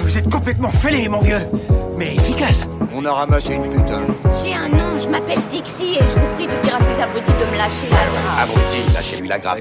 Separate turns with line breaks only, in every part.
Vous êtes complètement fêlé, mon vieux. Mais efficace.
On a ramassé une pute. hein.
J'ai un nom, je m'appelle Dixie et je vous prie de dire à ces abrutis de me lâcher la grappe.
Abruti, lâchez-lui la grappe.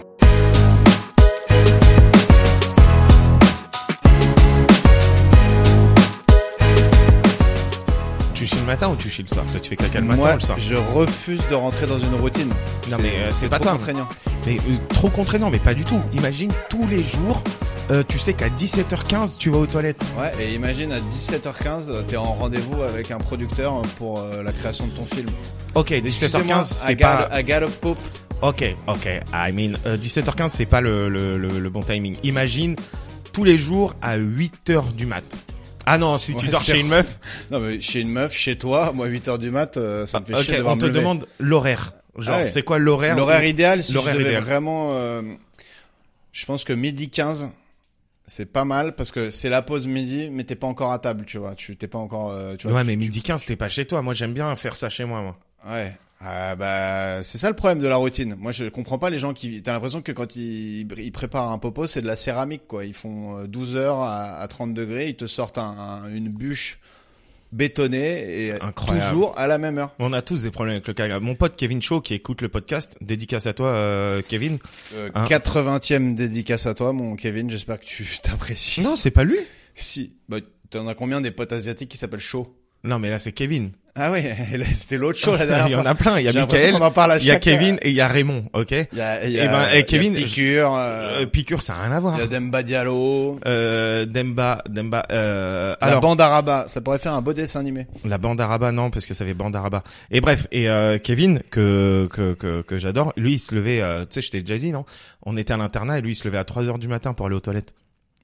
Tu chies le matin ou tu chies le soir Toi, tu fais caca le matin ou
Moi,
le soir
je refuse de rentrer dans une routine.
Non, mais, euh, c'est
c'est
pas
trop
tard.
contraignant.
Mais euh, trop contraignant, mais pas du tout. Imagine tous les jours, euh, tu sais qu'à 17h15, tu vas aux toilettes.
Ouais, et imagine à 17h15, euh, t'es en rendez-vous avec un producteur pour euh, la création de ton film.
Ok, 17h15,
I
c'est
got,
pas.
I got a poop.
Ok, ok. I mean, euh, 17h15, c'est pas le, le, le, le bon timing. Imagine tous les jours à 8h du mat. Ah non, si tu
Ouais,
dors
c'est
chez une meuf,
Non, mais chez une meuf, chez toi, moi, 8h du mat, euh, ça me fait
Ah, ok,
chier devoir
on
me
te
lever.
demande l'horaire. Genre,
Ah ouais.
c'est quoi l'horaire
L'horaire idéal, si
L'horaire
je devais
idéal.
vraiment... euh, je pense que midi 15, c'est pas mal, parce que c'est la pause midi, mais t'es pas encore à table, tu vois. Tu t'es pas encore... euh, tu vois,
Ouais,
tu-
mais
tu-
midi 15, t'es pas chez toi. Moi, j'aime bien faire ça chez moi, moi.
Ouais. Ah bah, c'est ça le problème de la routine. Moi, je comprends pas les gens qui. T'as l'impression que quand ils, ils préparent un popo, c'est de la céramique, quoi. Ils font euh, 12 heures à, à 30 degrés, ils te sortent un- un- une bûche bétonnée et
Incroyable.
toujours à la même heure.
On a tous des problèmes avec le caca. Mon pote Kevin Shaw, qui écoute le podcast, dédicace à toi, euh, Kevin.
Euh,
Hein.
80e dédicace à toi, mon Kevin. J'espère que tu t'apprécies.
Non, c'est pas lui.
Si. Bah, t'en as combien des potes asiatiques qui s'appellent chaud
Non, mais là, c'est Kevin.
Ah ouais, là, c'était l'autre chaud la
il y
dernière
en
fois.
a plein. Il y a
J'ai l'impression
Michael,
qu'on en parle à
il y a
chaque- euh,
Kevin et il y a Raymond, ok
Il y a, il y
Eh ben,
a,
eh, Kevin,
il y a Piqûre,
Euh,
euh,
Piqûre, ça n'a rien à voir.
il y a Demba Diallo.
Euh, Demba, Demba, euh,
la
alors,
bande araba, ça pourrait faire un beau dessin animé.
la bande araba, non, parce que ça fait bande araba. Et bref, et euh, Kevin, que, que, que, que j'adore, lui, il se levait, euh, tu sais, j'étais déjà dit, non On était à l'internat et lui, il se levait à 3h du matin pour aller aux toilettes.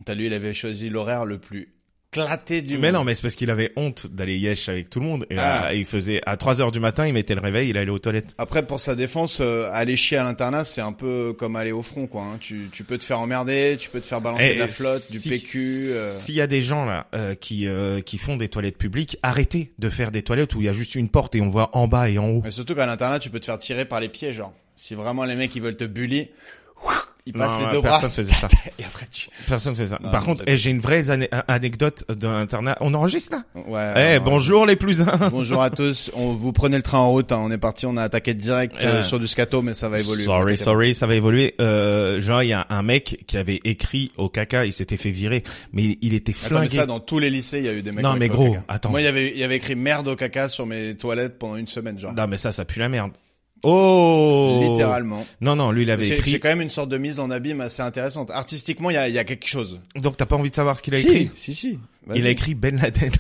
T'as lui, il avait choisi l'horaire le plus claté du
Mais
monde.
non, mais c'est parce qu'il avait honte d'aller yesh avec tout le monde. Et,
Ah.
euh, il faisait à 3 heures du matin, il mettait le réveil, il allait aux toilettes.
Après, pour sa défense, euh, aller chier à l'internat, c'est un peu comme aller au front, quoi. hein. Tu, tu peux te faire emmerder, tu peux te faire balancer
Eh,
de la flotte, du
si-
PQ. euh.
S'il y a des gens là euh, qui euh, qui font des toilettes publiques, arrêtez de faire des toilettes où il y a juste une porte et on voit en bas et en haut.
Mais surtout qu'à l'internat, tu peux te faire tirer par les pieds, genre. Si vraiment les mecs, ils veulent te bully, ils passent
Non,
les deux bras.
personne faisait ça.
Et après, tu...
Personne faisait ça.
Non,
Par
non,
contre,
c'est
eh, j'ai une vraie ane- anecdote d'un internat. On enregistre là.
Ouais.
Eh
alors,
bonjour les plus uns.
Bonjour à tous. On vous prenez le train en route. hein. On est parti. On a attaqué direct euh,
Euh.
sur du scato, mais ça va évoluer. vous
Sorry,
inquiétez pas.
sorry, ça va évoluer. Euh, genre, il y a un mec qui avait écrit au caca, il s'était fait virer, mais il, il était
Attends, mais
flingué.
ça, dans tous les lycées, il y a eu des mecs.
Non,
avec
mais
le
gros,
caca.
attends.
Moi, il y avait, il y avait écrit merde au caca sur mes toilettes pendant une semaine, genre.
non, mais ça, ça pue la merde. Oh
Littéralement.
Non, non, lui, il avait
C'est c'est
écrit.
quand même une sorte de mise en abîme assez intéressante. Artistiquement, il y a, il y a quelque chose.
Donc, t'as pas envie de savoir ce qu'il a
si,
écrit
Si, si. Vas-y.
Il a écrit Ben Laden.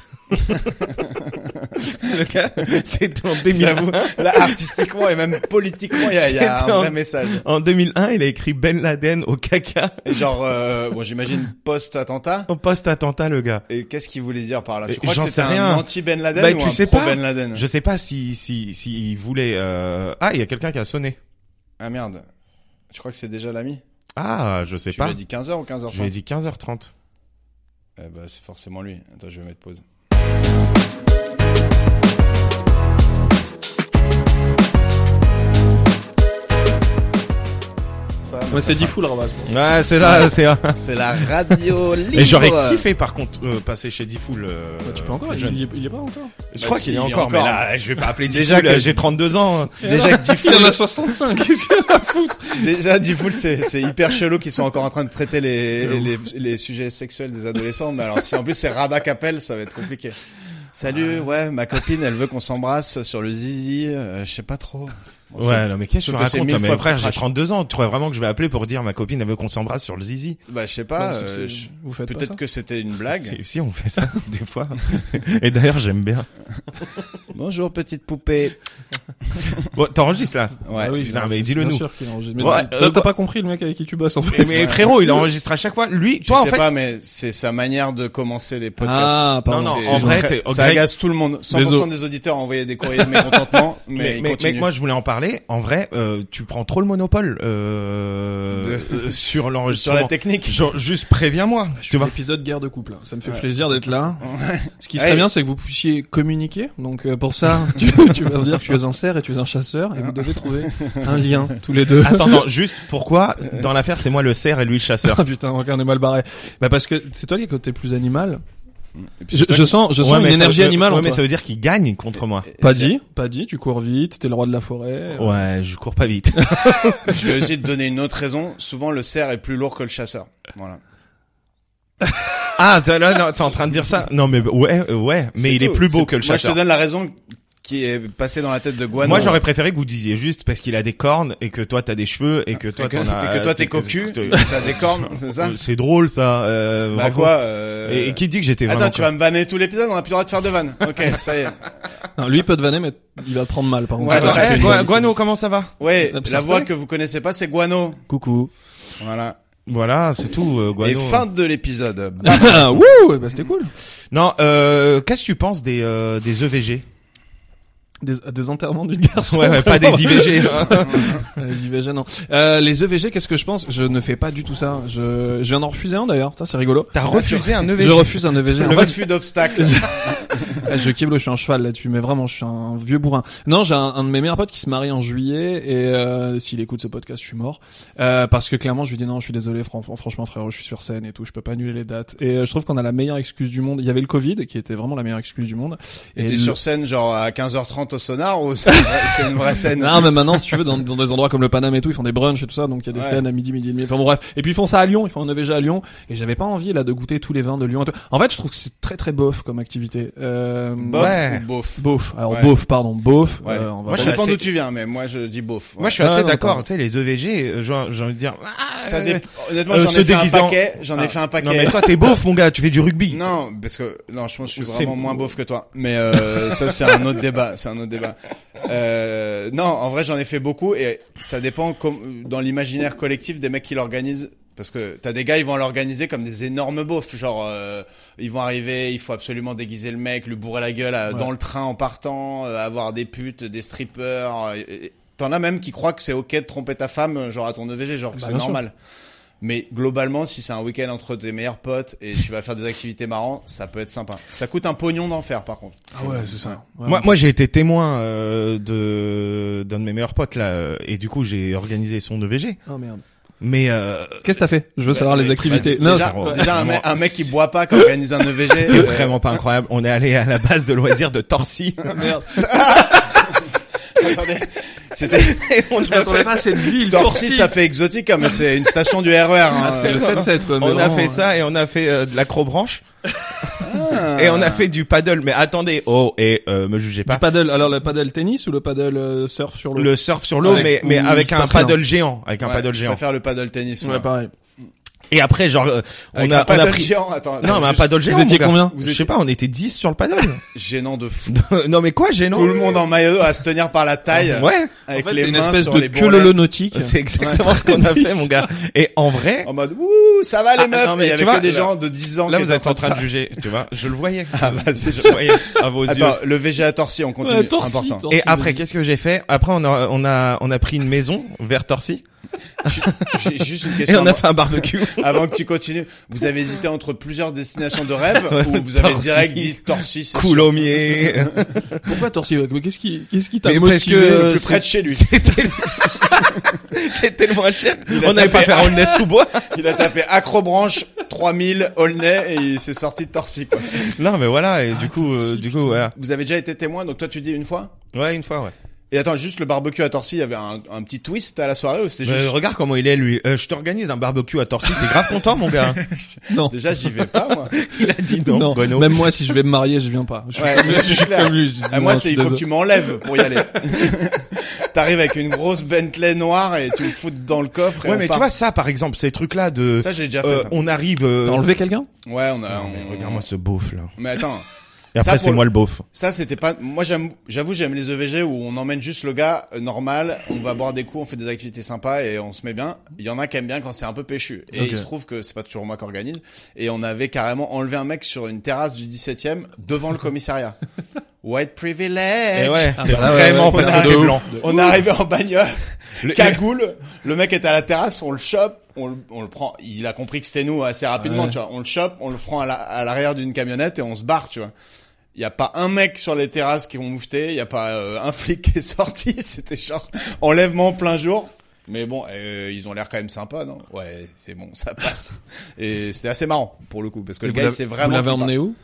Le gars, c'était en 2001.
J'avoue, là, artistiquement et même politiquement, il y a, il y a
C'est
un
un-
vrai message.
En 2001, il a écrit Ben Laden au caca
Et Genre, euh, bon, j'imagine post-attentat.
au post-attentat, le gars.
Et qu'est-ce qu'il voulait dire par là
Et
Tu crois que
j'en
c'était
sais rien.
un anti-Ben Laden
Bah,
ou
tu
un
sais pas.
pro-Ben Laden
Je sais pas si, si, si il voulait, euh... ah, il y a quelqu'un qui a sonné.
Ah merde. Je crois que c'est déjà l'ami.
Ah, je sais
Tu lui
pas.
as dit 15h ou 15h30
Je lui ai dit 15h30.
Eh bah, c'est forcément lui. Attends, je vais mettre pause. Ça, mais
Ouais,
ça
c'est dit
fera-
fou le rabat.
Ouais, c'est là, c'est là.
C'est la radio libre.
Et j'aurais kiffé, par contre, euh, passer chez Diffoul. euh,
Bah, tu peux encore,
plus
il,
jeune.
il est, il est pas encore.
Je
Bah
crois
si,
qu'il y
il y
a
a
encore, mais
encore.
là, je vais pas appeler
Déjà
Déjà
que-
j'ai 32 ans. hein.
Déjà que
Il en
Diffoul,
a 65, qu'est-ce qu'il a à foutre
déjà Diffoul, c'est c'est hyper chelou qu'ils sont encore en train de traiter les, les, les sujets sexuels des adolescents. Mais alors si en plus c'est Rabat Capel, ça va être compliqué. Salut, ouais, ma copine, elle veut qu'on s'embrasse sur le zizi. euh, je sais pas trop. Bon, c'est-
Ouais, non, mais qu'est-ce que
Sauf
tu
que c'est
racontes
mille
Mais
fois
frère,
plus
j'ai
trash.
32 ans. Tu crois vraiment que je vais appeler pour dire ma copine, elle veut qu'on s'embrasse sur le zizi
Bah je sais pas.
Non, c'est-
euh,
c'est-
je-
Vous faites
Peut-être que c'était une blague.
Si, si, on fait ça, des fois. Et d'ailleurs, j'aime bien.
Bonjour petite poupée.
Bon, t'enregistres, là
Ouais.
Ah oui,
putain, mais dis-le
bien
nous.
sûr qu'il enregistre. Mais
Ouais,
t'as
euh,
t'as
bah-
pas compris le mec avec qui tu bosses en fait.
Mais, mais frérot, il enregistre à chaque fois. Lui,
Je
toi, en
sais
fait.
pas, mais c'est sa manière de commencer les podcasts.
Ah,
Non,
pardon.
non,
C'est-
en vrai,
ça-
t'es-
ça
Greg-
agace tout le monde. 100%
Désolé.
des auditeurs ont envoyé des courriers de mécontentement, mais,
Mais,
ils
mais-
continuent.
mais moi je voulais en parler. En vrai, euh, tu prends trop le monopole euh, euh, sur
sur
l'enregistrement.
la technique.
Genre, juste préviens-moi. Tu vois.
Épisode guerre de couple. Ça me fait
Ouais.
plaisir d'être là. Ce qui serait
Hey.
bien, c'est que vous puissiez communiquer. Donc euh, pour ça, tu, tu vas dire que tu es un cerf et tu es un chasseur et vous devez trouver un lien tous les deux.
Attends, non, juste pourquoi dans l'affaire c'est moi le cerf et lui le chasseur.
Ah putain, encore on est mal barré. Bah parce que c'est toi qui as le côté plus animal.
Et puis,
Je, je sens, je sens
Ouais,
une
mais ça
énergie
veut-
animale
Ouais,
en
mais
toi.
ça veut dire qu'il gagne contre moi.
Pas dit, pas dit. Tu cours vite, t'es le roi de la forêt. euh,
Ouais, je cours pas vite.
je vais aussi te donner une autre raison. Souvent, le cerf est plus lourd que le chasseur. Voilà.
ah, t'es là, non, t'es en train de dire ça Non, mais ouais, euh, ouais, mais
C'est
il est
tout.
plus beau
C'est-
que le
Moi, je
chasseur.
te donne la raison qui est passée dans la tête de Guano.
Moi, j'aurais préféré que vous disiez juste parce qu'il a des cornes et que toi t'as des cheveux et que toi
Et que,
t'en as- euh,
et que toi, t'es
Ah, t'es-
cocu,
t'es-
t'as des cornes, c'est ça
C'est drôle ça. Euh,
Bah
bravo.
quoi euh...
et, et qui dit que j'étais vraiment
Attends, tu vas me vanner tout l'épisode, on a plus le droit de faire de vannes. Ok, ça y est.
Non, Ah, lui il peut te vanner, mais il va le prendre mal. Par contre.
Ouais,
Toi,
ouais.
tu
Eh,
fais-
Gua- Guano, comment ça va
Ouais,
Observe
la voix
pas.
que vous connaissez pas, c'est Guano.
Coucou.
Voilà.
Voilà, c'est tout. euh, Guano.
et fin de l'épisode.
Wouh, eh ben, c'était cool.
Non, euh, qu'est-ce que tu penses des euh, des EVG
Des, des enterrements d'une garçon.
Ouais, ouais, pas des IVG. hein.
Euh, Les IVG, non. Euh, les EVG, qu'est-ce que je pense Je ne fais pas du tout ça. Je, je viens d'en refuser un d'ailleurs. Putain, C'est rigolo.
T'as refusé un E EVG.
Je refuse un EVG. En
Le
fait,
refus d'obstacle.
Ah, je kibble, je suis un cheval là-dessus, mais vraiment, je suis un vieux bourrin. Non, j'ai un, un de mes meilleurs potes qui se marie en juillet, et euh, s'il écoute ce podcast, je suis mort. Euh, parce que clairement, je lui dis non, je suis désolé, fran- franchement, frérot, je suis sur scène et tout, je peux pas annuler les dates. Et euh, je trouve qu'on a la meilleure excuse du monde. Il y avait le Covid, qui était vraiment la meilleure excuse du monde.
Et
le-
t'es sur scène genre à 15h30 au sonar ou c'est une vraie- c'est une vraie scène
Non, Ah, mais maintenant, si tu veux, dans, dans des endroits comme le Paname et tout, ils font des brunchs et tout ça, donc il y a des
Ouais.
scènes à midi, midi et demi. Enfin bon, bref. Et puis ils font ça à Lyon, ils font un EVG à Lyon, et j'avais pas envie là de goûter tous les vins de Lyon. et tout. En fait, je trouve que c'est très très bof comme activité. Euh,
Bof
Ouais.
ou beauf
Beauf. Alors
Ouais.
beauf, pardon, beauf.
Ouais.
Euh, on va
Moi,
pas-
je
Ouais,
dépend
c'est-
d'où tu viens, mais moi, je dis beauf. ouais.
Moi, je suis
Ah,
assez
non,
d'accord.
pardon.
Tu sais, les EVG, euh, j'ai j'ai envie de dire. ah,
Ça
euh,
dép- Honnêtement,
euh,
j'en
se
ai fait un
déguisant.
paquet. J'en ai
Ah.
fait un
Non
paquet.
mais toi t'es beauf mon gars, tu fais du rugby.
Non, parce que non, je pense que je suis
C'est-
vraiment moins beauf que toi. Mais euh, ça, c'est un autre débat. C'est un autre débat. Euh, non, en vrai, j'en ai fait beaucoup et ça dépend comme dans l'imaginaire collectif des mecs qui l'organisent. Parce que t'as des gars, ils vont l'organiser comme des énormes beaufs. Genre, euh, ils vont arriver, il faut absolument déguiser le mec, lui bourrer la gueule euh,
Ouais.
dans le train en partant, euh, avoir des putes, des strippers. euh, et- et- T'en as même qui croient que c'est ok de tromper ta femme, euh, genre à ton EVG, genre que
Bah,
c'est
bien sûr.
normal. Mais globalement, si c'est un week-end entre tes meilleurs potes et tu vas faire des activités marrantes, ça peut être sympa. Ça coûte un pognon d'en faire, par contre.
Ah ouais, c'est ça. Ouais.
Moi, moi j'ai été témoin euh, de d'un de mes meilleurs potes là euh, et du coup j'ai organisé son EVG.
Oh merde.
Mais euh,
Qu'est-ce que t'as fait Je veux savoir les activités. Non,
déjà,
frérot,
déjà, un,
vraiment,
mec, un mec qui boit pas, qui organise un EVG,
c'était
euh,
vraiment pas incroyable. On est allé à la base de loisirs de Torcy.
merde.
attendez, c'était
Et on, a fait,
pas à cette ville.
Torcy, ça fait exotique, hein, mais c'est une station du RER. hein.
Ah, c'est le 7-7 quoi. mais
on a
vraiment, hein.
fait
ouais.
ça et on a fait euh, de l'acrobranche
Ah.
et on a fait du paddle. Mais attendez, oh et euh, me jugez
Du
pas.
paddle. Alors le paddle tennis ou le paddle euh, surf sur l'eau
Le surf sur l'eau,
Ouais.
mais mais
Où il
avec
se
un
passe rien.
paddle géant, avec un
Ouais,
paddle
Je
géant.
préfère le paddle tennis. moi.
Ouais, pareil.
Et après genre euh, on
Avec
a
un
on
paddle
a pris.
géant, attends.
Non mais un
juste
paddle géant.
étiez
mon gars.
combien
Vous
Je
étiez-
sais pas, on était 10 sur le paddle.
gênant de fou.
non mais quoi, gênant.
Tout le monde en maillot à se tenir par la taille.
Ouais.
Avec
En fait,
les
c'est une
mains
espèce
sur
de
les
queue
bourrelets.
leu nautique.
C'est exactement ce qu'on a fait, mon gars. Et en vrai,
En mode, ouh, ça va les
Ah,
meufs.
non, mais
mais il y
tu
avait
vois,
que des
là-
gens de 10 ans.
là,
qui
vous
étaient
êtes en train de juger, tu vois. Je le voyais.
Ah bah, c'est
Je le voyais à vos
Attends,
yeux.
le VG à Torcy, on continue.
Ouais, Torcy,
Important.
Torcy,
Et après,
vas-y.
qu'est-ce que j'ai fait Après, on a, on a, on a pris une maison vers Torcy
J'ai juste une
et
question
on a
avant,
fait un barbecue.
avant que tu continues. Vous avez hésité entre plusieurs destinations de rêve ou vous avez
Torcy.
direct dit Torcy, c'est sûr.
Coulommiers.
Pourquoi Torcy Mais Qu'est-ce qui, qu'est-ce qui t'a
Mais parce
motivé
que,
Le
euh,
plus près de chez lui.
C'était, le- c'était le moins cher.
Il a
On n'avait pas
tapé-
fait Aulnay sous bois.
Il a tapé Acrobranche 3000 Aulnay et il s'est sorti de Torcy. quoi.
Non, mais voilà. Et du coup, euh, du coup, voilà.
Vous avez déjà été témoin, donc toi tu dis une fois
Ouais, une fois, ouais.
Et attends, juste le barbecue à Torcy, il y avait un, un petit twist à la soirée ou c'était
Euh,
juste...
regarde comment il est, lui. Euh, je t'organise un barbecue à Torcy. T'es grave content, mon gars.
Non.
Déjà j'y vais pas moi.
Il a dit non.
Non.
Bono.
Même moi, si je vais me marier, je viens pas. Je suis
Ouais,
comme lui,
je
je suis
suis clair.
comme lui, je dis
Ah, moi
non, je
c'est
suis
il faut que
désolé.
tu m'enlèves pour y aller. T'arrives avec une grosse Bentley noire et tu me fous dans le coffre. Et
Ouais,
on
mais tu
part.
vois ça, par exemple, ces trucs-là de.
ça j'ai déjà fait.
euh,
ça.
on arrive. euh,
T'as enlevé quelqu'un
Ouais, on a.
Non, mais
on-
regarde-moi ce beauf là.
Mais attends,
Et
Ça,
après
pour
c'est
le-
moi le beauf.
ça c'était pas. Moi j'aime, j'avoue j'aime les EVG où on emmène juste le gars euh, normal, on va boire des coups, on fait des activités sympas et on se met bien. Il y en a qui aiment bien quand c'est un peu péchu. Et
Ok.
il se trouve que c'est pas toujours moi qui organise. Et on avait carrément enlevé un mec sur une terrasse du 17e devant le commissariat. White privilege.
Et Eh Ah, ouais, c'est
bah ouais,
vraiment
ouais, ouais.
parce
On
que
arrive-
t'es blanc.
On est arrivé en bagnole,
Le-
cagoule. Le mec était à la terrasse, on le chope, on le, on le prend. Il a compris que c'était nous assez rapidement,
Ouais.
tu vois. On le chope, on le prend à la- à l'arrière d'une camionnette et on se barre, tu vois. Il y a pas un mec sur les terrasses qui ont moufté, il y a pas euh, un flic qui est sorti. C'était genre enlèvement plein jour. Mais bon, euh, ils ont l'air quand même sympas, non Ouais, c'est bon, ça passe. Et c'était assez marrant pour le coup parce que
Et
le
vous
gars, il
l'avez-
s'est vraiment. Euh,
Vous l'avez
pris par-
emmené où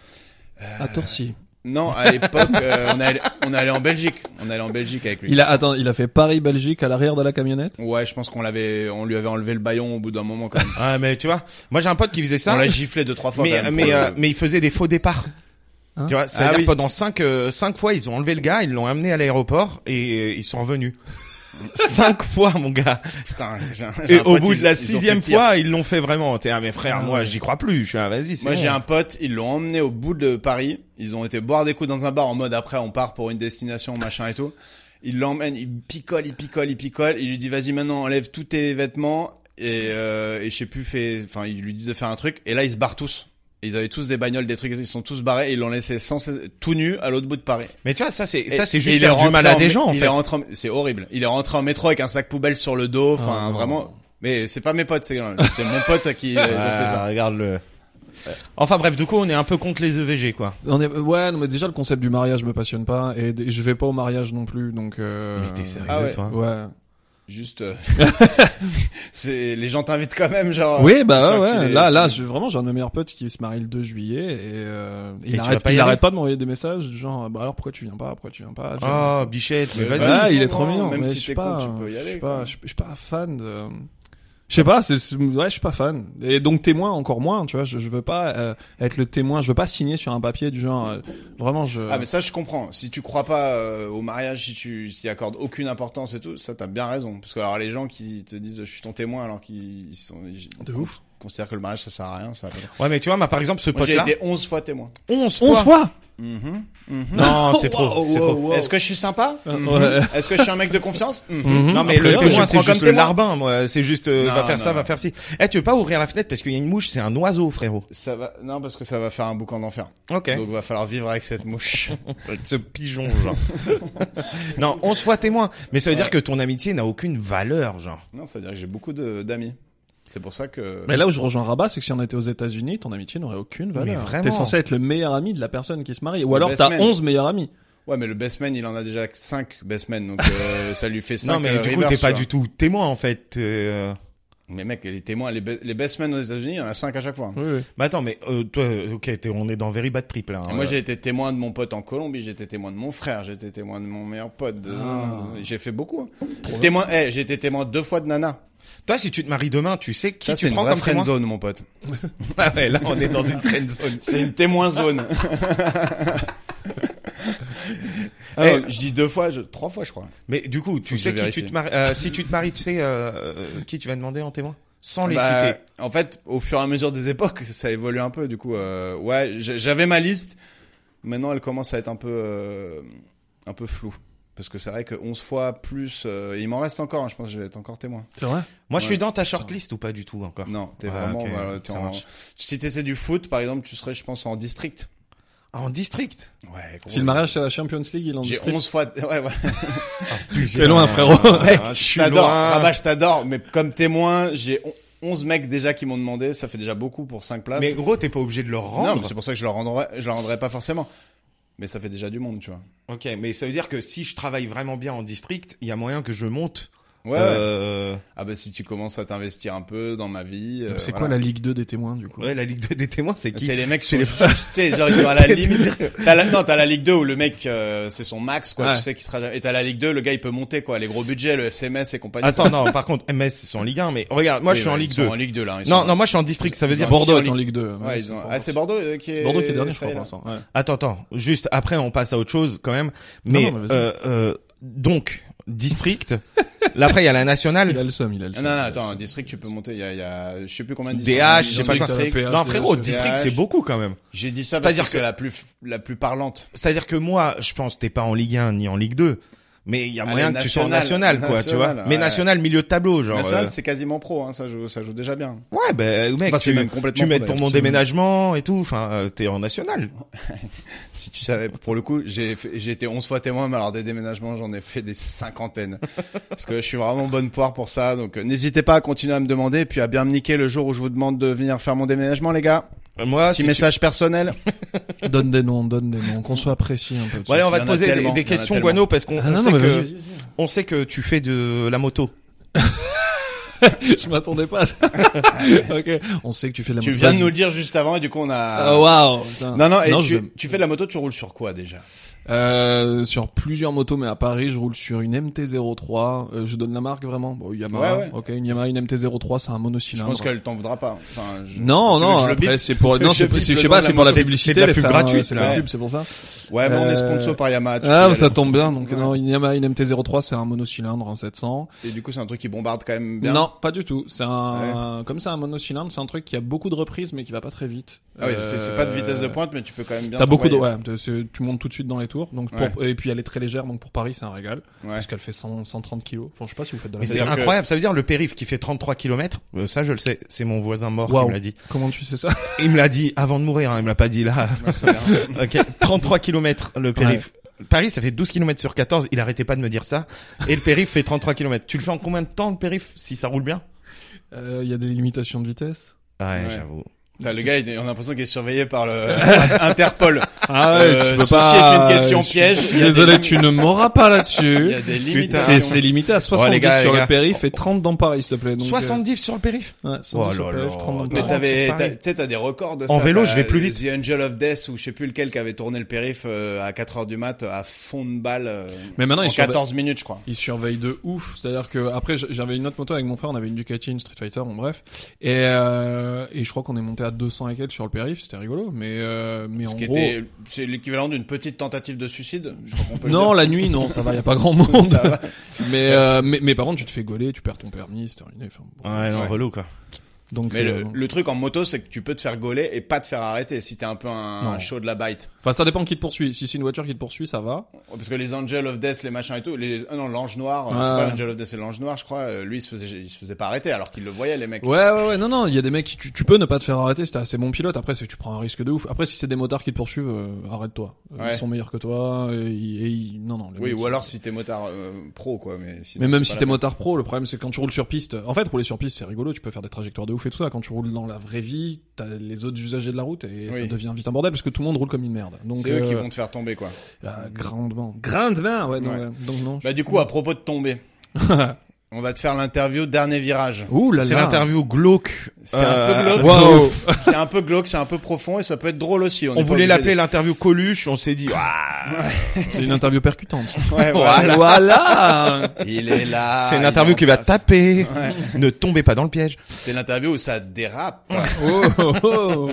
À Torcy.
Non, à l'époque, euh, on allait, on allait en Belgique. On allait en Belgique avec lui.
Il a, attends, il a fait Paris-Belgique à l'arrière de la camionnette.
Ouais, je pense qu'on l'avait, on lui avait enlevé le baillon au bout d'un moment quand même.
Ah, mais tu vois, moi j'ai un pote qui faisait ça.
on l'a giflé deux trois fois.
mais
quand même,
mais
pour
euh,
le-
mais il faisait des faux départs.
Hein
tu vois, c'est-à-dire
Ah oui.
pendant cinq euh, cinq fois ils ont enlevé le gars, ils l'ont amené à l'aéroport et euh, ils sont revenus. cinq fois mon gars.
Putain, j'ai un- j'ai
Et
un
au
pote,
bout
ils-
de la
ils ont fait
sixième
pire.
fois, ils l'ont fait vraiment. T'es ah mais frère,
Ah
moi
ouais.
j'y crois plus. Je suis ah vas-y. c'est
Moi,
bon.
j'ai un pote, ils l'ont emmené au bout de Paris. Ils ont été boire des coups dans un bar en mode après, on part pour une destination, machin et tout. Il l'emmène, il picole, il picole, il picole. Il lui dit, vas-y, maintenant, enlève tous tes vêtements. Et, euh, et je sais plus, fait, enfin, ils lui disent de faire un truc. Et là, ils se barrent tous. Ils avaient tous des bagnoles, des trucs, et tout, ils sont tous barrés et ils l'ont laissé sans cesse- tout nu à l'autre bout de Paris.
Mais tu vois, ça c'est
Et-
ça c'est
et
juste
il est
faire du
rentré
mal à
en-
des gens en
il
fait.
est rentré en- c'est horrible. Il est rentré en métro avec un sac poubelle sur le
Oh,
dos, enfin
Ah, non.
vraiment. Mais c'est pas mes potes, c'est c'est mon pote qui euh, ils ont
Ah,
fait ça.
regarde le. Enfin bref, du coup, on est un peu contre les EVG quoi.
On est, ouais, non, mais déjà le concept du mariage me passionne pas et d- je vais pas au mariage non plus, donc. Euh...
Mais t'es sérieux
ah ouais.
toi
Ouais.
Juste, euh, c'est- les gens t'invitent quand même, genre.
Oui, bah
putain,
ouais,
tu
ouais.
les-
Là,
tu
là,
les-
je, vraiment, j'ai un de mes meilleurs potes qui se marie le 2 juillet et, euh,
Et
il
tu vas
arrête,
pas y
il
aller
arrête pas de m'envoyer des messages du genre, bah alors pourquoi tu viens pas, pourquoi tu viens pas. Puis,
Oh Bichette, mais
Mais
vas-y.
vas-y.
Ouais, il est
non,
trop
non,
mignon.
même
mais
si
je
t'es
suis pas,
con, tu peux y
je
aller,
suis
quand
pas,
même.
je suis je suis pas fan de. Je sais pas, c'est, c'est- ouais, je suis pas fan. Et donc témoin encore moins, tu vois. Je, je veux pas euh, être le témoin. Je veux pas signer sur un papier du genre. euh, vraiment, je.
Ah mais ça je comprends. Si tu crois pas euh, au mariage, si tu s'y accordes aucune importance et tout, ça t'as bien raison. Parce que alors les gens qui te disent je suis ton témoin alors qu'ils ils sont ils
de ouf.
considèrent que le mariage ça sert à rien, ça. a pas-
Ouais, mais tu vois, moi par exemple, ce
Moi
pote
j'ai
là,
été 11 fois témoin.
11
11
fois.
fois.
Mm-hmm,
Mhm.
Non, c'est trop,
Oh,
c'est
wow,
trop.
wow. Est-ce que je suis sympa Mhm.
ouais.
Est-ce que je suis un mec de confiance Mhm.
Mhm.
Non mais
Après,
le
ouais.
tu
témoin
me
c'est
prends
juste
comme
le
témoin
larbin moi, c'est juste euh,
Non,
va faire
non,
ça, va
non.
faire ci. Eh tu veux pas ouvrir la fenêtre parce qu'il y a une mouche, c'est un oiseau frérot.
Ça va non parce que ça va faire un boucan d'enfer.
OK.
Donc va falloir vivre avec cette mouche.
Ce pigeon genre. non, on se voit témoin, mais ça veut dire que ton amitié n'a aucune valeur genre.
non, ça veut dire que j'ai beaucoup de- d'amis. C'est pour ça que
Mais là où je rejoins Rabat, c'est que si on était aux États-Unis, ton amitié n'aurait aucune valeur.
vraiment.
T'es censé être le meilleur ami de la personne qui se marie. Ou
Le
alors
best
t'as
man.
11 meilleurs amis.
Ouais, mais le bestman, il en a déjà 5 bestmen, donc euh, ça lui fait 5
non mais du coup, t'es pas du tout témoin en fait. euh.
Mais mec, les témoins, les, be- les bestmen aux États-Unis, il y en a 5 à chaque fois.
Oui, oui.
Mais attends, mais euh, toi euh, OK, t'es- on est dans very bad trip là. hein.
Et moi, j'ai été témoin de mon pote en Colombie, j'ai été témoin de mon frère, j'ai été témoin de mon meilleur pote. de-
Ah.
J'ai fait beaucoup. Témoin, eh, j'ai été témoin deux fois de Nana.
Toi, si tu te maries demain, tu sais qui
ça,
tu
c'est une
prends
vraie
comme témoin.
friendzone, mon pote.
Ah ouais, là, on est dans une friend zone.
C'est une témoin zone. Ah
Eh.
non, je dis deux fois, je... trois fois, je crois.
Mais du coup, tu
que
sais qui
je
tu
vérifie.
te maries. euh, si tu te maries, tu sais euh, euh, qui tu vas demander en témoin sans les
Bah,
citer.
En fait, au fur et à mesure des époques, ça évolue un peu. Du coup, euh, ouais, j- j'avais ma liste. Maintenant, elle commence à être un peu, euh, un peu floue. Parce que c'est vrai que 11 fois plus, euh, et il m'en reste encore, hein, je pense que je vais être encore témoin.
C'est vrai.
Moi, je suis
ouais.
dans ta shortlist ou pas du tout encore.
Non, t'es
Ouais,
vraiment,
ok,
voilà, t'es
ça
en-
marche.
si t'étais du foot, par exemple, tu serais, je pense, en district.
Ah, En district.
Ouais, gros.
Si le mariage c'est la Champions League, il en
J'ai
district.
11 fois, ouais, ouais. Ah,
T'es loin, frérot.
Mec,
Ah, je
je
suis
t'adore,
loin.
Rabat, je t'adore, mais comme témoin, j'ai on- 11 mecs déjà qui m'ont demandé, ça fait déjà beaucoup pour 5 places.
Mais gros, t'es pas obligé de leur
Non,
rendre.
mais c'est pour ça que je le rendrai, je le rendrai pas forcément. Mais ça fait déjà du monde, tu vois.
ok, mais ça veut dire que si je travaille vraiment bien en district, il y a moyen que je monte.
Ouais. ouais.
euh,
Ah bah si tu commences à t'investir un peu dans ma vie. euh,
C'est
voilà.
quoi la Ligue 2 des témoins du coup
ouais, la ligue de- des témoins, c'est qui
C'est les mecs qui
C'est
sont
les-
sustés, genre ils sont à la
C'est-
limite. T'as la... Non, t'as la Ligue 2 où le mec euh, c'est son max quoi,
Ouais.
tu sais qui sera. Et t'as la Ligue 2, le gars il peut monter quoi, les gros budgets, le FCMS et compagnie.
Attends, non. Par contre, MS, ils sont en Ligue 1, mais regarde, moi,
Oui,
je suis en
bah, ils
Ligue
sont
2.
En Ligue 2 là. ils
Non,
sont-
non, moi, je suis en district. Ça veut dire.
Bordeaux
qui
est
en
en Ligue 2.
Ouais, ils ont... Ah c'est Bordeaux euh, qui est.
Bordeaux qui est dernier, je
ça
crois,
y est, là.
pour l'instant. Ouais.
Attends, attends. Juste après, on passe à autre chose quand même. Mais
Non, non, mais vas-y.
euh, euh, donc district. Là, après, il y a la nationale.
Il a le somme, il a le
Ah,
somme.
Non, non, attends, un district, tu peux monter, il y a, il y a, je sais plus combien de
DH,
districts.
je
Ils
sais
ont
pas quoi.
district.
PH,
Non, frérot,
DH.
district,
DH.
c'est beaucoup quand même.
J'ai dit ça parce
C'est-à-dire
que c'est
que-
la plus, la plus parlante.
C'est-à-dire que moi, je pense, t'es pas en Ligue 1 ni en Ligue 2, mais il y a
Allez,
moyen que tu sois en
national,
national, quoi, tu vois.
national,
Mais
ouais.
national, milieu de tableau, genre.
National,
euh,
c'est quasiment pro, hein, ça joue, ça joue déjà bien.
Ouais, ben, mec,
Enfin,
tu,
c'est même complètement
tu m'aides
pro,
pour
d'ailleurs,
mon
c'est-
déménagement et tout, enfin, euh, t'es en national.
Si tu savais, pour le coup, j'ai fait- j'ai été 11 fois témoin, mais alors des déménagements, j'en ai fait des cinquantaines. Parce que je suis vraiment bonne poire pour ça, donc euh, n'hésitez pas à continuer à me demander, puis à bien me niquer le jour où je vous demande de venir faire mon déménagement, les gars.
Euh, Moi,
Petit
si tu-
message personnel.
Donne des noms, donne des noms, qu'on soit précis un peu.
Bon, allez, on
Il
va
y
te
en a
poser des,
tellement,
des
il y en a
questions,
tellement.
Guano, parce qu'on
Ah
on
non, non,
sait
mais
que
vas-y, vas-y, vas-y.
on sait que tu fais de la moto.
je m'attendais pas à ça. ok, on sait que tu fais de la
Tu
moto.
viens de nous le dire juste avant et du coup on a.
Ah, Waouh. putain.
Non non, et tu,
je-
tu fais de la moto, tu roules sur quoi déjà
Euh, sur plusieurs motos, mais à Paris, je roule sur une MT-03. Euh, je donne la marque vraiment. Bon, Yamaha.
Ouais, ouais.
Ok, une Yamaha, une MT-03, c'est un
Je
monocylindre.
pense qu'elle t'en voudra pas. Enfin, je-
Non,
tu veux
non,
que je le
après,
bip
c'est pour,
Tu veux
non,
que je
c'est pour-
bip
c'est-
le
je sais
nom
pas,
de
c'est
la
pour la
moto
publicité.
C'est de la
les
pub
frères,
gratuite,
c'est de la
là.
pub, c'est pour ça.
Ouais, mais on
Euh,
est sponsor par Yamaha. tu peux
Ah,
y
ça
aller.
tombe bien. Donc,
Ouais.
non, une Yamaha, une MT-03, c'est un monocylindre en 700.
Et du coup, c'est un truc qui bombarde quand même bien.
Non, pas du tout. C'est un, comme c'est un monocylindre, c'est un truc qui a beaucoup de reprises, mais qui va pas très vite.
Ah oui, c'est- c'est pas de
Euh,
vitesse de pointe, mais tu peux quand même bien.
T'as beaucoup de,
t'envoyer.
ouais, t'as- c'est- tu montes tout de suite dans les tours. Donc, pour- et puis elle est très légère, donc pour Paris, c'est un régal.
Ouais.
Parce qu'elle fait 100, 130 kilos. Enfin, je sais pas si vous faites de la
Mais c'est
C'est-à-dire que-
incroyable, ça veut dire le périph qui fait 33 km, ça je le sais, c'est mon voisin mort
Waouh.
qui me l'a dit.
Comment tu sais ça
Il me l'a dit avant de mourir, hein, il me l'a pas dit là. ok, 33 km le périph. Paris, ça fait 12 km sur 14, il arrêtait pas de me dire ça. Et le périph fait 33 km. Tu le fais en combien de temps le périph si ça roule bien
Il Euh, y a des limitations de vitesse.
Ouais,
Ouais.
j'avoue.
T'as le gars, il est- on a l'impression qu'il est surveillé par le Interpol.
Ah
Euh, ceci est une question piège.
Je suis
Il y a des
Désolé,
limites.
tu ne m'auras pas
Il y
là-dessus.
a des
C'est
limitations.
c'est limité à 70
les gars,
sur
les
le
gars.
périph et 30 dans Paris, s'il te plaît. Donc, euh,
70 sur le périph
ouais, 70 sur
Oh
le
là
périph,
là.
30 dans
Mais
Non,
Paris.
t'avais,
c'est pareil.
t'as- tu sais, t'as des records de
En
ça.
vélo,
T'as
je vais plus vite.
The Angel of Death ou je sais plus lequel qui avait tourné le périph euh, à 4 heures du mat à fond de balle. euh,
Mais maintenant,
en
ils sont-
14 minutes, je crois.
Il surveille de ouf. C'est-à-dire que après j- j'avais une autre moto avec mon frère, on avait une Ducati, une Street Fighter, bon bref. Et euh, et je crois qu'on est monté à 200 et quelques sur le périph, c'était rigolo. Mais euh, mais
Ce
en
qui
gros,
était, c'est l'équivalent d'une petite tentative de suicide. Je crois qu'on peut le
non
dire.
la nuit non, ça va, y a pas grand monde.
Ça va.
mais, euh, mais mais par contre tu te fais gauler, tu perds ton permis, c'est terminé. Enfin, bon.
Ouais, non,
Ouais.
relou quoi.
Donc
Mais le,
euh,
le truc en moto, c'est que tu peux te faire gauler et pas te faire arrêter si t'es un peu un,
Non.
show de la bite.
enfin ça dépend qui te poursuit. Si c'est une voiture qui te poursuit, ça va.
Parce que les Angel of Death, les machins et tout, les, ah non, l'ange noir, euh,
Ouais.
c'est pas l'Angel of Death, c'est l'ange noir, je crois, euh, lui, il se faisait, il se faisait pas arrêter alors qu'il le voyait, les mecs.
Ouais, ouais, ouais, non, non, il y a des mecs qui, tu, tu peux ne pas te faire arrêter si t'es assez bon pilote. Après, c'est que tu prends un risque de ouf. Après, si c'est des motards qui te poursuivent, euh, arrête-toi. Euh,
Ouais.
Ils sont meilleurs que toi. Et, ils- et ils- non, non. les
Oui,
mecs,
ou
ils-
alors si t'es motard euh, pro, quoi. Mais, sinon,
Mais même
c'est
si
pas la
t'es
peine.
motard pro, le problème c'est que quand tu roules sur piste, en fait rouler sur piste c'est rigolo, tu peux faire des trajectoires de ouf et tout ça. Quand tu roules dans la vraie vie, t'as les autres usagers de la route et ça
Oui.
devient vite un bordel parce que tout le monde roule comme une merde. Donc
c'est eux qui
euh,
vont te faire tomber, quoi.
ah, grandement, grandement, ouais, non,
Ouais.
ouais. donc non.
Bah, du coup, à propos de tomber, on va te faire l'interview dernier virage.
Ouh là
C'est
là.
l'interview glauque.
C'est un peu
Euh,
glauque.
Waouh.
c'est un peu glauque, c'est un peu profond et ça peut être drôle aussi.
On voulait l'appeler l'interview Coluche, on s'est dit ah,
C'est une interview percutante.
la. Ouais, voilà.
voilà.
Il est là.
c'est une
il est
interview
en
qui va
face.
taper.
Ouais.
Ne tombez pas dans le piège.
C'est l'interview où ça dérape.
Oh, oh, oh.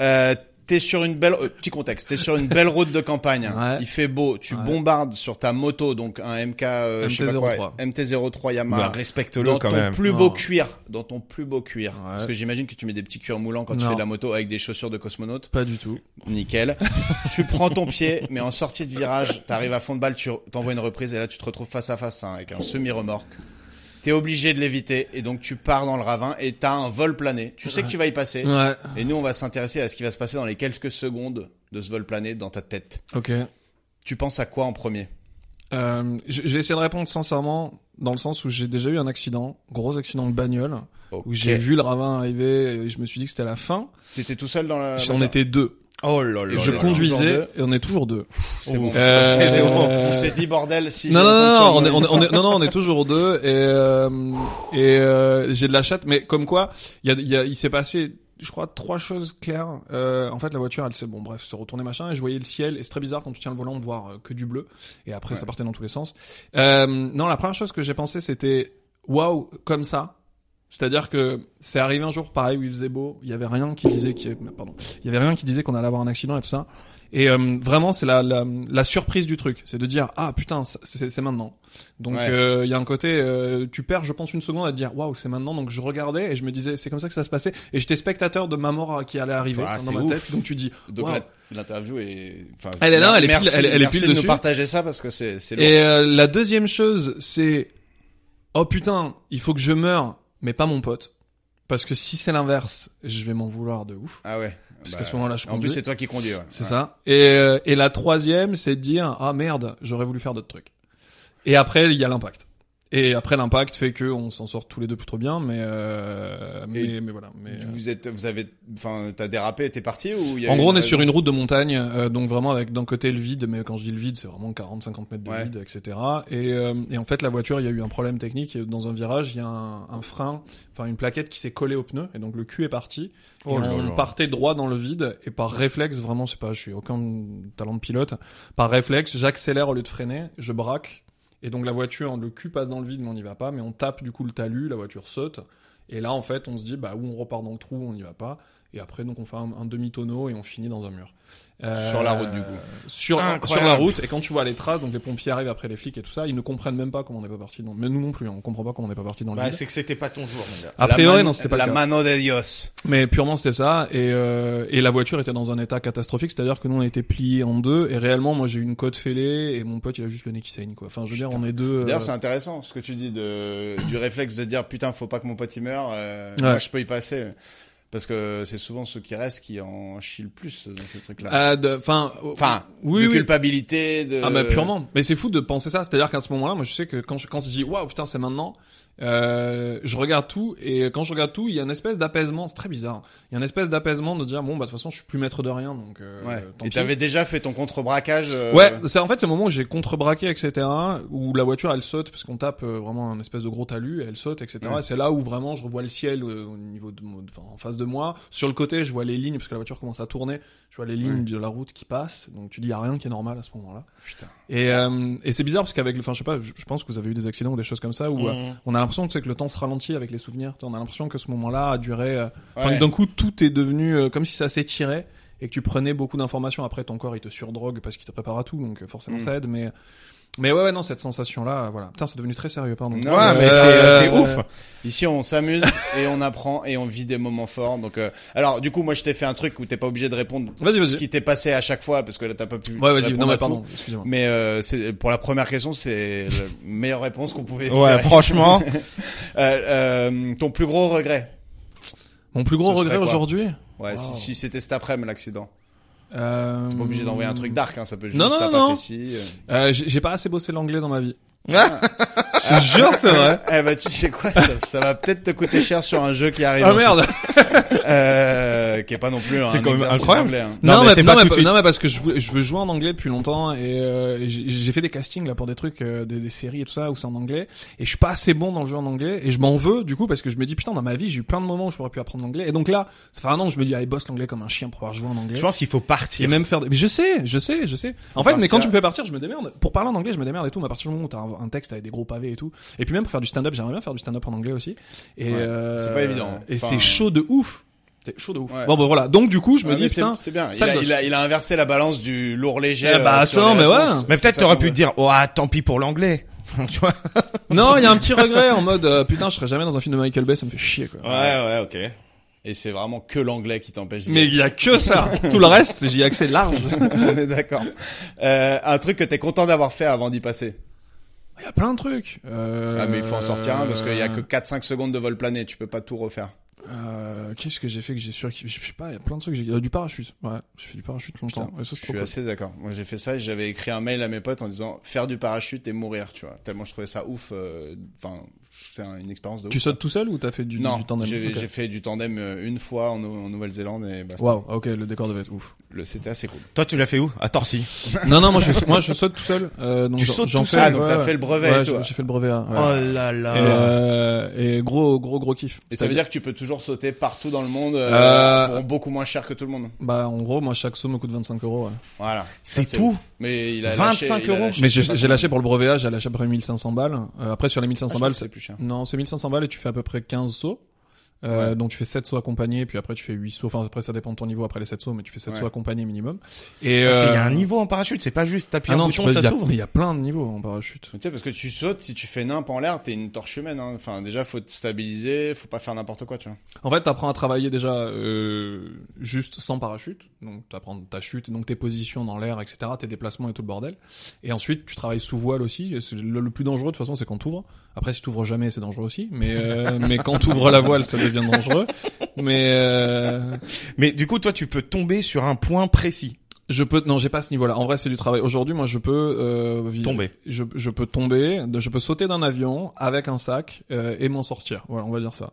Euh, T'es sur une belle, euh, petit contexte, t'es sur une belle route de campagne.
Ouais.
Il fait beau, tu
Ouais.
bombardes sur ta moto, donc un MK, euh, je sais pas quoi,
MT-03.
MT-03
Bah,
Yamaha.
Respecte-le
dans
quand
ton
même.
plus beau
Non.
cuir, dans ton plus beau cuir.
Ouais.
Parce que j'imagine que tu mets des petits cuirs moulants quand tu
Non.
fais de la moto avec des chaussures de cosmonaute.
Pas du tout.
Nickel. tu prends ton pied, mais en sortie de virage, t'arrives à fond de balle, tu t'envoies une reprise et là tu te retrouves face à face hein, avec un semi-remorque. T'es obligé de l'éviter et donc tu pars dans le ravin et t'as un vol plané. Tu sais que tu vas y passer.
Ouais.
Et nous, on va s'intéresser à ce qui va se passer dans les quelques secondes de ce vol plané dans ta tête.
Ok.
Tu penses à quoi en premier
Euh, je je vais essayer de répondre sincèrement dans le sens où j'ai déjà eu un accident, gros accident de bagnole, où j'ai vu le ravin arriver et je me suis dit que c'était la fin.
T'étais tout seul dans la.
on était deux.
Oh là là.
Et
je
là là.
conduisais
Toujours
et on est toujours deux.
C'est bon.
Euh,
C'est bon.
euh,
On s'est dit bordel si.
Non non non, non, on est, on est-
est
on est- non non on est toujours deux et euh, et euh, j'ai de la chatte mais comme quoi il y a, il y a- il s'est passé je crois trois choses claires Euh, en fait la voiture elle s'est bon bref se retournée machin et je voyais le ciel et c'est très bizarre quand tu tiens le volant de voir euh, que du bleu et après ça partait dans tous les sens euh, non la première chose que j'ai pensé c'était waouh comme ça c'est-à-dire que c'est arrivé un jour pareil où il faisait beau, il y avait rien qui disait qu'il y avait- pardon, il y avait rien qui disait qu'on allait avoir un accident et tout ça. Et euh, vraiment c'est la, la la surprise du truc, c'est de dire ah putain c'est- c'est c'est maintenant. Donc
Ouais.
euh, il y a un côté euh, tu perds je pense une seconde à te dire waouh c'est maintenant donc je regardais et je me disais c'est comme ça que ça se passait et j'étais spectateur de ma mort euh, qui allait arriver
Ah,
dans
c'est
ma
ouf.
tête donc tu dis
Donc
waouh.
la- l'interview est. Enfin,
Elle est là, elle est
merci,
pile- elle est- elle est
merci
pile
de
dessus.
nous partager ça parce que c'est c'est lourd.
Et euh, la deuxième chose, c'est oh putain, il faut que je meure, mais pas mon pote, parce que si c'est l'inverse, je vais m'en vouloir de ouf.
Ah ouais.
Parce
Bah,
qu'à ce moment-là, je
En plus,
conduis.
c'est toi qui conduis. ouais.
C'est
Ouais.
ça. Et, euh, et la troisième, c'est de dire ah merde, j'aurais voulu faire d'autres trucs. Et après, il y a l'impact. Et après l'impact fait que on s'en sort tous les deux plutôt bien, mais euh, mais,
Et
mais voilà. Mais, euh,
Vous êtes, vous avez, enfin, t'as dérapé, et t'es parti ou il y a
en
eu
gros, on
une
est sur
raison
une route de montagne, euh, donc vraiment avec d'un côté le vide, mais quand je dis le vide, c'est vraiment 40-50 mètres de
Ouais.
vide, etc. Et, euh, et en fait, la voiture, il y a eu un problème technique. et Dans un virage, il y a un, un frein, enfin une plaquette qui s'est collée au pneu, et donc le cul est parti. Et
Oh là
on
là.
partait droit dans le vide, et par réflexe, vraiment, c'est pas, je suis aucun talent de pilote, par réflexe, j'accélère au lieu de freiner, je braque, et donc la voiture, le cul passe dans le vide, mais on n'y va pas, mais on tape du coup le talus, la voiture saute. Et là, en fait, on se dit, bah, ou on repart dans le trou, on n'y va pas. Et après, donc, on fait un, un demi-tonneau et on finit dans un mur. Euh,
Sur la route, du coup.
Sur,
Incroyable.
sur la route. Et quand tu vois les traces, donc les pompiers arrivent après les flics et tout ça, ils ne comprennent même pas comment on n'est pas parti dans. Mais nous non plus, hein, on comprend pas comment on n'est pas parti dans le
Bah,
vide.
c'est que c'était pas ton jour, mon gars.
A
La
priori,
man-
non, c'était pas
la
le cas.
mano de Dios.
Mais purement, c'était ça. Et, euh, et la voiture était dans un état catastrophique. C'est-à-dire que nous, on était pliés en deux. Et réellement, moi, j'ai eu une côte fêlée et mon pote, il a juste le nez qui saigne, quoi. Enfin, je veux dire, on est deux. euh,
D'ailleurs, c'est intéressant ce que tu dis de, du réflexe de dire putain, faut pas que mon pote y meure, euh,
Ouais.
moi je peux y passer. Parce que c'est souvent ceux qui restent qui en chient le plus dans ces trucs-là.
ah, de- Enfin, euh,
Enfin,
oui,
de
oui.
culpabilité, de.
Ah bah purement. Mais c'est fou de penser ça. C'est-à-dire qu'à ce moment-là, moi je sais que quand je quand je dis waouh putain c'est maintenant, euh, je regarde tout et quand je regarde tout, il y a une espèce d'apaisement. C'est très bizarre. Il y a une espèce d'apaisement de dire bon bah de toute façon je suis plus maître de rien donc. Euh,
Ouais.
tant
Et
pis.
t'avais déjà fait ton contre-braquage. euh,
Ouais, c'est en fait c'est le moment où j'ai contrebraqué etc. où la voiture elle saute parce qu'on tape euh, vraiment un espèce de gros talus, et elle saute etc.
Ouais.
Et c'est là où vraiment je revois le ciel euh, au niveau de mon- enfin en face de moi. Sur le côté je vois les lignes parce que la voiture commence à tourner. Je vois les lignes
Ouais.
de la route qui passent. Donc tu dis y a rien qui est normal à ce moment-là.
Putain.
Et, euh, et c'est bizarre parce qu'avec, le- enfin je sais pas, je je pense que vous avez eu des accidents ou des choses comme ça où euh,
Mm.
on a l'impression que c'est que le temps se ralentit avec les souvenirs. Tu sais, On a l'impression que ce moment-là a duré. euh, Enfin
ouais.
que d'un coup tout est devenu euh, comme si ça s'étirait et que tu prenais beaucoup d'informations. Après ton corps il te surdrogue parce qu'il te prépare à tout, donc euh, forcément
Mm.
ça aide. Mais mais ouais, ouais non cette sensation là, voilà. Putain c'est devenu très sérieux pardon.
Non,
Ouais, mais c'est
Euh,
c'est ouf.
Ici, on s'amuse et on apprend et on vit des moments forts. Donc, euh, alors, du coup, moi, je t'ai fait un truc où t'es pas obligé de répondre
Vas-y
ce
vas-y.
qui t'est passé à chaque fois parce que là, t'as pas pu.
Ouais vas-y.
répondre
Non
à
mais
tout.
pardon. Excusez-moi.
Mais euh, c'est pour la première question, c'est la meilleure réponse qu'on pouvait espérer.
Ouais, franchement.
Euh, euh, ton plus gros regret.
Mon plus gros
ce serait
regret
quoi
aujourd'hui.
Ouais,
Wow.
si, si c'était cet après-midi l'accident.
Euh...
Pas obligé d'envoyer un truc dark, hein, ça peut juste
Non, non,
t'as
non,
pas
non.
fait ci, euh.
Euh, j'ai j'ai pas assez bossé l'anglais dans ma vie. Je te jure c'est vrai.
Eh ben, tu sais quoi, ça, ça va peut-être te coûter cher sur un jeu qui arrive.
Ah
en-
merde
Euh, qui est pas non plus un
C'est quand même
exercice
incroyable.
anglais, hein.
Non,
non,
mais
mais,
c'est
non,
pas
mais-
tout de suite.
non, mais parce que je veux, je veux jouer en anglais depuis longtemps et euh, j'ai j'ai fait des castings là pour des trucs, euh, des, des séries et tout ça où c'est en anglais et je suis pas assez bon dans le jeu en anglais et je m'en veux du coup parce que je me dis putain dans ma vie j'ai eu plein de moments où je pourrais plus apprendre l'anglais et donc là ça fait un an que je me dis allez bosse l'anglais comme un chien pour pouvoir jouer en anglais
Je pense qu'il faut
et
partir.
même faire des... mais je sais je sais je sais en fait mais
partir.
quand tu me fais partir je me démerde pour parler en anglais je me démerde et tout mais à partir du moment où t'as un, un texte avec des gros pavés et tout et puis même pour faire du stand-up j'aimerais bien faire du stand-up en anglais aussi et
Ouais,
euh,
c'est pas évident, hein.
et
Enfin,
c'est chaud de ouf c'est chaud de ouf
Ouais.
bon bah voilà donc du coup je me
Ouais,
dis
mais c'est-
putain
c'est bien. Il
sale
a,
gosse.
il, a, il a inversé la balance du lourd léger.
Eh bah,
euh, sur
attends,
les
mais
réponses.
ouais.
Mais
C'est
peut-être
ça
t'aurais
qu'on
pu
veut.
te dire, oh, ah, tant pis pour l'anglais. tu vois.
Non, il y a un petit regret en mode euh, putain, je serai jamais dans un film de Michael Bay, ça me fait chier quoi.
ouais, ok.
Et c'est vraiment que l'anglais qui t'empêche. d'y
Mais il y a que ça. Tout le reste, j'y ai accès large.
aller. on est d'accord. Euh, un truc que t'es content d'avoir fait avant d'y passer.
Il y a plein de trucs. Euh,
Ah mais il faut en sortir un parce qu'il y a que 4-5 secondes de vol plané. Tu peux pas tout refaire.
Euh, Qu'est-ce que j'ai fait que j'ai sur je sais pas, il y a plein de trucs, j'ai euh, du parachute. Ouais, j'ai fait du parachute longtemps. Et ça,
Je
c'est trop
suis
cool.
assez d'accord. Moi j'ai fait ça. et J'avais écrit un mail à mes potes en disant faire du parachute et mourir. Tu vois. Tellement je trouvais ça ouf. euh, Enfin, c'est un- une expérience de.
Tu
ouf.
sautes tout seul ou t'as fait du,
Non,
du tandem
j'ai
Ok.
j'ai fait du tandem euh, une fois en, Nou- en Nouvelle-Zélande et bah,
Waouh, ok, le décor devait être ouf.
le c'était assez cool.
Toi, tu l'as fait où? À Torcy.
non, non, moi je, moi je saute tout seul. Euh, donc
Tu
j'en-
sautes
j'en
tout
fais,
seul
Ah donc
ouais,
t'as
ouais.
fait le brevet.
Ouais,
toi.
j'ai j'ai fait le brevet. ouais.
Oh là
Et,
là.
euh, et gros, gros, gros kiff.
Et ça veut dire que tu peux toujours sauter partout dans le monde euh,
Euh,
pour beaucoup moins cher que tout le monde.
Bah, en gros, moi, chaque saut me coûte 25 euros. Ouais.
Voilà. Ça,
C'est tout.
ouf. Mais il a
25
lâché, il a
euros.
lâché,
Mais
je sais
j'ai
pas
j'ai
combien.
lâché pour le brevet, j'ai lâché après 1500 balles. Euh, après, sur les
Ah, je
1500
crois
balles,
que c'est
c'est...
plus cher.
Non, c'est 1500 balles et tu fais à peu près 15 sauts. Euh, Donc tu fais 7 sauts accompagnés, puis après tu fais 8 sauts. Enfin, après, ça dépend de ton niveau après les 7 sauts, mais tu fais 7
Ouais.
sauts accompagnés minimum. Et,
Parce qu'il y a
euh,
un niveau en parachute, c'est pas juste
Ah
t'appuies
non,
un
tu
bouton,
peux-
ça
il y a-
s'ouvre.
Mais il y a plein de niveaux en parachute.
Mais Tu sais, parce que tu sautes, si tu fais nimp en l'air, t'es une torche humaine. hein. Enfin, déjà, faut te stabiliser, faut pas faire n'importe quoi, tu vois.
En fait, t'apprends à travailler déjà euh, juste sans parachute. Donc, t'apprends ta chute, et donc tes positions dans l'air, etc., tes déplacements et tout le bordel. Et ensuite, tu travailles sous voile aussi. Et c'est Le, le plus dangereux, de toute façon, c'est quand t'ouvres. Après, si t'ouvres jamais, c'est dangereux aussi. Mais euh, mais quand t'ouvres la voile, ça devient dangereux. Mais euh,
Mais du coup, toi, tu peux tomber sur un point précis.
Je peux non, j'ai pas ce niveau-là. En vrai, c'est du travail. Aujourd'hui, moi, je peux euh, vivre-
Tomber.
Je, je peux tomber, de- je peux sauter d'un avion avec un sac euh, et m'en sortir. Voilà, on va dire ça.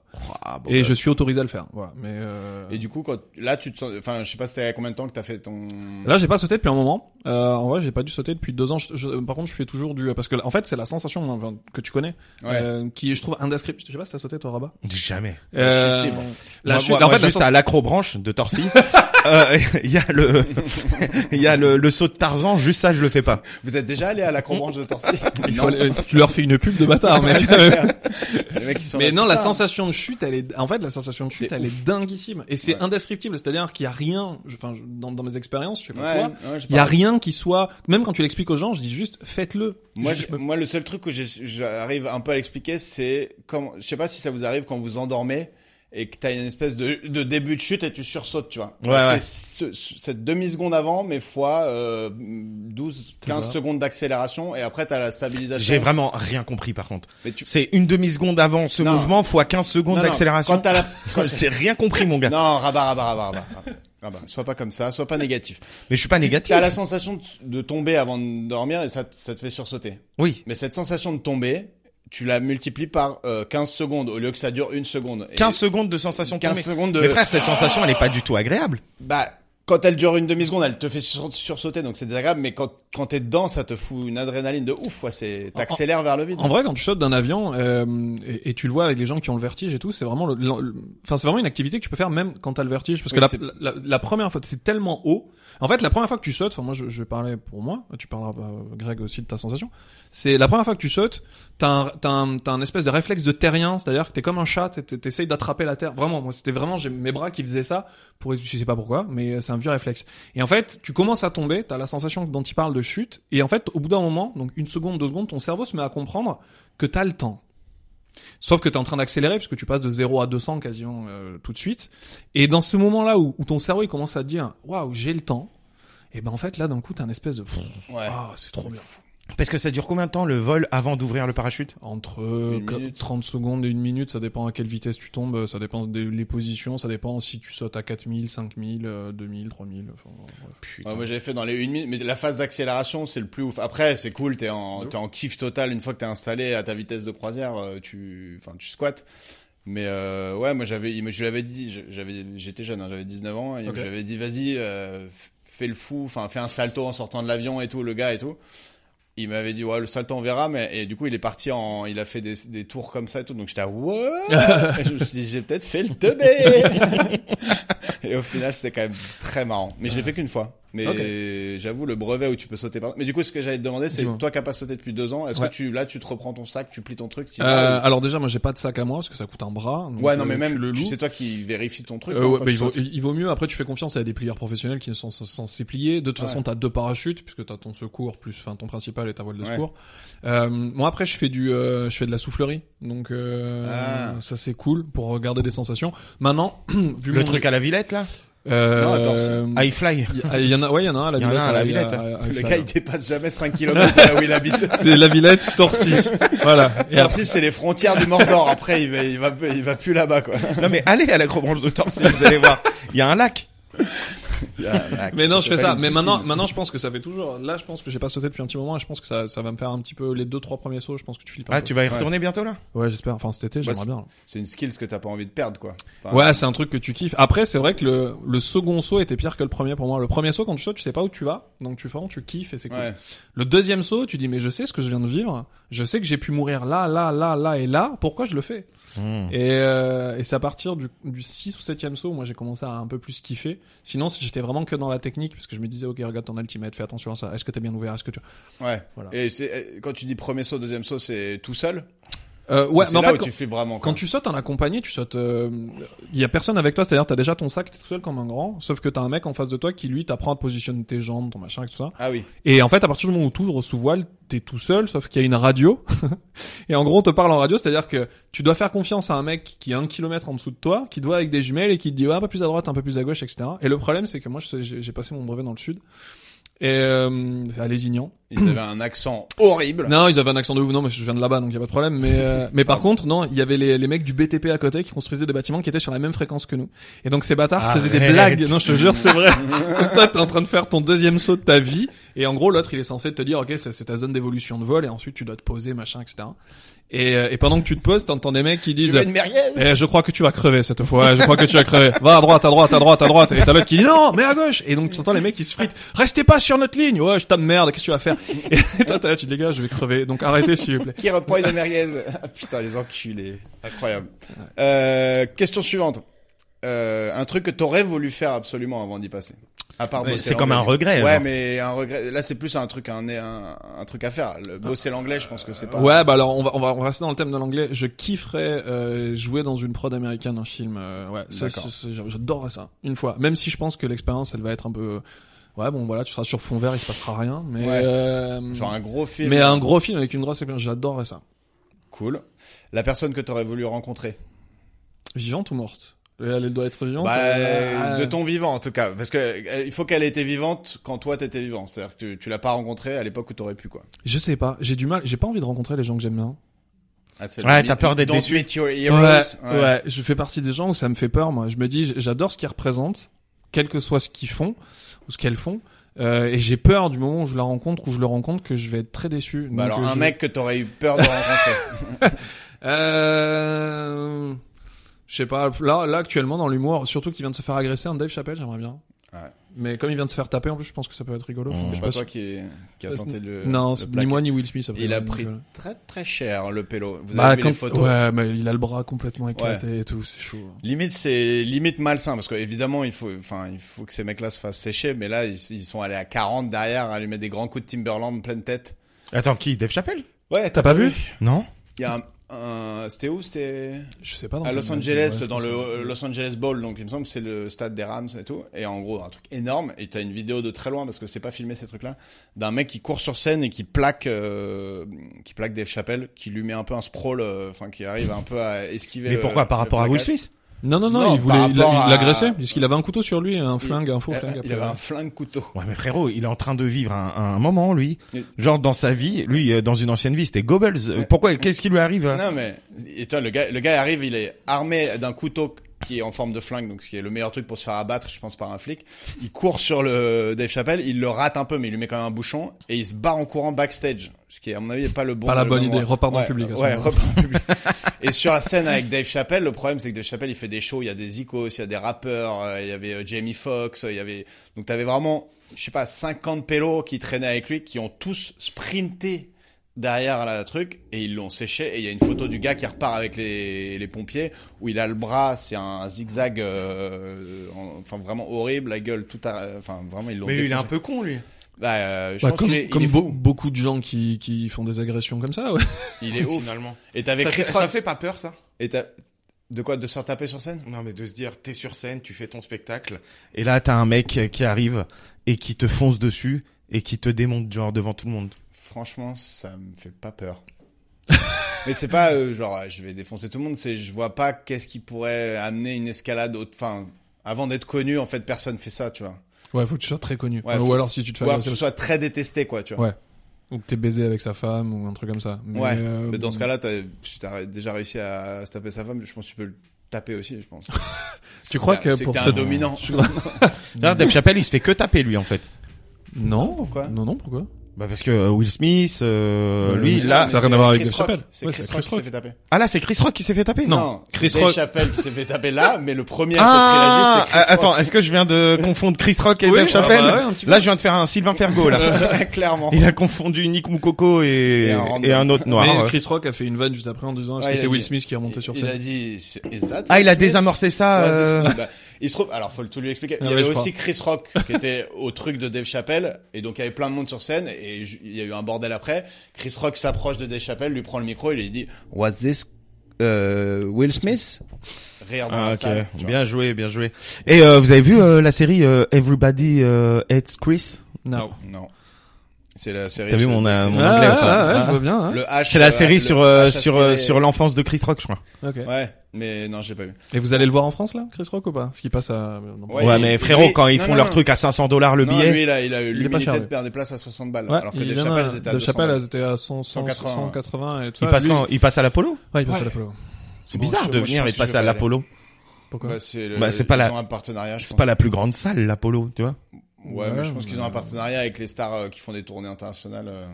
et
bah.
je suis autorisé à le faire. Voilà, mais euh,
Et du coup, quand, là, tu te sens, enfin, je sais pas, c'était il y a combien de temps que t'as fait ton...
Là, j'ai pas sauté depuis un moment. Euh, en vrai, j'ai pas dû sauter depuis deux ans. Je- je- par contre, je fais toujours du parce que en fait, c'est la sensation hein, enfin, que tu connais,
Ouais.
euh, qui je trouve indescriptible. Je sais pas si t'as sauté toi, Rabat. Euh,
Jamais.
La chute libre.
la
Moi,
chute-
moi,
en fait,
moi,
la
juste
sens-
à l'acrobranche de Torcy, euh, il y a le, il y a le, le saut de Tarzan. Juste ça, je le fais pas.
Vous êtes déjà allé à la branche de Torcy?
il
Non.
faut aller- tu leur fais une pub de bâtard, mais
Les mecs, ils sont
Mais
là,
non, la
putain.
sensation de chute, elle est, en fait, la sensation de chute,
C'est
elle est dinguissime. Et c'est
Ouais.
indescriptible. C'est-à-dire qu'il y a rien, je- enfin, je- dans, dans mes expériences, je sais pas
Ouais,
toi,
ouais, je
il y a
parle.
rien qui soit, même quand tu l'expliques aux gens, je dis juste, faites-le.
Moi,
Je-
je- moi, le seul truc que j'ai- j'arrive un peu à l'expliquer, c'est comme, je sais pas si ça vous arrive quand vous endormez et que t'as une espèce de, de début de chute et tu sursautes, tu vois.
Ouais,
Bah,
ouais.
C'est ce- ce- cette demi seconde avant, mais fois euh, 12, 15
ça.
secondes d'accélération et après t'as la stabilisation.
J'ai vraiment rien compris par contre.
Mais tu-
C'est une demi seconde avant ce
Non.
mouvement fois 15 secondes
Non, non,
d'accélération.
Quand t'as la, quand-
J'ai rien compris mon gars.
non, rabat, rabat, rabat, rabat, rabat. Rabat. Sois pas comme ça, sois pas négatif.
Mais je suis pas
Tu-
négatif.
T'as la sensation de, de tomber avant de dormir et ça, te- ça te fait sursauter.
Oui.
Mais cette sensation de tomber, tu la multiplies par euh, 15 secondes au lieu que ça dure une seconde. Et
15 secondes de sensation
15
tombée.
secondes de...
Mais frère, cette sensation, elle est pas du tout agréable.
Bah, quand elle dure une demi-seconde, elle te fait sur- sursauter, donc c'est désagréable, mais quand, quand t'es dedans, ça te fout une adrénaline de ouf, ouais, c'est, t'accélères vers le vide.
En vrai, quand tu sautes d'un avion euh, et, et tu le vois avec les gens qui ont le vertige et tout, c'est vraiment, le- le- le- enfin, c'est vraiment une activité que tu peux faire même quand t'as le vertige, parce que
Oui,
la-
c'est-
la, la- la première fois, c'est tellement haut. En fait, la première fois que tu sautes, enfin moi, je, je vais parler pour moi. Tu parleras, euh, Greg, aussi de ta sensation. C'est la première fois que tu sautes, t'as un, t'as un, t'as un espèce de réflexe de terrien, c'est-à-dire que t'es comme un chat, t'es- t'es- t'essayes d'attraper la terre. Vraiment, moi, c'était vraiment j'ai mes bras qui faisaient ça. Pour je sais pas pourquoi, mais c'est un vieux réflexe. Et en fait, tu commences à tomber, t'as la sensation dont il parle de chute, et en fait, au bout d'un moment, donc une seconde, deux secondes, ton cerveau se met à comprendre que t'as le temps. Sauf que t'es en train d'accélérer, puisque tu passes de 0 à 200 quasiment euh, tout de suite. Et dans ce moment-là où, où ton cerveau il commence à te dire, waouh, j'ai le temps, et ben en fait, là, d'un coup, t'as un espèce de,
Ouais.
Oh.
ah, c'est trop bien.
Parce que ça dure combien de temps le vol avant d'ouvrir le parachute
Entre
Une
qu-
minute.
30 secondes et une minute, ça dépend à quelle vitesse tu tombes, ça dépend des les positions, ça dépend si tu sautes à 4000, 5000, euh, 2000, 3000. Enfin, bref.
Ouais, Ah, moi j'avais fait dans les une minute, mais la phase d'accélération c'est le plus ouf. Après c'est cool, t'es en t'es en kiff total une fois que t'es installé à ta vitesse de croisière, euh, tu enfin tu squattes. Mais euh, ouais, moi j'avais il me- je lui avais dit, je- j'avais j'étais jeune, hein, j'avais 19 ans et
Ok.
j'avais dit vas-y euh, f- fais le fou, enfin fais un salto en sortant de l'avion et tout le gars et tout. Il m'avait dit ouais le salto on verra mais et du coup il est parti en il a fait des, des tours comme ça et tout donc j'étais à, ouais Et je me suis dit j'ai peut-être fait le teubé et au final c'était quand même très marrant mais je l'ai fait qu'une fois mais j'avoue le brevet où tu peux sauter par mais du coup ce que j'allais te demander c'est
Dis-moi.
toi qui as pas sauté depuis deux ans est-ce
Ouais.
que tu là tu te reprends ton sac tu plies ton truc tu y
Euh,
vas,
alors déjà, moi j'ai pas de sac à moi parce que ça coûte un bras.
ou-
donc,
ouais non
euh,
mais même
tu le
tu
loues.
sais toi qui vérifie ton truc
Euh,
hein,
ouais,
quand
bah,
tu
il, vaut,
sautes.
il vaut mieux. Après, tu fais confiance à des plieurs professionnels qui ne sont sont censés plier. De toute
Ouais.
façon, t'as deux parachutes puisque t'as ton secours plus, enfin, ton principal et ta voile de
Ouais.
secours. Euh, moi, après, je fais du, euh, je fais de la soufflerie, donc euh,
Ah.
ça c'est cool pour regarder des sensations. Maintenant, vu
Le
mon-
truc à la Villette là
euh,
Non, attends, c'est-
il-
High fly.
ah, il y en a, ouais, il y en a un à la
Il y en a
Villette.
un à la
il y a-
Villette.
à- à- à-
le gars il dépasse jamais 5 km là où il habite
c'est la Villette, Torcy. voilà. Et
Merci, c'est les frontières du Mordor. Après, il va, il va, il va plus là-bas, quoi.
Non mais allez à l'acrobranche de Torcy, vous allez voir. Il y a un lac.
Ah, bah,
Mais non, je fais ça. Mais maintenant, maintenant, je pense que ça fait toujours. Là, je pense que j'ai pas sauté depuis un petit moment. Et je pense que ça, ça va me faire un petit peu les deux, trois premiers sauts. Je pense que tu flippes. Un
Ah,
peu.
tu vas y retourner bientôt là
Ouais, j'espère. Enfin, cet été,
Bah,
j'aimerais bien.
C'est une skill que t'as pas envie de perdre, quoi. Enfin,
Ouais, c'est un truc que tu kiffes. Après, c'est vrai que le, le second saut était pire que le premier pour moi. Le premier saut, quand tu sautes, tu sais pas où tu vas. Donc tu fais, tu kiffes et c'est cool.
Ouais.
Le deuxième saut, tu dis, mais je sais ce que je viens de vivre. Je sais que j'ai pu mourir là, là, là, là et là. Pourquoi je le fais?
Mm.
Et, euh, et c'est à partir du, du 6 ou 7 saut, moi j'ai commencé à un peu plus kiffer. Sinon, si j'étais vraiment que dans la technique, parce que je me disais, ok, regarde ton altimètre, fais attention à ça. Est-ce que t'es bien ouvert Est-ce que tu.
Ouais.
Voilà.
Et c'est, euh, quand tu dis premier saut, deuxième saut, c'est tout seul.
Euh,
Parce
ouais,
que
mais
c'est
en
là
fait,
où
quand,
tu flippes vraiment.
quand
quoi.
tu sautes en accompagné, tu sautes. Il y a personne avec toi, c'est-à-dire t'as déjà ton sac, t'es tout seul comme un grand, sauf que t'as un mec en face de toi qui lui t'apprend à te positionner tes jambes, ton machin, et tout ça.
Ah oui.
Et en fait, à partir du moment où t'ouvres sous voile, t'es tout seul, sauf qu'il y a une radio. et en gros, on te parle en radio, c'est-à-dire que tu dois faire confiance à un mec qui est un kilomètre en dessous de toi, qui te voit avec des jumelles et qui te dit ouais, un peu plus à droite, un peu plus à gauche, etc. Et le problème, c'est que moi, je sais- j'ai j'ai passé mon brevet dans le sud. Et euh, à Lézignan.
Ils avaient un accent horrible.
Non, ils avaient un accent de ouf. Non, mais je viens de là-bas, donc il y a pas de problème. Mais euh, mais par contre, non, il y avait les, les mecs du BTP à côté qui construisaient des bâtiments qui étaient sur la même fréquence que nous. Et donc ces bâtards faisaient des
Arrête.
blagues. Ah Non, je te jure, c'est vrai. Comme toi, t'es en train de faire ton deuxième saut de ta vie. Et en gros, l'autre, il est censé te dire, ok, ça, c'est ta zone d'évolution de vol, et ensuite tu dois te poser, machin, etc. Et, euh, et pendant que tu te poses, t'entends des mecs qui
Tu
disent.
veux une merguez
Eh, je crois que tu vas crever cette fois. Je crois que tu vas crever. Va à droite, à droite, à droite, à droite. Et t'as l'autre qui dit non, mais à gauche. Et donc tu entends les mecs qui se fritent. Restez pas sur notre ligne. Ouais, je tape merde. Qu'est-ce que tu vas faire Et toi, t'as là, tu dis les gars, je vais crever. Donc arrêtez s'il vous plaît.
Qui reprend une merguez Ah, Putain, les enculés. Incroyable. Euh, question suivante. Euh, un truc que t'aurais voulu faire absolument avant d'y passer. À part
Ouais,
bosser
c'est comme
l'anglais.
un regret,
Ouais,
alors.
mais un regret. Là, c'est plus un truc, un, un, un truc à faire. Le, bosser l'anglais, je pense que c'est pas.
Ah. Ouais, bah alors on va on va on va rester dans le thème de l'anglais. Je kifferais euh, jouer dans une prod américaine un film. euh, ouais, ça,
D'accord.
c'est- c'est- j'adorerais ça une fois. Même si je pense que l'expérience, elle va être un peu. Ouais, bon voilà, tu seras sur fond vert, il se passera rien. Mais
Ouais.
euh,
Genre un gros film.
mais un gros film avec une grosse expérience, j'adorerais ça.
Cool. La personne que t'aurais voulu rencontrer.
Vivante ou morte Elle elle doit être vivante.
Bah,
euh,
de ton vivant en tout cas, parce que euh, il faut qu'elle ait été vivante quand toi t'étais vivant. C'est-à-dire que tu, tu l'as pas rencontrée à l'époque où t'aurais pu quoi.
Je sais pas, j'ai du mal, j'ai pas envie de rencontrer les gens que j'aime bien.
Ah, c'est
Ouais,
le-
t'as peur d'être
Don't
déçu.
meet your heroes.
ouais. je fais partie des gens où ça me fait peur, moi. Je me dis, j- j'adore ce qu'ils représentent, quel que soit ce qu'ils font ou ce qu'elles font, euh, et j'ai peur du moment où je la rencontre ou je le rencontre que je vais être très déçu. Donc,
Bah alors
euh,
un
je-
mec que t'aurais eu peur de rencontrer.
Euh... Je sais pas, là, là actuellement dans l'humour, surtout qu'il vient de se faire agresser, un Dave Chappelle, j'aimerais bien.
Ouais.
Mais comme il vient de se faire taper, en plus, je pense que ça peut être rigolo. Je sais
C'est
pas
pas
si-
toi qui, qui a
Ça, c'est-
tenté le.
Non,
le
c'est ni
plaquer.
moi ni Will Smith. ça peut
Il a
être
pris
rigolo.
très très cher le pélo. Vous
Bah,
avez vu
quand-
les photos.
Ouais, mais il a le bras complètement éclaté et tout, c'est chaud.
Limite c'est limite malsain parce que évidemment il faut enfin il faut que ces mecs-là se fassent sécher mais là ils, ils sont allés à 40 derrière à lui mettre des grands coups de Timberland pleine tête.
Attends, qui Dave Chappelle
Ouais,
T'as pas vu Non.
Il y a un, un- c'était où c'était
Je sais pas. dans
à
quel
Los
match,
Angeles
ouais, je
dans
pense
le
que-
euh, Los Angeles Bowl donc il me semble que c'est le stade des Rams et tout et en gros un truc énorme et t'as une vidéo de très loin parce que c'est pas filmé ces trucs là d'un mec qui court sur scène et qui plaque euh, qui plaque Dave Chappelle qui lui met un peu un sprawl euh, enfin qui arrive un peu à esquiver
Mais
le-
pourquoi Par
le
rapport à Will
plaquage.
Smith
Non, non, non,
Non,
il voulait,
par
il l'a-
rapport
il
à-
l'agressait, puisqu'il avait un couteau sur lui, hein, un flingue, un faux
Euh,
flingue.
il avait un flingue couteau
Ouais, mais frérot, il est en train de vivre un, un moment, lui.
Oui.
Genre dans sa vie, lui, euh, dans une ancienne vie, c'était Goebbels. Euh, Pourquoi Qu'est-ce qui lui arrive là
Non mais et toi, le gars le gars arrive, il est armé d'un couteau qui est en forme de flingue donc ce qui est le meilleur truc pour se faire abattre je pense par un flic. Il court sur le Dave Chappelle, il le rate un peu mais il lui met quand même un bouchon et il se barre en courant backstage, ce qui à mon avis est pas le bon
Pas la
le
bonne
bon
idée,
endroit.
repart dans le
Ouais,
public, à ce
Ouais,
moment-là.
repart dans le public. Et sur la scène avec Dave Chappelle, le problème c'est que Dave Chappelle il fait des shows, il y a des icos, il y a des rappeurs, euh, il y avait euh, Jamie Foxx, euh, il y avait donc t'avais vraiment je sais pas 50 pélos qui traînaient avec lui qui ont tous sprinté derrière la truc et ils l'ont séché et il y a une photo du gars qui repart avec les, les pompiers où il a le bras c'est un zigzag euh, en- enfin vraiment horrible la gueule tout à enfin vraiment ils l'ont défoncé.
peu con, lui.
bah, euh, je
Bah,
pense
comme
qu'il est,
comme
il est
beau-
fou.
beaucoup de gens qui, qui font des agressions comme ça, ouais.
il est ouf
Finalement.
et t'avais Chris Rock
fait pas peur, ça
et t'as- de quoi de se faire taper sur scène
Non, mais de se dire, t'es sur scène, tu fais ton spectacle, et là, t'as un mec qui arrive et qui te fonce dessus et qui te démonte, genre, devant tout le monde.
Franchement, ça me fait pas peur. Mais c'est pas euh, genre euh, je vais défoncer tout le monde, c'est je vois pas qu'est-ce qui pourrait amener une escalade autre enfin avant d'être connu en fait personne fait ça, tu vois.
Ouais, faut que tu sois très connu.
Ouais,
ou
faut-
alors si tu te fais
Ou alors que
agresser,
ce soit très détesté quoi, tu vois.
Ouais. ou que t'es baisé avec sa femme, ou un truc comme ça. Mais,
Ouais,
euh,
Mais dans ce cas-là, t'as si t'as déjà réussi à se taper sa femme, je pense que tu peux le taper aussi, je pense.
tu crois
Bah,
que
c'est
pour
t'es
ça-
un dominant.
D'ailleurs, Dave Chappelle, il se fait que taper, lui, en fait.
Non,
Pourquoi
non, non, pourquoi
Bah, parce que euh, Will Smith, euh,
Bah,
lui,
Will
là...
Mais
ça a rien
c'est
à voir avec
Chris
Dave Ah,
Rock.
Chappelle.
C'est
Ouais,
Chris
c'est
Rock
Chris
qui s'est
Rock.
fait taper.
Ah, là, c'est Chris Rock qui s'est fait taper
Non. Chris
Chris Dave
Rock.
Chappelle qui s'est fait taper là, mais le premier
Ah,
à se trilogie, c'est Chris
attends,
Rock.
est-ce que je viens de confondre Chris Rock et
Oui,
Dave
ah bah
Chappelle
ouais, un petit peu.
Là, je viens de faire un Sylvain Fergo, là.
clairement.
Il a confondu Nick Mukoko et,
Et
et,
un
un,
random.
autre noir.
Mais
ouais.
Chris Rock a fait une vanne juste après en disant, est-ce
Ouais,
que
il
c'est
a
Will
dit-
Smith qui est remonté sur
Il
scène
a dit, is that
Ah, il a
Will Smith?
désamorcé ça.
Ouais, c'est
euh,
celui- bah, il se trouve, alors faut le- tout lui
Ah
expliquer. Il y
Ouais,
avait
je
aussi Chris Rock qui était au truc de Dave Chappelle et donc il y avait plein de monde sur scène et ju- il y a eu un bordel après. Chris Rock s'approche de Dave Chappelle, lui prend le micro et lui dit Was this euh, Will Smith Rire dans
Ah,
la
ok.
salle. tu vois.
Bien joué, bien joué. Et euh, vous avez vu euh, la série euh, Everybody euh, Hates Chris
Non.
Non. C'est la série.
T'as vu
sur-
mon, euh, mon
Ah,
anglais
ouais,
ou pas
ouais, ouais,
Ah.
je vois bien. hein.
Le H.
C'est la
euh,
série
le
sur euh,
H
sur euh,
aspiré.
sur l'enfance de Chris Rock, je crois.
Ok.
Ouais. Mais non, j'ai pas vu.
Et vous allez le voir en France là, Chris Rock ou pas Parce qu'il passe à. euh, non.
Ouais,
Ouais,
il-
mais frérot,
lui-
quand ils
non,
font
non,
leur
non.
truc à 500 dollars le
Non,
billet,
Lui, il a, il a eu
est pas
l'humilité
cher,
de
lui.
perdre des places à 60 balles.
Ouais,
alors que
il
Dave
vient
hein.
Chappelle,
à-
c'était à
Dave
200
Chappelle,
balles.
elles étaient à 100,
180,
180 et tout.
il
Ouais,
passe
lui-
quand il passe à l'Apollo.
Ouais, il passe
Ouais.
à l'Apollo.
C'est
Bon,
bizarre
je-
de
moi, je
venir
pense
et de
que je
passer
vais
à
pas y aller.
l'Apollo.
Pourquoi
Bah, c'est le-
Bah, c'est pas
ils
la-
ont un partenariat, je
C'est
pense.
pas la plus grande salle, l'Apollo, tu vois.
Ouais, mais je pense
Ouais,
qu'ils ont un partenariat avec les stars euh, qui font des tournées internationales. euh.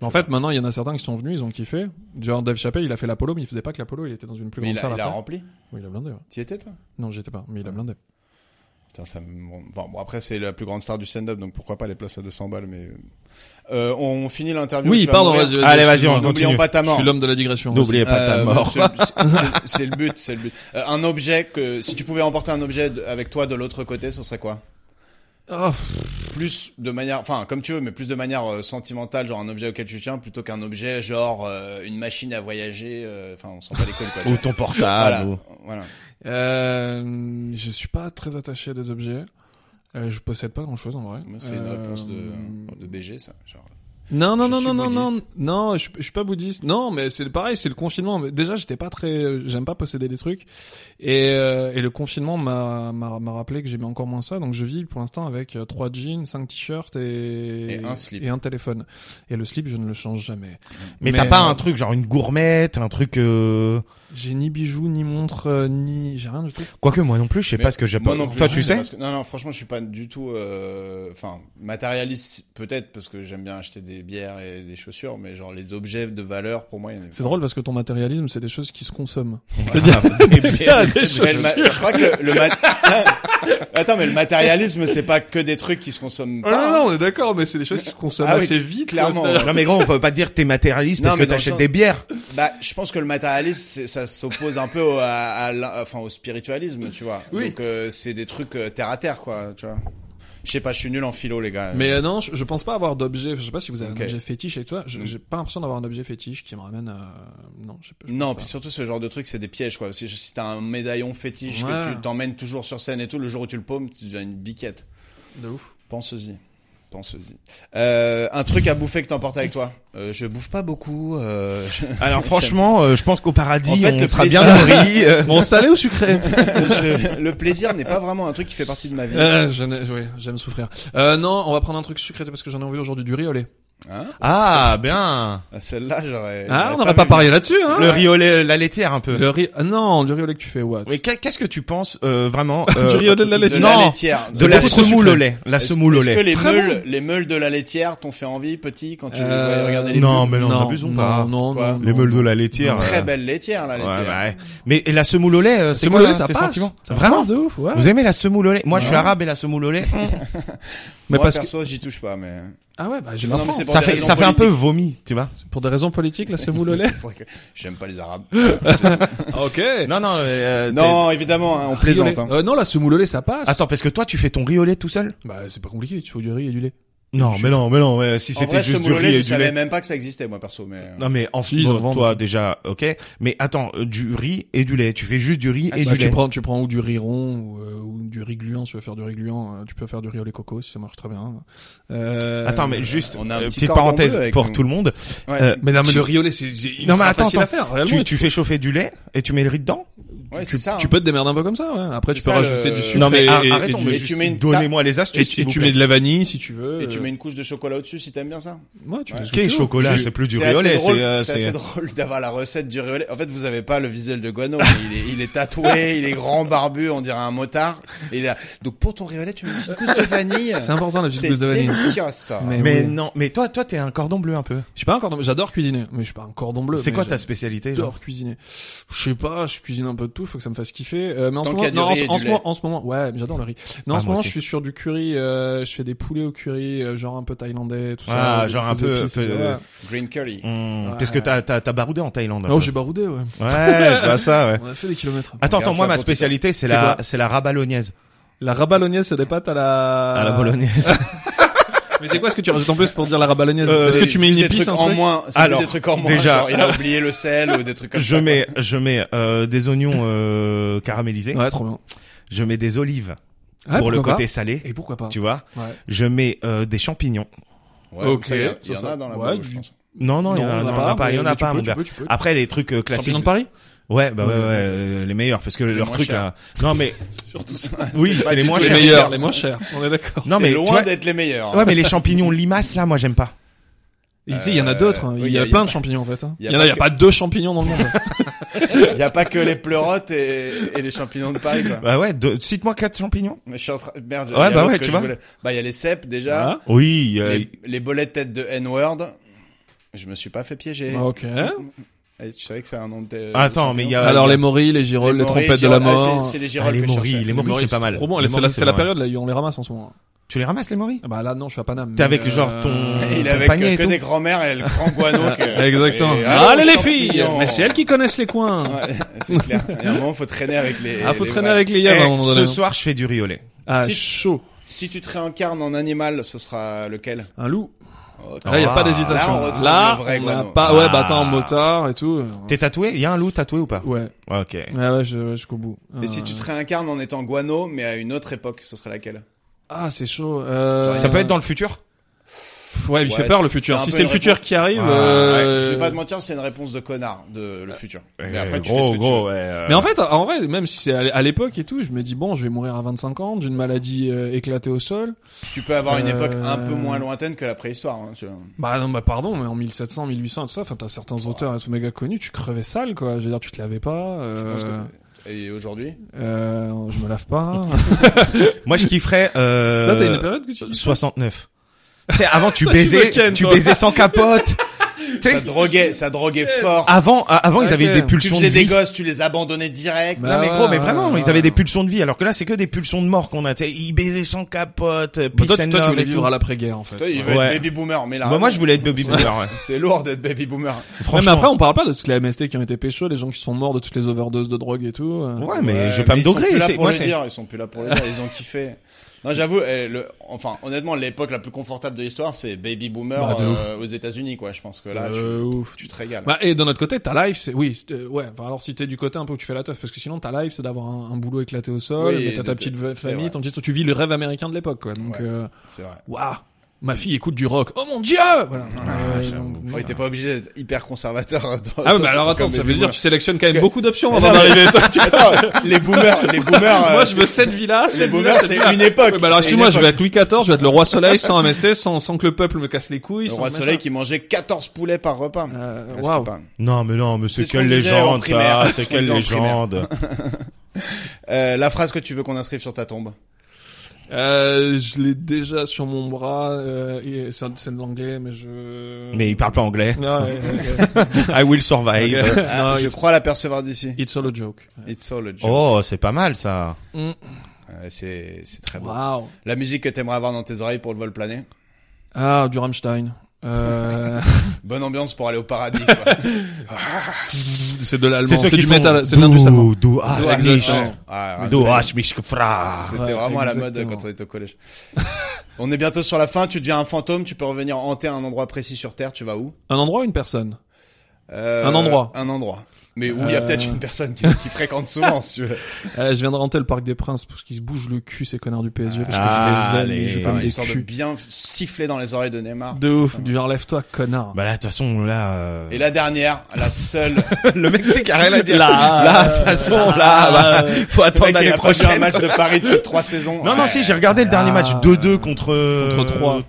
Mais en fait, maintenant, il y en a certains qui sont venus, ils ont kiffé. Genre, Dave Chappelle, il a fait l'Apollo, mais il faisait pas que l'Apollo, il était dans une plus
Mais
grande
il a,
salle
il a
après.
rempli.
Oui, il a blindé. ouais.
T'y étais, toi
Non, j'étais pas, mais il a blindé.
Putain, ça me- bon, bon, bon, après, c'est la plus grande star du stand-up, donc pourquoi pas les places à 200 balles, mais. Euh, on finit l'interview.
Oui,
tu vas
pardon,
mourir.
vas-y, vas-y.
Allez, vas-y,
excuse-moi.
on continue.
N'oublions pas ta
Je
mort.
suis l'homme de la digression.
N'oubliez pas ta
Euh,
mort.
bah, c'est- c'est- C'est le but, c'est le but. Euh, un objet que, si tu pouvais emporter un objet de- avec toi de l'autre côté, ce serait quoi
Oh, pff,
Plus de manière, enfin comme tu veux, mais plus de manière euh, sentimentale, genre un objet auquel tu tiens, plutôt qu'un objet genre euh, une machine à voyager. euh, Enfin, on s'en bat les couilles quoi. tu
Ou
vois.
ton portable.
voilà,
ou-
voilà.
euh, je suis pas très attaché à des objets. Euh, je possède pas grand chose en vrai.
Moi, C'est une
Euh,
réponse de, de BG ça. Genre.
Non, non,
Je
non,
suis
non, non, non,
bouddhiste.
non, je, je suis pas bouddhiste. Non, mais c'est pareil, c'est le confinement. Mais Déjà, j'étais pas très, euh, j'aime pas posséder des trucs. Et, euh, et le confinement m'a, m'a, m'a rappelé que j'aimais encore moins ça. Donc, je vis pour l'instant avec euh, trois jeans, cinq t-shirts et,
Et un slip.
Et un téléphone. Et le slip, je ne le change jamais.
Mais,
Mais,
t'as pas
euh,
un truc genre une gourmette, un truc. Euh...
J'ai ni bijoux, ni montre, euh, ni, j'ai rien du tout.
Quoique moi non plus, je sais
Mais
pas ce que j'ai
Moi
pas.
non plus,
Toi
je
tu sais
parce que- Non, non, franchement, je suis pas du tout. euh, Enfin, matérialiste peut-être parce que j'aime bien acheter des bières et des chaussures, mais genre les objets de valeur pour moi. il y en a-
C'est drôle parce que ton matérialisme, c'est des choses qui se consomment.
Ah,
des
Mais le ma- je crois que le, le mat- Attends, mais le matérialisme, c'est pas que des trucs qui se consomment
Ah
pas. hein.
non, non, on est d'accord, mais c'est des choses qui se consomment
Ah oui,
assez vite, quoi.
clairement.
C'est-
Non mais gros, on peut pas dire que t'es matérialiste
Non,
parce
mais
que
dans le
t'achètes
sens-
des bières.
Bah, je pense que le matérialisme, c'est- ça s'oppose un peu au, à, à l'in- enfin, au spiritualisme, tu vois.
Oui.
Donc, euh, c'est des trucs euh, terre à terre, quoi, tu vois. Je sais pas, je suis nul en philo, les gars.
Mais euh, non, je, je pense pas avoir d'objet. Je sais pas si vous avez
Ok.
un objet fétiche avec toi. Je-
Mm.
J'ai pas l'impression d'avoir un objet fétiche qui me ramène. euh, Non, je sais pas. je
Non,
pense
puis
pas.
surtout ce genre de truc, c'est des pièges, quoi. Si, si t'as un médaillon fétiche que
Ouais.
tu t'emmènes toujours sur scène et tout, le jour où tu le paumes, tu deviens une biquette.
de ouf.
Pense-y. Pense-y. Euh, un truc à bouffer que t'emportes avec toi. Euh, je bouffe pas beaucoup. Euh, je-
Alors franchement, euh, je pense qu'au paradis,
En fait,
on
le
sera
plaisir-
bien nourri. euh,
Bon, salé ou sucré
je- le plaisir n'est pas vraiment un truc qui fait partie de ma vie.
euh, je n'ai- oui, J'aime souffrir. Euh, non, on va prendre un truc sucré parce que j'en ai envie aujourd'hui du riz au lait.
Hein
Ah bien.
Ah, Celle-là, j'aurais.
Ah,
j'aurais
on n'aurait pas
vu.
parié là-dessus, hein
Le riolet, euh, la laitière un peu.
Le riz. ah non, le riz au lait que tu fais, what
Mais qu'est- qu'est-ce que tu penses euh, vraiment
Du
euh,
riolet de la laitière.
De la
Non,
laitière.
de la
beaucoup trop
semoule au
sucré.
lait, la
Est-ce-
semoule au
Est-ce que
lait.
les
Très
meules, les meules de la laitière t'ont fait envie petit quand tu
Euh,
ouais, regardais les
Non,
pubs
mais non, n'abusons pas.
Non, non,
Quoi
non,
Les meules de
non.
la laitière.
Très
euh,
belle laitière, la
ouais, bah,
laitière.
ouais. Mais et la semoule au lait, euh, c'est
Semoule
quoi
au lait, ça
tes
passe.
sentiments
Ça
Vraiment
passe de ouf, ouais.
Vous aimez la semoule au lait Moi, je suis arabe et la semoule au lait,
Mais
Moi,
parce que
perso, j'y touche pas, mais.
ah ouais, bah j'ai
Non, mais
l'impression.
c'est pour
ça
des
fait
raisons
ça fait un peu
politiques.
vomi, tu vois.
Pour des raisons politiques, la semoule au lait.
C'est pour que- J'aime pas les Arabes.
Euh,
Ok.
Non non. euh,
non, évidemment, hein, on plaisante. hein.
Euh, non, la semoule au lait, ça passe.
t'es- Attends, parce que toi, tu fais ton riz au lait tout seul
Bah c'est pas compliqué. Il faut du riz et du lait.
Non, mais non, mais non. ouais, si
En vrai,
c'était
ce
juste du
moule au lait,
riz
je
et du
savais
lait.
même pas que ça existait, moi, perso, mais. euh,
Euh, Non mais en
Si, ils en
bon,
vendent.
toi déjà, ok. Mais attends, euh, du riz et du lait. Tu fais juste du riz
Ah,
et
Bah,
du
tu
lait.
prends tu prends ou du riz rond ou, euh, ou du riz gluant si tu veux faire du riz gluant euh, tu peux faire du riz au lait coco si ça marche très bien Euh,
Attends, mais juste
on a un
euh,
petit
petite
cordon
parenthèse
bleu avec
pour
nous.
tout le monde.
Ouais.
euh,
mais non mais
tu-
le riz au lait c'est c'est
Non, mais
ultra
attends,
facile à
attends.
faire
Tu,
réellement.
tu fais chauffer du lait et tu mets le riz dedans.
Ouais,
Tu-
c'est ça.
tu
hein.
peux te démerder un peu comme ça ouais. après
C'est
tu peux
ça,
rajouter
le-
du sucre
Non mais
et,
ar-
et-
arrêtons,
et
mais
du-
et
juste
tu mets une
donnez-moi les
et- et
astuces. s'il vous
tu
plaît.
mets de la vanille si tu veux
Et tu
euh,
mets une couche de chocolat au-dessus si t'aimes bien ça.
ouais, tu mets
Ouais.
ce que
Ok,
tu veux.
chocolat,
Je-
c'est plus du
c'est
riz au
assez
lait.
drôle-
C'est euh,
C'est
c'est-
assez drôle d'avoir la recette du riz au lait. En fait, vous avez pas le visuel de Guano. mais il, est, il est tatoué, il est grand barbu, on dirait un motard. Et il a- Donc pour ton riz au lait, tu mets une petite couche de vanille.
c'est important la petite
C'est
gousse de vanille
délicieux ça.
Mais-
Mais
oui.
non, mais toi, toi, t'es un cordon bleu un peu.
je suis pas un cordon j'adore cuisiner mais je suis pas un cordon bleu
C'est
mais
quoi ta
j'adore-
spécialité genre
J'adore cuisiner. Je sais pas, je cuisine un peu de tout, faut que ça me fasse kiffer. Euh, mais en
Tant
ce
qu'il y a
moment,
du
non, en,
riz et
en
du
ce
lait.
moment, en ce moment, ouais, mais j'adore le riz. Non,
Ah,
en ce
moi
moment,
aussi.
je suis sur du curry, euh, je fais des poulets au curry, euh, genre un peu thaïlandais, tout ça.
Ah,
des
genre un
fausses
peu-
épices,
peu-
tu vois.
Green curry.
Hum,
Ouais.
Qu'est-ce que t'as t'as t'as baroudé en Thaïlande un
Non,
peu.
j'ai baroudé, ouais.
Ouais, je vois ça. Ouais.
On a fait des kilomètres.
Attends, attends,
Regarde
moi
ça
ma
pour tout à
spécialité c'est
C'est
la
quoi
c'est la rabalognaise,
La rabalognaise, c'est des pâtes à la...
à la bolognaise.
Mais c'est quoi ce que tu rajoutes en plus pour dire la rabalognaise
Euh,
Est-ce que tu mets une
Des
épice
trucs
en
en
fait
moins C'est plus
Alors,
des trucs en moins.
déjà-
genre, il a oublié le sel ou des trucs comme
Je
ça.
mets je mets euh, des oignons euh, caramélisés,
Ouais, trop bien.
je mets des olives
Ouais,
pour le
pourquoi
côté
pas
salé,
Et pourquoi pas
tu vois.
Ouais.
Je mets euh, des champignons.
Ouais, donc
Ok.
ça, Il y, a- il y en
Ça, ça-
a dans la
ouais,
boue, je
du-
pense.
Non non, il y en
on
a,
en
non, il y en
a
a pas, il y en
mais- mais
a
tu
pas
peux,
mon
tu
gars.
peux, tu peux.
Après les trucs euh,
Champignons
classiques.
de Paris
Ouais, bah ouais, ouais,
Ouais.
euh, les meilleurs, parce que leur
moins
truc
chers.
là. Non mais,
Surtout ça.
Oui, c'est
pas
les
du
moins
tout
chers.
les
meilleurs,
meilleurs.
les moins chers. On est d'accord.
non mais,
c'est
tu
loin
vois-
d'être les meilleurs.
ouais, mais les champignons limaces là, moi j'aime pas.
Il disait, il y en a d'autres. hein.
oui,
Il y,
y
a,
a-
plein
y a
de
pas-
champignons en fait. hein. Il
y a
y, en a,
pas
il y a
que-
pas deux champignons dans le monde.
Il n'y a pas que les pleurotes et, et les champignons de Paris, quoi.
Bah ouais, de- cite-moi quatre champignons.
Mais je suis en train, merde.
Ouais,
il y a
bah
l'autre
ouais,
que
tu
je
vois.
voulais- Bah, il y a les cèpes, déjà.
Voilà.
Oui, euh,
Les, les bolets de tête de N-word. Je me suis pas fait piéger.
Ah, ok.
Et tu savais que c'est un nom de Ah, tes-
Ah,
Attends,
de
mais il
champignons,
y a-
ça
Alors les morilles, les girolles, les,
morilles,
trompettes de la
girolles. Ah, c'est-
mort.
c'est les
ah,
girolles
les
que je
morilles,
cherchais.
les morilles, c'est pas mal.
Trop bon.
Les
C'est la,
morilles,
c'est la
bon, ouais.
période là, on les ramasse en ce moment.
Tu les ramasses les morilles
Bah là non, je suis à Paname.
T'es
mais,
avec
euh,
genre ton-
Et
ton
il est avec
panier et
euh, que
tout.
des grands-mères et le grand guano.
euh,
que-
Ah, Exactement.
et- euh,
Allez les
champignons.
filles, mais c'est elles qui connaissent les coins.
Ouais, c'est clair. Il y a un moment, faut traîner avec les.
Ah, faut
les
traîner
vrais.
avec les yams à un
Eh,
moment
ce
donné. hein.
soir, je fais du riolet.
Ah,
Si-
chaud.
Si tu te réincarnes en animal, ce sera lequel
Un loup.
Ok.
Là, il y a
Ah,
pas
là, on
d'hésitation.
retrouve
Là,
le vrai
on a
guano.
pas. Ouais,
Ah.
bah attends, motard et tout.
T'es tatoué Il y a un loup tatoué ou pas
Ouais, Ah,
Ok.
ouais, ouais, je- ouais, jusqu'au bout. Euh,
Mais si tu te réincarnes en étant guano, mais à une autre époque, ce serait laquelle
Ah, c'est chaud. Euh...
Ça peut être dans le futur
Ouais, il
Ouais,
fait peur le
c'est-
futur.
c'est un
Si
peu
c'est le
une
futur
réponse.
qui arrive.
Ah,
euh,
Je vais pas te mentir, c'est une réponse de connard de le futur. Mais
Euh,
après, tu
gros,
fais ce que tu
gros,
veux.
ouais, euh,
Mais en fait, en vrai, même si c'est à l'é- à l'époque et tout, je me dis bon, je vais mourir à 25 ans d'une maladie euh, éclatée au sol.
Tu peux avoir une
Euh,
époque un peu moins lointaine que la préhistoire. hein, tu vois.
Bah non, bah pardon, mais en 1700, 1800 et tout ça, enfin t'as certains auteurs et tout méga connus, tu crevais sale quoi. Je veux dire, tu te lavais pas.
Je pense que
Euh,
t'es- Et aujourd'hui
euh, je me lave pas.
moi je kifferais euh,
Là, t'as une période que tu.
69. tu sais, avant tu
Toi, tu
baisais,
me kennes,
tu
toi.
baisais sans capote. tu sais,
Ça droguait, ça droguait fort.
Ah,
avant, a- avant ils
Ok.
avaient des
Tu
tu
pulsions de
faisais des
vie.
gosses, tu les abandonnais direct.
Bah,
Non mais
ouais,
gros, mais
ouais,
vraiment,
ouais,
ils avaient
ouais.
des pulsions de vie. Alors que là, c'est que des pulsions de mort qu'on a. Tu sais, ils baisaient sans capote. euh,
Mais toi,
peace
tu-
and
toi, tu
love
voulais
et
vivre
tout.
à l'après-guerre en fait.
Toi, il
Ouais.
veut
Ouais. Bah,
être baby boomer, mais là,
Moi, moi, je voulais être baby boomer. Ouais.
c'est lourd d'être baby boomer.
Ouais, mais
Franchement.
après, on parle pas de toutes les MST qui ont été pécho, les gens qui sont morts de toutes les overdoses de drogue et tout. euh.
Ouais, mais je vais pas
mais
me
Ils sont
dogrer.
plus là
c'est-
pour
Moi,
le
c'est-
dire, ils sont plus là pour le dire, ils ont kiffé. Non, j'avoue, eh, le, enfin, honnêtement, l'époque la plus confortable de l'histoire, c'est baby boomer
Bah, de
euh, aux États-Unis, quoi. Je pense que là, tu-
Euh, ouf.
tu, te régales.
Bah, et d'un autre côté, ta life, c'est oui, c'est- euh, ouais. Enfin, alors si t'es du côté un peu où tu fais la teuf, parce que sinon ta life, c'est d'avoir un, un boulot éclaté au sol,
Oui,
mais t'as ta
de-
petite
de- c'est
famille,
vrai.
ton petit, tu vis le rêve américain de l'époque, quoi. Donc,
Ouais.
euh,
c'est vrai.
waouh, ma fille écoute du rock. Oh mon dieu, voilà. Euh,
j'avoue,
donc,
putain.
Ouais, t'es Oh, pas obligé d'être hyper conservateur. hein, dans-
ah ouais,
dans-
bah alors attends,
comme
ça
baby
veut dire que
boomer.
tu sélectionnes quand même
Parce que-
beaucoup d'options
Mais
avant
non,
d'arriver. Toi, tu-
Attends, les boomers, les boomers. euh,
Moi, je
c'est-
veux cette vie-là.
Les
cette
boomers,
vie-là,
c'est
cette vie-là.
une époque.
Ouais, bah alors
c'est une
excuse-moi, je vais
époque.
être Louis XIV, je vais être le roi soleil sans MST, sans, sans que le peuple me casse les couilles.
Le
sans
roi
machin.
soleil qui mangeait 14 poulets par repas.
hein. Euh,
Parce
Waouh.
qu'il parle.
Non, mais non, mais
C'est
c'est
ce
quelle
qu'on disait en
légende,
primaire,
ça.
c'est
C'est
ce qu'on
quelle
disait en primaire.
légende.
Euh, la phrase que tu veux qu'on inscrive sur ta tombe.
Euh, je l'ai déjà sur mon bras. Euh, et c'est c'est de l'anglais, mais je.
Mais il parle pas anglais.
Non, ouais, ok.
I will survive.
Ok.
Ah,
Non,
je
it's-
crois l'apercevoir d'ici.
It's all a joke.
It's all a joke.
Oh, c'est pas mal ça.
Mm.
Euh, c'est, c'est très beau.
Wow.
La musique que t'aimerais avoir dans tes oreilles pour le vol plané.
Ah, du Rammstein. Euh,
Bonne ambiance pour aller au paradis. Quoi.
c'est de l'allemand.
C'est ceux
C'est
qui
du
font
métal. C'est de l'indus allemand.
Du- du
Ah,
Hast
Ouais,
mich.
exactement. Ah, Ouais,
Du
ouais,
Hast mich gefragt.
C'était
Ouais,
vraiment à la mode
exactement.
quand on était au collège. on est bientôt sur la fin. Tu deviens un fantôme. Tu peux revenir hanter un endroit précis sur Terre. Tu vas où
Un endroit ou une personne
Euh,
Un endroit.
Un endroit. Mais où il y a
Euh.
peut-être une personne qui, qui fréquente souvent, si tu veux.
euh, Je viens de rentrer le Parc des Princes parce qu'ils se bougent le cul, ces connards du PSG. Parce que
Ah,
je les aime.
les-
Ils jouent
Et
Enfin,
comme des
histoire de
culs.
bien siffler dans les oreilles de Neymar.
De ouf. Du genre, lève-toi, connard.
Bah là, de toute façon, là. euh,
Et la dernière, la seule.
le mec, c'est carré à dire.
Là,
Là, de toute façon, là, bah, faut attendre
le mec qui
l'année
n'a pas joué un
prochaine.
match de Paris depuis trois saisons.
Non, non, si, j'ai
j'ai
regardé le dernier
Ah.
match 2-2 contre.
Contre trois.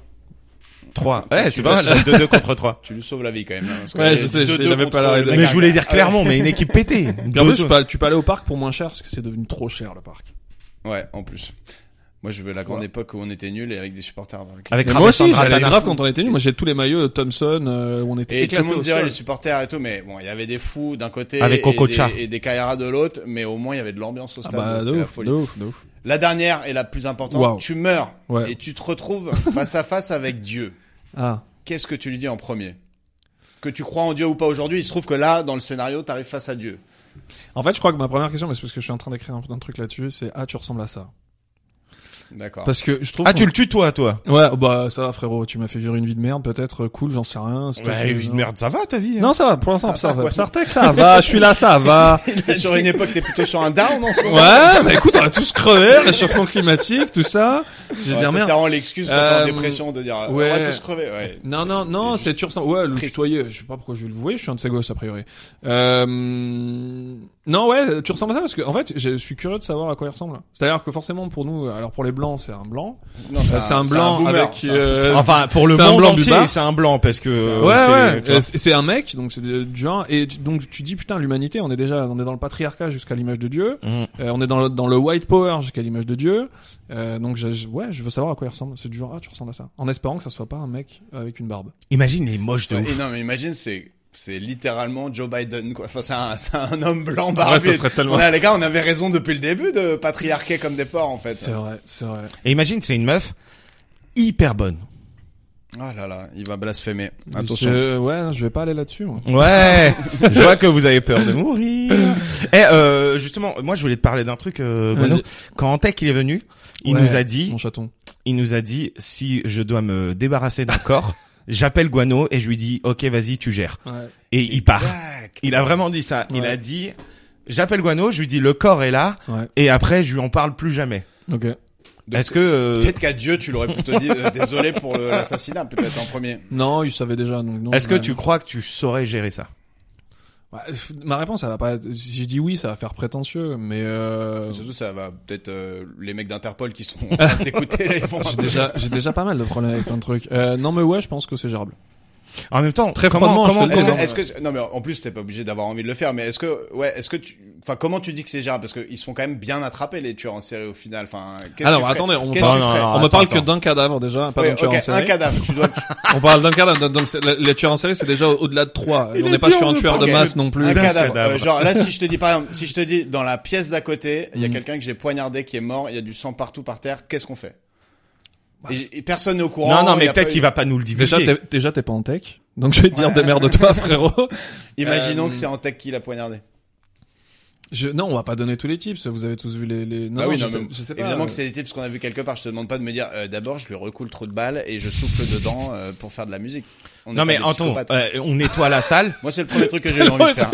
3. Ouais, c'est
Tu
pas
le
mal. 2-2 contre 3.
Tu lui sauves la vie quand même. hein, parce que
Ouais, je
les
sais, je sais,
2-2
j'avais
contre
pas la-
le
Mais
mec
Mais je voulais
à-
dire
ah,
clairement, mais une équipe pétée.
Puis en plus, tu
2-2.
peux, tu peux aller au parc pour moins cher parce que c'est devenu trop cher le parc.
Ah Ouais, en plus. Moi, je veux la grande époque où on était nuls et avec des supporters. avec-
Avec
Mais moi aussi,
Ravessandra
j'allais
Tanar.
grave quand on était nus. Moi, j'ai tous les maillots Thompson euh, où on était
Et tout le
éclatés
monde
au
disait ouais,
sol.
les supporters et tout, mais bon, il y avait des fous d'un côté
Avec
et, des,
Okocha.
et des Kayara de l'autre, mais au moins il y avait de l'ambiance au
Ah
stade.
bah, de
c'était la
ouf,
folie.
de ouf, de ouf.
La dernière et la plus importante,
Waouh.
tu meurs
Ouais.
et tu te retrouves face à face avec Dieu.
Ah.
Qu'est-ce que tu lui dis en premier Que tu crois en Dieu ou pas aujourd'hui, il se trouve que là, dans le scénario, t'arrives face à Dieu.
En fait, je crois que ma première question, mais c'est parce que je suis en train d'écrire un, un truc là-dessus, c'est ah, tu ressembles à ça.
D'accord.
Parce que je trouve.
Ah,
qu'on-
tu le tutoies, toi
Ouais, bah ça va frérot, tu m'as fait gérer une vie de merde, peut-être euh, cool, j'en sais rien. c'est toi
Ouais,
qui-
vie de merde, ça va ta vie hein
Non, ça va, pour l'instant, ça va.
ouais.
Sartek, ça va, je suis là, ça va.
T'es sur une époque, t'es plutôt sur un down en ce moment.
Ouais, bah écoute, on a tous crevé, réchauffement climatique, tout ça. J'ai
Ouais,
dit,
ça
merde.
sert vraiment l'excuse quand t'es en
Euh,
dépression de dire euh,
ouais.
on va tous crever. Ouais.
Non, non, non, c'est tu ressens. Ouais, le
triste.
tutoyer, je sais pas pourquoi je vais le vouer, je suis un de ces gosses a priori. Euh... Non, ouais, tu ressembles à ça parce que, en fait, je suis curieux de savoir à quoi il ressemble. C'est-à-dire que forcément, pour nous, alors pour les blancs, c'est un blanc.
Non,
Euh, C'est un blanc
boomer,
avec.
c'est un-
euh,
Enfin, pour le
c'est un
monde
blanc
entier,
buvard.
c'est un blanc parce que euh,
Ouais,
c'est-
ouais.
tu vois.
Euh, C'est c'est un mec, donc c'est de- du genre. Et tu- donc tu dis putain, l'humanité, on est déjà, on est dans le patriarcat jusqu'à l'image de Dieu.
Mm.
Euh, on est dans le, dans le white power jusqu'à l'image de Dieu. Euh, donc j'ai- ouais, je veux savoir à quoi il ressemble. C'est du genre ah, tu ressembles à ça. En espérant que ça soit pas un mec avec une barbe.
Imagine les moches de
Ouais,
Oh, ouf.
et non, mais imagine, c'est c'est littéralement Joe Biden quoi. Enfin, c'est un, c'est un homme blanc
Ah ouais,
barbu.
ça serait tellement.
On a les gars, on avait raison depuis le début de patriarquer comme des porcs en fait.
C'est vrai, c'est vrai.
Et imagine, c'est une meuf hyper bonne.
Oh là là, il va blasphémer. Attention.
Je, ouais, je vais pas aller là-dessus. moi.
Ouais, je vois que vous avez peur de mourir. Eh, euh, justement, moi je voulais te parler d'un truc. Euh,
Vas-y.
Bono. Quand Tech il est venu, il
Ah Ouais.
nous a dit,
Mon chaton.
il nous a dit, si je dois me débarrasser d'un corps, j'appelle Guano et je lui dis, ok, vas-y, tu gères.
Ouais.
Et il part.
Exact.
Il a vraiment dit ça. Il
Ouais.
a dit, j'appelle Guano, je lui dis, le corps est là,
Ouais.
et après je lui en parle plus jamais.
Ok.
Donc,
Est-ce que euh,
Peut-être qu'à Dieu, tu l'aurais plutôt dit euh, désolé pour le- l'assassinat peut-être en premier.
Non, il savait déjà. Donc non,
est-ce que
ouais.
tu crois que tu saurais gérer ça
Ouais, f- ma réponse, ça va pas. être- Si je dis oui, ça va faire prétentieux, mais. Euh...
Surtout, ça va peut-être euh, les mecs d'Interpol qui sont en train de t'écouter. là, ils vont-
J'ai déjà, j'ai déjà pas mal de problèmes avec plein de trucs. Euh, non, mais ouais, je pense que c'est gérable.
En même temps,
Très
comment,
froidement, je te
comment,
le dis,
Est-ce
comment-
que, est-ce que- non mais en plus t'es pas obligé d'avoir envie de le faire, mais est-ce que ouais, est-ce que tu, enfin comment tu dis que c'est gérable parce qu'ils sont quand même bien attrapés les tueurs en série au final. Enfin, qu'est-ce que
Alors,
tu ferais-
attendez, on
qu'est-ce
parle-
que tu
non,
ferais
non,
On
non,
me parle
attends,
que d'un cadavre déjà, pas
Ouais,
d'un tueur
ok,
en
un
série.
cadavre, tu dois. tu-
On parle d'un cadavre, donc- donc c'est- le- les tueurs en série, c'est déjà au- au-delà de 3.
Il
on
a
n'est pas
dit,
sur
on
un
veut
tueur
pas
de
qu'elle-
masse non plus.
un
d'un
cadavre.
cadavre.
Euh, genre là, si je te dis par exemple, si je te dis dans la pièce d'à côté, il y a
Mm.
quelqu'un que j'ai poignardé qui est mort, il y a du sang partout par terre, qu'est-ce qu'on fait et, et personne n'est au courant.
Non, non,
il y
mais
a pas
peut-être
eu-
qu'il va pas nous le
Déjà,
divulguer.
t'es, déjà, t'es pas en tech. Donc, je vais te dire démerde-toi, frérot.
Imaginons
Euh,
que c'est en tech qui l'a poignardé.
Je, non, on va pas donner tous les tips. Vous avez tous vu les, les... Non,
Bah oui,
je,
non,
sais,
mais
je sais pas.
Évidemment que c'est des tips qu'on a vu quelque part. Je te demande pas de me dire euh, d'abord je lui recoule trop de balles et je souffle dedans euh, pour faire de la musique. On
Non mais
n'est pas des
Anton,
psychopathes. hein.
euh, on nettoie la salle,
Moi c'est le premier truc que j'ai eu envie de faire.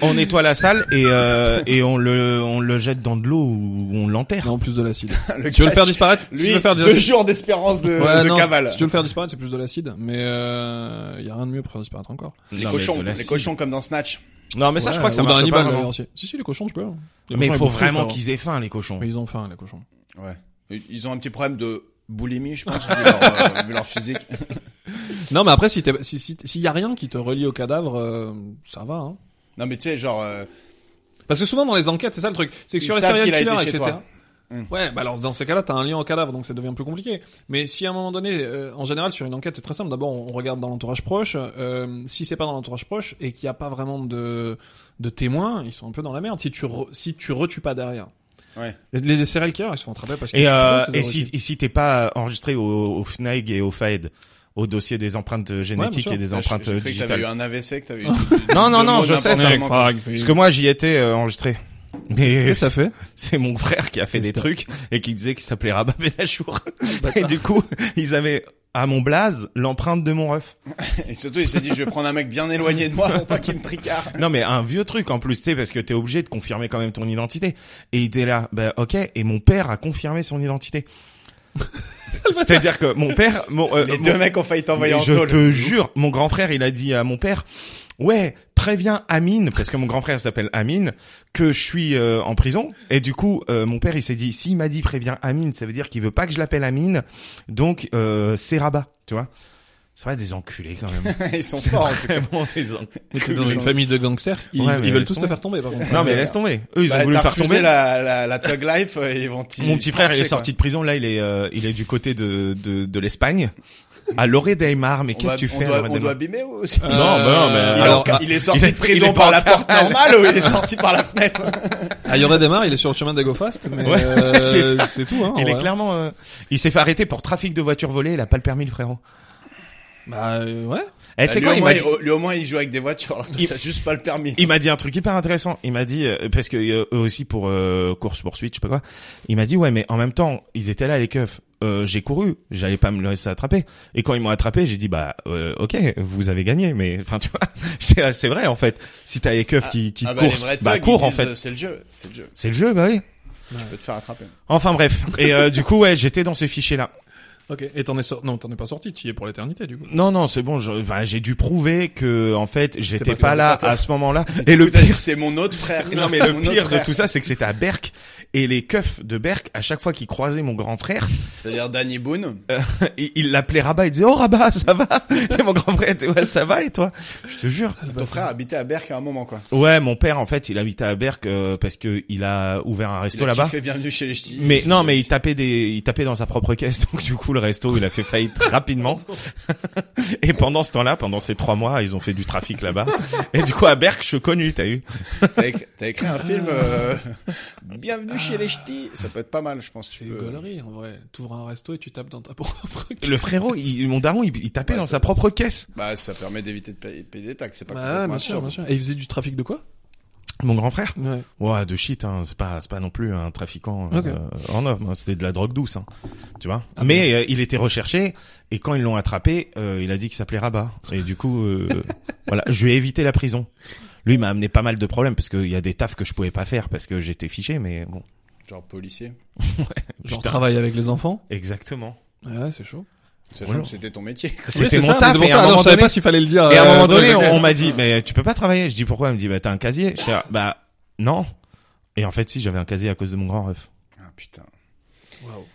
on nettoie la salle et euh, et on le on le jette dans de l'eau ou on l'enterre.
Non, en plus de l'acide.
Le
tu veux le
gars,
faire disparaître Si tu
Lui,
veux le faire
deux
disparaître.
jours d'espérance de,
Ouais,
de
non,
cavale.
Si tu veux le faire disparaître, c'est plus de l'acide. Mais, euh, y a rien de mieux pour faire disparaître encore.
Les
Non, mais
cochons,
de la
les
cible.
cochons comme dans Snatch.
Non mais ça
Ouais,
je crois que ça
ou d'un
marche pas.
animal,
vraiment.
d'ailleurs, si. Si, si, les cochons, je peux. hein. Les
Mais il
cochons,
faut
ils bouffent,
vraiment
frérot.
qu'ils aient faim les cochons.
Mais ils ont faim, les cochons.
Ouais. Ils ont un petit problème de boulimie, je pense, vu, leur, euh, vu leur physique.
Non, mais après, si t'es- si, si, s'il y a rien qui te relie au cadavre, euh, ça va. Hein.
Non mais tu sais genre euh,
Parce que souvent dans les enquêtes, c'est ça le truc. C'est que
Ils
sur les
savent
serial
qu'il a
killers,
été chez
etc.
toi. Mm.
Ouais, bah alors dans ces cas-là, t'as un lien au cadavre, donc ça devient plus compliqué. Mais si à un moment donné, euh, en général, sur une enquête, c'est très simple. D'abord, on regarde dans l'entourage proche. Euh, si c'est pas dans l'entourage proche et qu'il n'y a pas vraiment de, de témoins, ils sont un peu dans la merde. Si tu re- si tu retues pas derrière.
Ouais.
Les, les serial killers, ils sont attrapés parce qu'ils
Et
tuent
euh,
trop, ces
et
abrutis.
si et si t'es pas enregistré au, au FNAG et au FAED au dossier des empreintes génétiques
sûr.
et des
je-
empreintes
j'ai
euh,
cru que t'avais eu
digitales.
un AVC, que t'avais eu.
Non, non,
deux
non,
mots
je sais, ça
n'importe comment.
Parce que moi j'y étais euh, enregistré.
Qu'est-ce
Mais
que ça fait
c'est mon frère qui a fait des
C'était-
trucs et qui disait qu'il s'appelait Rabat Benachour. Et du coup, ils avaient à mon blaze l'empreinte de mon ref.
Et surtout il s'est dit je vais prendre un mec bien éloigné de moi pour pas qu'il me tricard.
Non mais un vieux truc en plus, tu sais, parce que t'es obligé de confirmer quand même ton identité. Et il était là, bah ok, et mon père a confirmé son identité. C'est-à-dire que mon père, mon, euh,
Les
mon-
deux mecs ont failli
mais
t'envoyer en
je
tôle.
te jure, mon grand frère, il a dit à mon père, ouais, préviens Amine, parce que mon grand frère s'appelle Amine, que je suis euh, en prison. Et du coup, euh, mon père, il s'est dit, s'il m'a dit préviens Amine, ça veut dire qu'il veut pas que je l'appelle Amine, donc euh, c'est rabat, tu vois. Ça va des enculés quand même.
Ils sont
C'est
forts en tout cas.
vraiment des enculés.
T'es dans une famille de gangsters, ils,
Ouais, mais
ils veulent
laisse
tous te
tomber.
faire tomber par contre.
Non mais laisse tomber. Eux, ils ont
Bah,
voulu me
t'as
faire
refusé
tomber.
la, la, la thug life euh, ils vont t'y
Mon petit frère, il est
forcer, quoi.
sorti de prison. Là, il est, euh, il est du côté de de, de l'Espagne, à Loré d'Aymar. Mais
On
qu'est-ce
va-
que tu
on
fais
doit-
à Loré
On doit
d'Aymar
abîmer ou aussi
Euh, Non, bah non, mais-
Il, est
alors,
en- il est sorti
il est-
de prison
il est pas
par la
en Ah,
porte normale ou il est sorti par la fenêtre
Ayoré Demar, il est sur le chemin d'Agofast, mais
Ouais,
euh,
c'est ça.
c'est tout. Hein, en
Il est
vrai.
clairement, euh, il s'est fait arrêter pour trafic de voitures volées. Il a pas le permis, le frérot.
Bah euh, ouais.
Eh, tu
Bah,
sais
lui,
quoi,
au
il
moins,
m'a dit,
il- lui, au moins, il joue avec des voitures, alors toi,
Il-
t'as juste pas le permis.
il m'a dit un truc hyper intéressant. Il m'a dit, euh, parce que euh, eux aussi pour euh, course poursuite, je sais pas quoi, il m'a dit, ouais, mais en même temps, ils étaient là, les keufs. Euh, j'ai couru, j'allais pas me laisser attraper. Et quand ils m'ont attrapé, j'ai dit bah euh, ok, vous avez gagné, mais enfin tu vois, c'est c'est vrai en fait. Si t'as les keufs qui qui
Ah bah, les
courent,
vrais thugs,
bah
ils
cours en
disent,
fait.
euh, C'est le jeu, c'est le jeu.
C'est le jeu, bah oui.
Tu peux te faire attraper.
Enfin bref. Et euh, du coup ouais, j'étais dans ce fichier là.
Ok. Et t'en es sorti Non, t'en es pas sorti. T'y es pour l'éternité du coup.
Non non, c'est bon. je- bah, j'ai dû prouver que en fait j'étais
pas-
pas,
c'était
là
pas toi.
à ce moment-là. Et le
Tout à
pire
dire, c'est mon autre frère.
Non mais
C'est
le
mon
pire
autre
de
frère.
tout ça, c'est que c'était à Berck et les keufs de Berck à chaque fois qu'ils croisaient mon grand frère,
C'est-à-dire Danny Boone.
Bah, ils il l'appelaient Rabat, ils disaient oh Rabat, ça va Et mon grand frère était ouais ça va et toi Je te jure.
Ton frère habitait à Berck à un moment, quoi.
Ouais, mon père en fait, il habitait à Berck euh, parce que il a ouvert un
Il
resto
a
là-bas.
kiffé bienvenue chez les ch'tis.
Mais non, mais il tapait des, il tapait dans sa propre caisse, donc du coup le resto il a fait faillite rapidement. Et pendant ce temps-là, pendant ces trois mois, ils ont fait du trafic là-bas. Et du coup à Berck, je suis connu, t'as eu.
T'as écrit, t'as écrit un film, euh, Bienvenue chez les ch'tis. Ça peut être pas mal, je pense.
C'est
Tu peux-
gaulerie en vrai. T'ouvres un resto et tu tapes dans ta propre.
Le frérot, il, mon daron, il, il tapait
Ouais,
dans
ça-
sa propre caisse.
Bah, ça permet d'éviter de payer, de payer des taxes. C'est pas
Bah ouais, bien
complètement
sûr,
absurde.
bien sûr. Et il faisait du trafic de quoi
Mon grand frère.
Ouais.
Ouais, de shit, hein. c'est pas, c'est pas non plus un trafiquant euh,
Ok.
en homme, hein. c'était de la drogue douce, hein. tu vois.
Ah,
mais euh, il était recherché et quand ils l'ont attrapé, euh, il a dit qu'il s'appelait Rabat et du coup, euh, voilà, je lui ai évité la prison. Lui il m'a amené pas mal de problèmes parce qu'il y a des tafs que je pouvais pas faire parce que j'étais fiché, mais bon.
Genre policier.
Genre
Putain.
travail avec les enfants.
Exactement.
Ouais, c'est chaud.
Sachant
Voilà.
que c'était ton métier.
Oui,
C'était
c'est
mon
ça,
taf
mais c'est pour
et
ça.
à un
Ah non,
moment
je savais
donné,
pas s'il fallait le dire.
et à un
euh,
moment
dans
donné,
les-
on, on m'a dit, mais tu peux pas travailler. Je dis pourquoi Elle me dit, bah t'as un casier. Je dis, Ah, bah non. Et en fait, si j'avais un casier à cause de mon grand ref.
Ah, putain.
Waouh.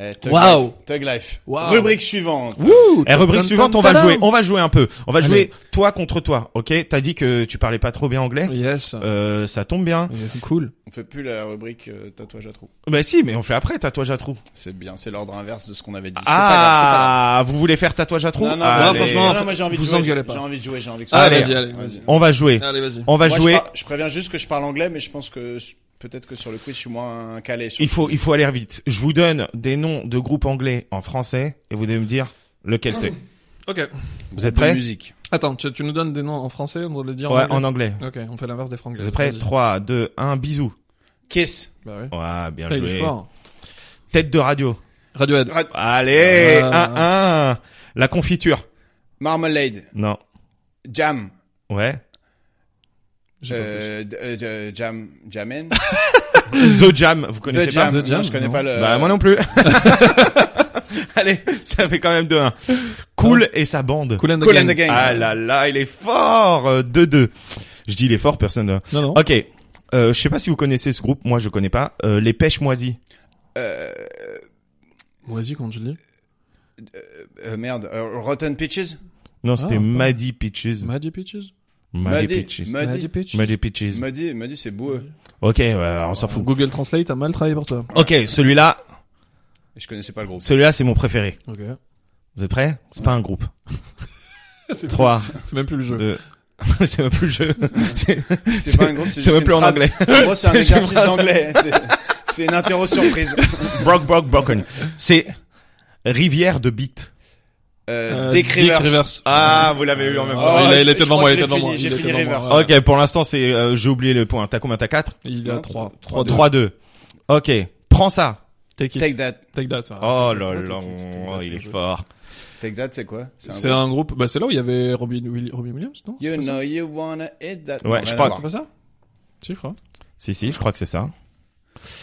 Eh, Thug
Waouh.
Life. Thug Life.
Waouh.
Rubrique suivante.
Et Eh, rubrique suivante, on va jouer, on va jouer un peu. On va
Allez.
jouer toi contre toi, ok T'as dit que tu parlais pas trop bien anglais.
Yes.
Euh, ça tombe bien.
Et Cool.
On fait plus la rubrique euh, tatouage à trous.
Bah si, mais on fait après tatouage à trous.
C'est bien, c'est l'ordre inverse de ce qu'on avait dit. C'est pas grave, c'est pas grave.
Ah, vous voulez faire tatouage à trous
Non, non,
Allez.
non, franchement, non, moi j'ai envie
vous
de jouer.
engueulez pas.
J'ai envie de jouer, j'ai envie que
Ah,
ça-
Allez,
vas-y, allez,
vas-y.
vas-y.
on va jouer.
Allez, vas-y.
On va
Moi,
jouer.
Je, par- je préviens juste que je parle anglais, mais je pense que s- peut-être que sur le quiz, je suis moins calé. Sur...
Il faut, il faut aller vite. Je vous donne des noms de groupes anglais en français et vous devez me dire lequel c'est.
Ok.
Vous êtes prêts
musique.
Attends, tu, tu nous donnes des noms en français, on doit les dire
Ouais,
en
en
anglais.
anglais.
Ok, on fait l'inverse des franglais.
Vous êtes prêts
Vas-y.
3, 2, 1, bisous.
Kiss.
Bah ouais.
Ouais, bien
Ah, il est
joué.
fort.
Tête de radio.
Radiohead.
Ra-
Allez, 1-1.
Ah.
La confiture.
Marmalade.
Non.
Jam.
Ouais.
J'ai pas compris.
Euh, d- euh, euh, jam. Jamen.
The Jam, vous connaissez
The
pas
Jam. Euh.
The Jam,
Non, je connais
non.
pas le.
Bah moi non plus. Allez, ça fait quand même 2-1. Cool et sa bande.
Cool and the
Cool and
Gang.
the Gang.
Ah là là, il est fort euh, 2-2. Je dis il est fort, personne. ne-
Non, non.
Ok. Euh, je sais pas si vous connaissez ce groupe, moi je connais pas. Euh, les pêches moisies.
Vas-y, comment tu le dis
Euh, merde. euh, Rotten Peaches.
Non, c'était
Ah,
Maddy Peaches.
Magic Peaches
Maddy
Muddy.
Peaches.
Muddy.
Peaches
Maddy Peaches.
Muddy. Muddy, c'est boueux.
Ok, ouais, on s'en fout.
Google Translate a mal travaillé pour toi.
Ok, celui-là,
Je connaissais pas le groupe.
celui-là c'est mon préféré.
Ok.
Vous êtes prêts C'est pas un groupe. 3,
C'est même plus le jeu.
2... c'est même plus le jeu. C'est-
C'est pas un groupe,
C'est
c'est juste
même
une
plus en
phrase.
anglais.
Pour moi, c'est un
C'est juste une
exercice
phrase.
d'anglais. C'est- C'est une interro surprise.
Brock, Brock, Brocken. C'est rivière de beat.
Euh,
Euh,
Dick Rivers.
Ah, vous l'avez eu en même
Oh,
Ah, il a-
je-
il était
je
devant
crois
moi,
que
il était
j'ai
devant
fini,
moi, il
J'ai
était
fini
devant moi.
Rivers.
Ouais.
Ok, pour l'instant, c'est, euh, j'ai oublié le point. T'as combien? T'as 4?
Il a
Non,
3. 3,
3,
3-2. Ok. Prends ça.
Take it.
Take That.
Take that. ça.
Oh
Take
là là,
it, take it, take
oh,
that,
il
bien
est
joué.
fort.
Take That, c'est quoi C'est un
C'est un groupe, bah c'est là où il y avait Robin, Willi- Robin Williams, non
You
C'est pas ça
know you wanna eat that.
Ouais,
Non,
je
rien
crois.
à voir.
C'est pas ça Si, je crois.
Si, si, je crois que c'est ça.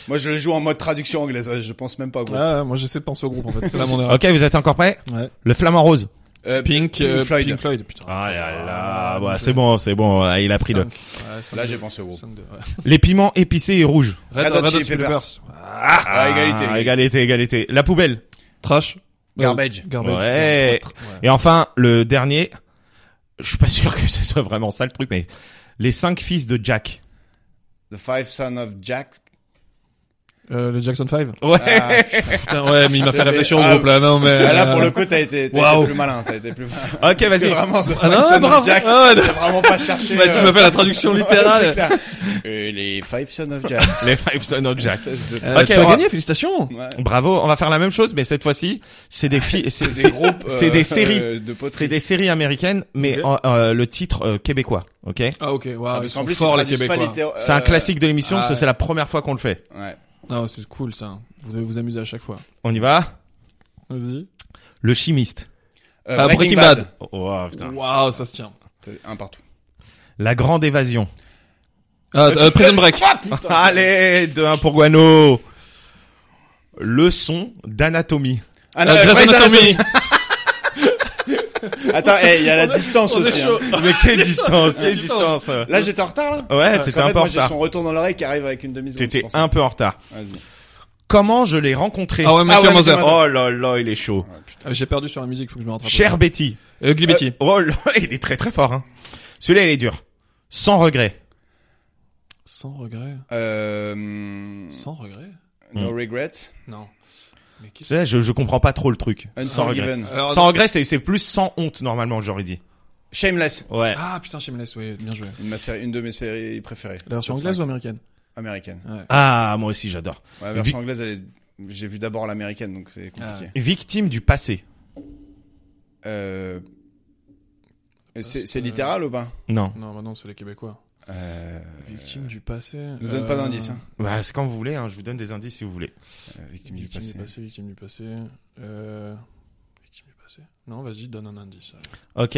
Moi, je le joue en mode traduction anglaise. Je pense même pas. Gros.
Ah, ouais, moi j'essaie de penser au groupe en fait, c'est là mon erreur.
Ok, vous êtes encore prêts?
Ouais.
Le flamant rose.
Euh,
Pink, euh, Pink
Floyd.
Floyd. putain.
Ah là là,
Ah,
ouais,
bien
c'est
joué.
bon, c'est bon. Ah, Il a pris le.
Cinq. Ouais, cinq
Là,
deux.
j'ai pensé au groupe.
Cinq deux, ouais.
Les piments épicés et rouges.
Red Hot Chili Peppers.
Ah,
Ah, égalité, égalité.
égalité, égalité. La poubelle.
Trash.
Garbage.
Euh, Garbage.
Ouais. Et enfin, le dernier. Je suis pas sûr que ce soit vraiment ça le truc, mais les cinq fils de Jack.
The Five Sons of Jack.
Euh, le Jackson 5
Ouais.
Ah,
Putain, ouais, mais il m'a fait réfléchir au
Ah,
groupe là. Non, mais.
Ah, là, pour
euh,
le coup, t'as été, t'as
Waouh.
été plus malin, t'as été plus malin.
Ok,
Parce que
vas-y.
vraiment, The
Ah non,
Five Sons
bravo.
of Jack,
Ah ouais,
t'as vraiment pas cherché. euh,
bah, tu m'as fait la traduction littérale.
les Five Sons of Jack.
Les Five Sons of Jack.
Espèce de-
Euh,
Ok,
tu
on
as
va-
gagné, félicitations.
Ouais.
Bravo. On va faire la même chose, mais cette fois-ci, c'est des filles, c'est
Des groupes, euh,
c'est des séries.
euh, de
C'est
poterie.
des séries américaines, mais
Ok.
en- euh, le titre euh, québécois, ok
Ah ok, waouh,
Ah,
ils
parce qu'en
sont
plus, ils
forts les
traduisent pas
Québécois.
littéra-
C'est un
euh,
classique de l'émission,
ah
parce que
ouais.
c'est la première fois qu'on le fait.
Ouais.
Non, c'est cool ça. Vous devez vous amuser à chaque fois.
On y va
Vas-y.
Le chimiste.
Euh,
Ah, Breaking Bad.
Oh, oh, putain.
Waouh, ça se tient.
C'est Un partout.
La grande évasion.
Ah, euh, Prison Break.
Allez, 2-1 pour Guano. Leçon d'anatomie.
Ah,
Euh,
euh,
Grey's
Grey's
Anatomy.
Anatomy. Attends, eh, il y a la distance
On est
aussi. hein.
chaud.
Mais quelle distance,
Quelle
quelle distance. euh.
Là, j'étais en retard, là?
Ouais,
Parce
t'étais
qu'en
un
fait,
peu en
moi, j'ai
retard.
son retour dans l'oreille qui arrive avec une demi-seconde. c'est
T'étais
pour ça.
un peu en retard.
Vas-y.
Comment je l'ai rencontré
Ah ouais, Mathieu
ouais,
Moser.
Mathieu
Oh là là, il est chaud.
Ah, J'ai perdu sur la musique, faut que je me rattrape.
Cher Betty.
Euh, Glibetti.
Oh là, il est très très fort. Hein. Celui-là, il est dur. Sans regret.
Sans regret.
Euh, hum,
Sans regret.
no
Mm.
regrets.
Non. Mais qui
Ça, Je, je comprends pas trop le truc. Sans regret.
Unforgiven.
Alors,
Sans regret, c'est c'est plus sans honte normalement, j'aurais dit.
Shameless.
Ouais.
Ah putain, Shameless, ouais, bien joué.
Une, de ma série- une de mes séries préférées.
La version
Top
anglaise
cinq.
ou américaine
Américaine.
Ah, moi aussi, j'adore.
Ouais, la version anglaise, elle est... j'ai vu d'abord l'américaine, donc c'est
Ah.
compliqué.
Victime du passé.
Euh... et
Euh,
C'est c'est littéral ou pas
Non.
Non, bah non, c'est les Québécois. euh,
euh...
Victime du passé.
Ne donne pas d'indice. Hein.
Bah, c'est quand vous voulez, hein. je vous donne des indices si vous voulez.
Euh, victime
Victime,
du passé.
du passé, victime du passé. Euh... Victime du passé. Non, vas-y, donne un indice.
Ok.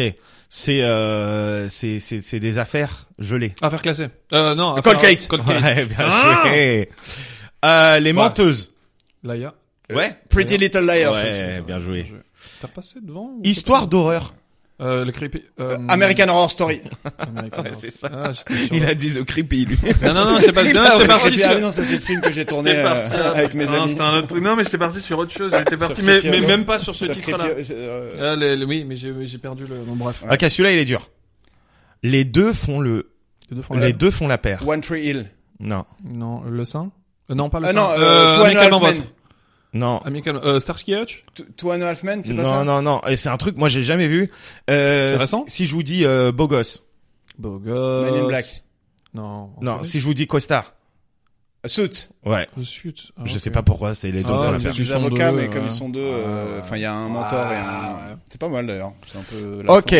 C'est euh, c'est c'est c'est des affaires gelées.
Affaire classée. Euh, non.
Cold
affaire-
case.
Cold case.
Ouais, bien
Ah
joué. Euh, les
Ouais.
menteuses.
Laïa.
Ouais.
Euh, Pretty Little Liars.
Ouais. Eh, bien joué.
T'as repassé devant ou-
Histoire d'horreur.
Euh, le creepy. Euh,
Euh, American Horror Story.
American
Ouais,
Horror.
c'est ça.
Ah, j'étais sûr.
Il a dit The Creepy, lui.
Non, non, non, c'est pas. Non, j'étais parti
ah
sur.
non, ça c'est le film que j'ai tourné
J'étais
euh,
parti, ah,
avec mes
putain,
amis.
C'était un autre truc. Non, mais j'étais parti sur autre chose. J'étais parti,
Sur
mais,
Creepy
mais
Hollow.
même pas sur ce
Sur
titre-là.
Creepy- euh,
Euh, le- le- oui, mais j'ai j'ai perdu le. Bon, bref.
Ouais.
Ok, celui-là, il est dur. Les deux font le,
Les deux fois,
les deux font la paire.
euh, One Tree Hill.
Non.
Euh, Non, le sein. Euh, non, pas le
Ah
sein.
non, euh, Two and a
Amicalement
Half Men.
Vôtre.
Non.
Amicalement- euh, Starsky Hutch.
Two- Two and a Half
Euh,
Men, c'est pas
Non,
ça
non, non. Et c'est un truc, moi, j'ai jamais vu. Euh,
C'est récent
Si si je vous dis, euh, beau gosse.
Beau gosse.
Men in Black.
Non. en
Non,
série.
si je vous dis costard.
Suit.
Ouais.
Oh, zut. Ah,
Je
ok.
sais pas pourquoi, c'est les deux
Ah,
à la
mais
paire.
C'est
parce qu'ils
des
sont
avocats,
deux,
mais comme
ouais.
ils sont deux, euh, enfin, il y a un mentor et un. C'est pas mal d'ailleurs. C'est un peu. lassant.
Ok.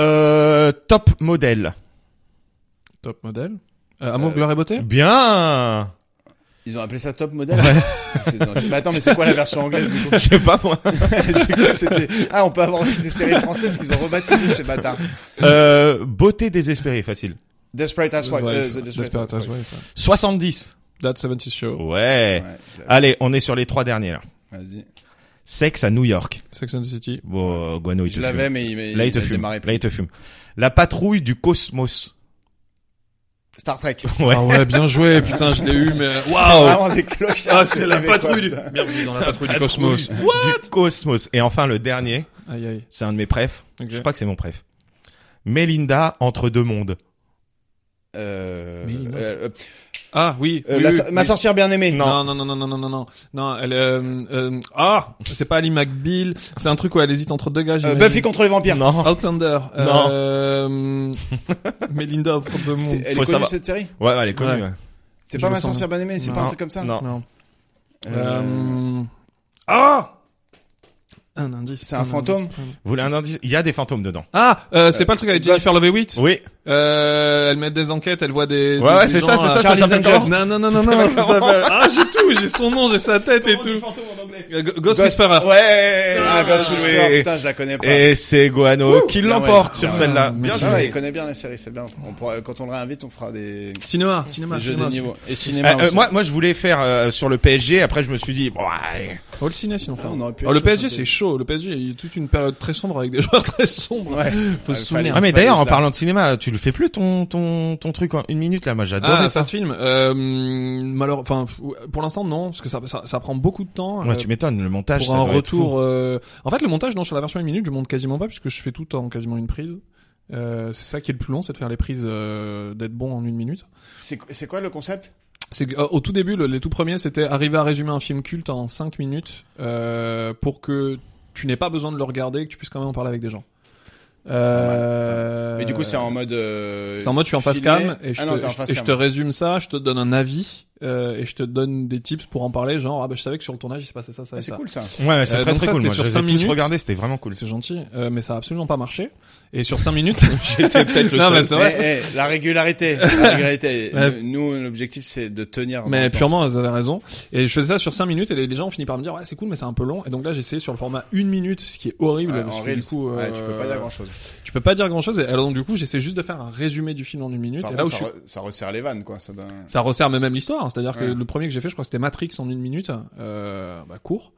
Euh, top modèle.
Top modèle. Euh, Amour, gloire et beauté.
Bien.
Ils ont appelé ça top model. Ils ont dit, Mais attends, mais c'est quoi la version anglaise du coup
Je sais pas moi.
Du coup, c'était ah, on peut avoir aussi des séries françaises qu'ils ont rebaptisées ces bâtards.
Euh, beauté désespérée, facile.
Desperate Housewives. euh, The
Desperate Housewives, ouais.
70.
That 70 Show.
Ouais.
Ouais, je l'avais.
Allez, on est sur les trois derniers là.
Vas-y.
Sexe à New York.
Sex and the City.
Bon, euh, Guano, il
Je
te
l'avais,
fume.
mais il mais
Là, il te
a
fume.
démarré
Là, il te fume. La patrouille du cosmos.
Star Trek.
Ouais.
Ah ouais, bien joué, putain, je l'ai eu, mais
C'est
waouh!
Vraiment des cloches.
Oh. Ah, c'est la patrouille du... Bienvenue dans la patrouille du cosmos.
Du cosmos. Et enfin, le dernier,
Aïe, aïe.
c'est un de mes prefs.
Ok.
Je crois que c'est mon préf. Melinda entre deux mondes.
Euh,
Mais il est
euh,
Ah, oui.
euh,
oui,
la-
oui,
ma
oui.
sorcière bien aimée.
Non, non, non, non, non, non, non, non, non, elle, euh, euh, ah, c'est pas Ali McBeal, c'est un truc où elle hésite entre deux gars,
Euh,
j'imagine.
Buffy contre les vampires.
Non.
Outlander,
Non.
euh, Melinda, entre deux
C'est-
mondes.
Elle
Faut
est connue
savoir.
cette série.
Ouais, ouais, elle est connue.
Ouais.
ouais.
C'est
Je
pas
me
ma
sens
sorcière bien aimée. C'est pas
Non.
un truc comme ça.
Non.
Non.
Euh,
Euh, ah! Un indice.
C'est un fantôme
indice.
Vous voulez un indice Il y a des fantômes dedans.
Ah, euh, c'est pas le truc avec
Bah,
Jennifer Love Hewitt?
Oui.
Euh, elles mettent des enquêtes, elles voient des.
Ouais,
des-
ouais,
des
c'est
gens,
ça, c'est
là.
ça, ça
Charlie's
s'appelle
Angels.
comment
Non, non, non, non,
Ça
non,
s'appelle
ça
comment
s'appelle- Ah, j'ai tout, j'ai son nom, j'ai sa tête et tout. Euh, Go- Ghost
Ghost-
Whisperer.
Ouais.
Ah, Ghost
Euh, Oui.
Whisperer, putain, je la connais pas.
Et c'est Guano qui
bien
l'emporte
ouais.
sur
Bien
celle-là.
ouais.
Bien
Ah
Merci.
joué.
ouais, il connaît bien les séries, c'est bien. On pourra, quand on le réinvite, on fera des,
Cinéma, cinéma,
des jeux
cinéma.
des niveaux. Et
Euh,
cinéma
euh,
aussi.
moi, moi, je voulais faire euh, sur le PSG. Après, je me suis dit, bon, allez.
Oh, le ciné, sinon. frère.
Ah, on aurait pu
Oh, le
être
PSG,
sur un
c'est
peu-
chaud. Le PSG, il y a eu toute une période très sombre avec des joueurs très sombres.
Ouais.
Faut
il
se
fallait-
souvenir.
Ah mais
fallait
d'ailleurs, en
être là.
parlant de cinéma, tu le fais plus ton ton ton truc en une minute là. Moi, j'adorais
Ah,
ça.
ça se filme. Euh, malheure- enfin, pour l'instant, non, parce que ça, ça, ça prend beaucoup de temps.
Ouais,
euh,
tu m'étonnes. Le montage,
pour
ça
un
doit être fou.
retour. euh, En fait, le montage, non, sur la version 1 minute, je monte quasiment pas puisque je fais tout en quasiment une prise. Euh, c'est ça qui est le plus long, c'est de faire les prises, euh, d'être bon en une minute.
C'est, c'est quoi le concept?
c'est que, euh, au tout début, le- les tout premiers, c'était arriver à résumer un film culte en 5 minutes euh, pour que tu n'aies pas besoin de le regarder et que tu puisses quand même en parler avec des gens. Euh,
Mais du coup, c'est en mode. euh,
c'est en mode je suis en face
filmé.
cam et je,
Ah
te,
non, t'es en
je-
face
et je te
cam.
résume ça, je te donne un avis euh, et je te donne des tips pour en parler. Genre ah bah je savais que sur le tournage il se passait ça, ça
Ah,
et
C'est
ça.
cool ça.
Ouais, c'est
Euh,
très
donc
très
ça,
cool.
c'était
Moi,
sur
j'ai
cinq
tous
minutes.
regardé, c'était vraiment cool.
C'est gentil, euh, mais ça a absolument pas marché. Et sur 5 minutes, j'étais
peut-être le
non,
seul.
mais c'est vrai.
Eh, eh, la régularité. La régularité.
Ouais.
Nous, l'objectif, c'est de tenir. dans
Mais
le temps.
purement, vous avez raison. Et je faisais ça sur 5 minutes et les gens ont fini par me dire ouais c'est cool mais c'est un peu long. Et donc là j'ai essayé sur le format 1 minute, ce qui est horrible.
Ouais,
parce
Euh, en
que du
Reels,
coup,
ouais, tu
euh,
peux pas dire grand chose.
tu peux pas dire grand chose. Et alors donc du coup j'essaie juste de faire un résumé du film en une minute.
Par
et là où
contre,
je
ça,
suis
re- ça resserre les vannes, quoi. Ça donne...
ça resserre même même l'histoire. hein. C'est-à-dire que
Ouais.
le premier que j'ai fait, je crois que c'était Matrix en une minute, euh, bah, court.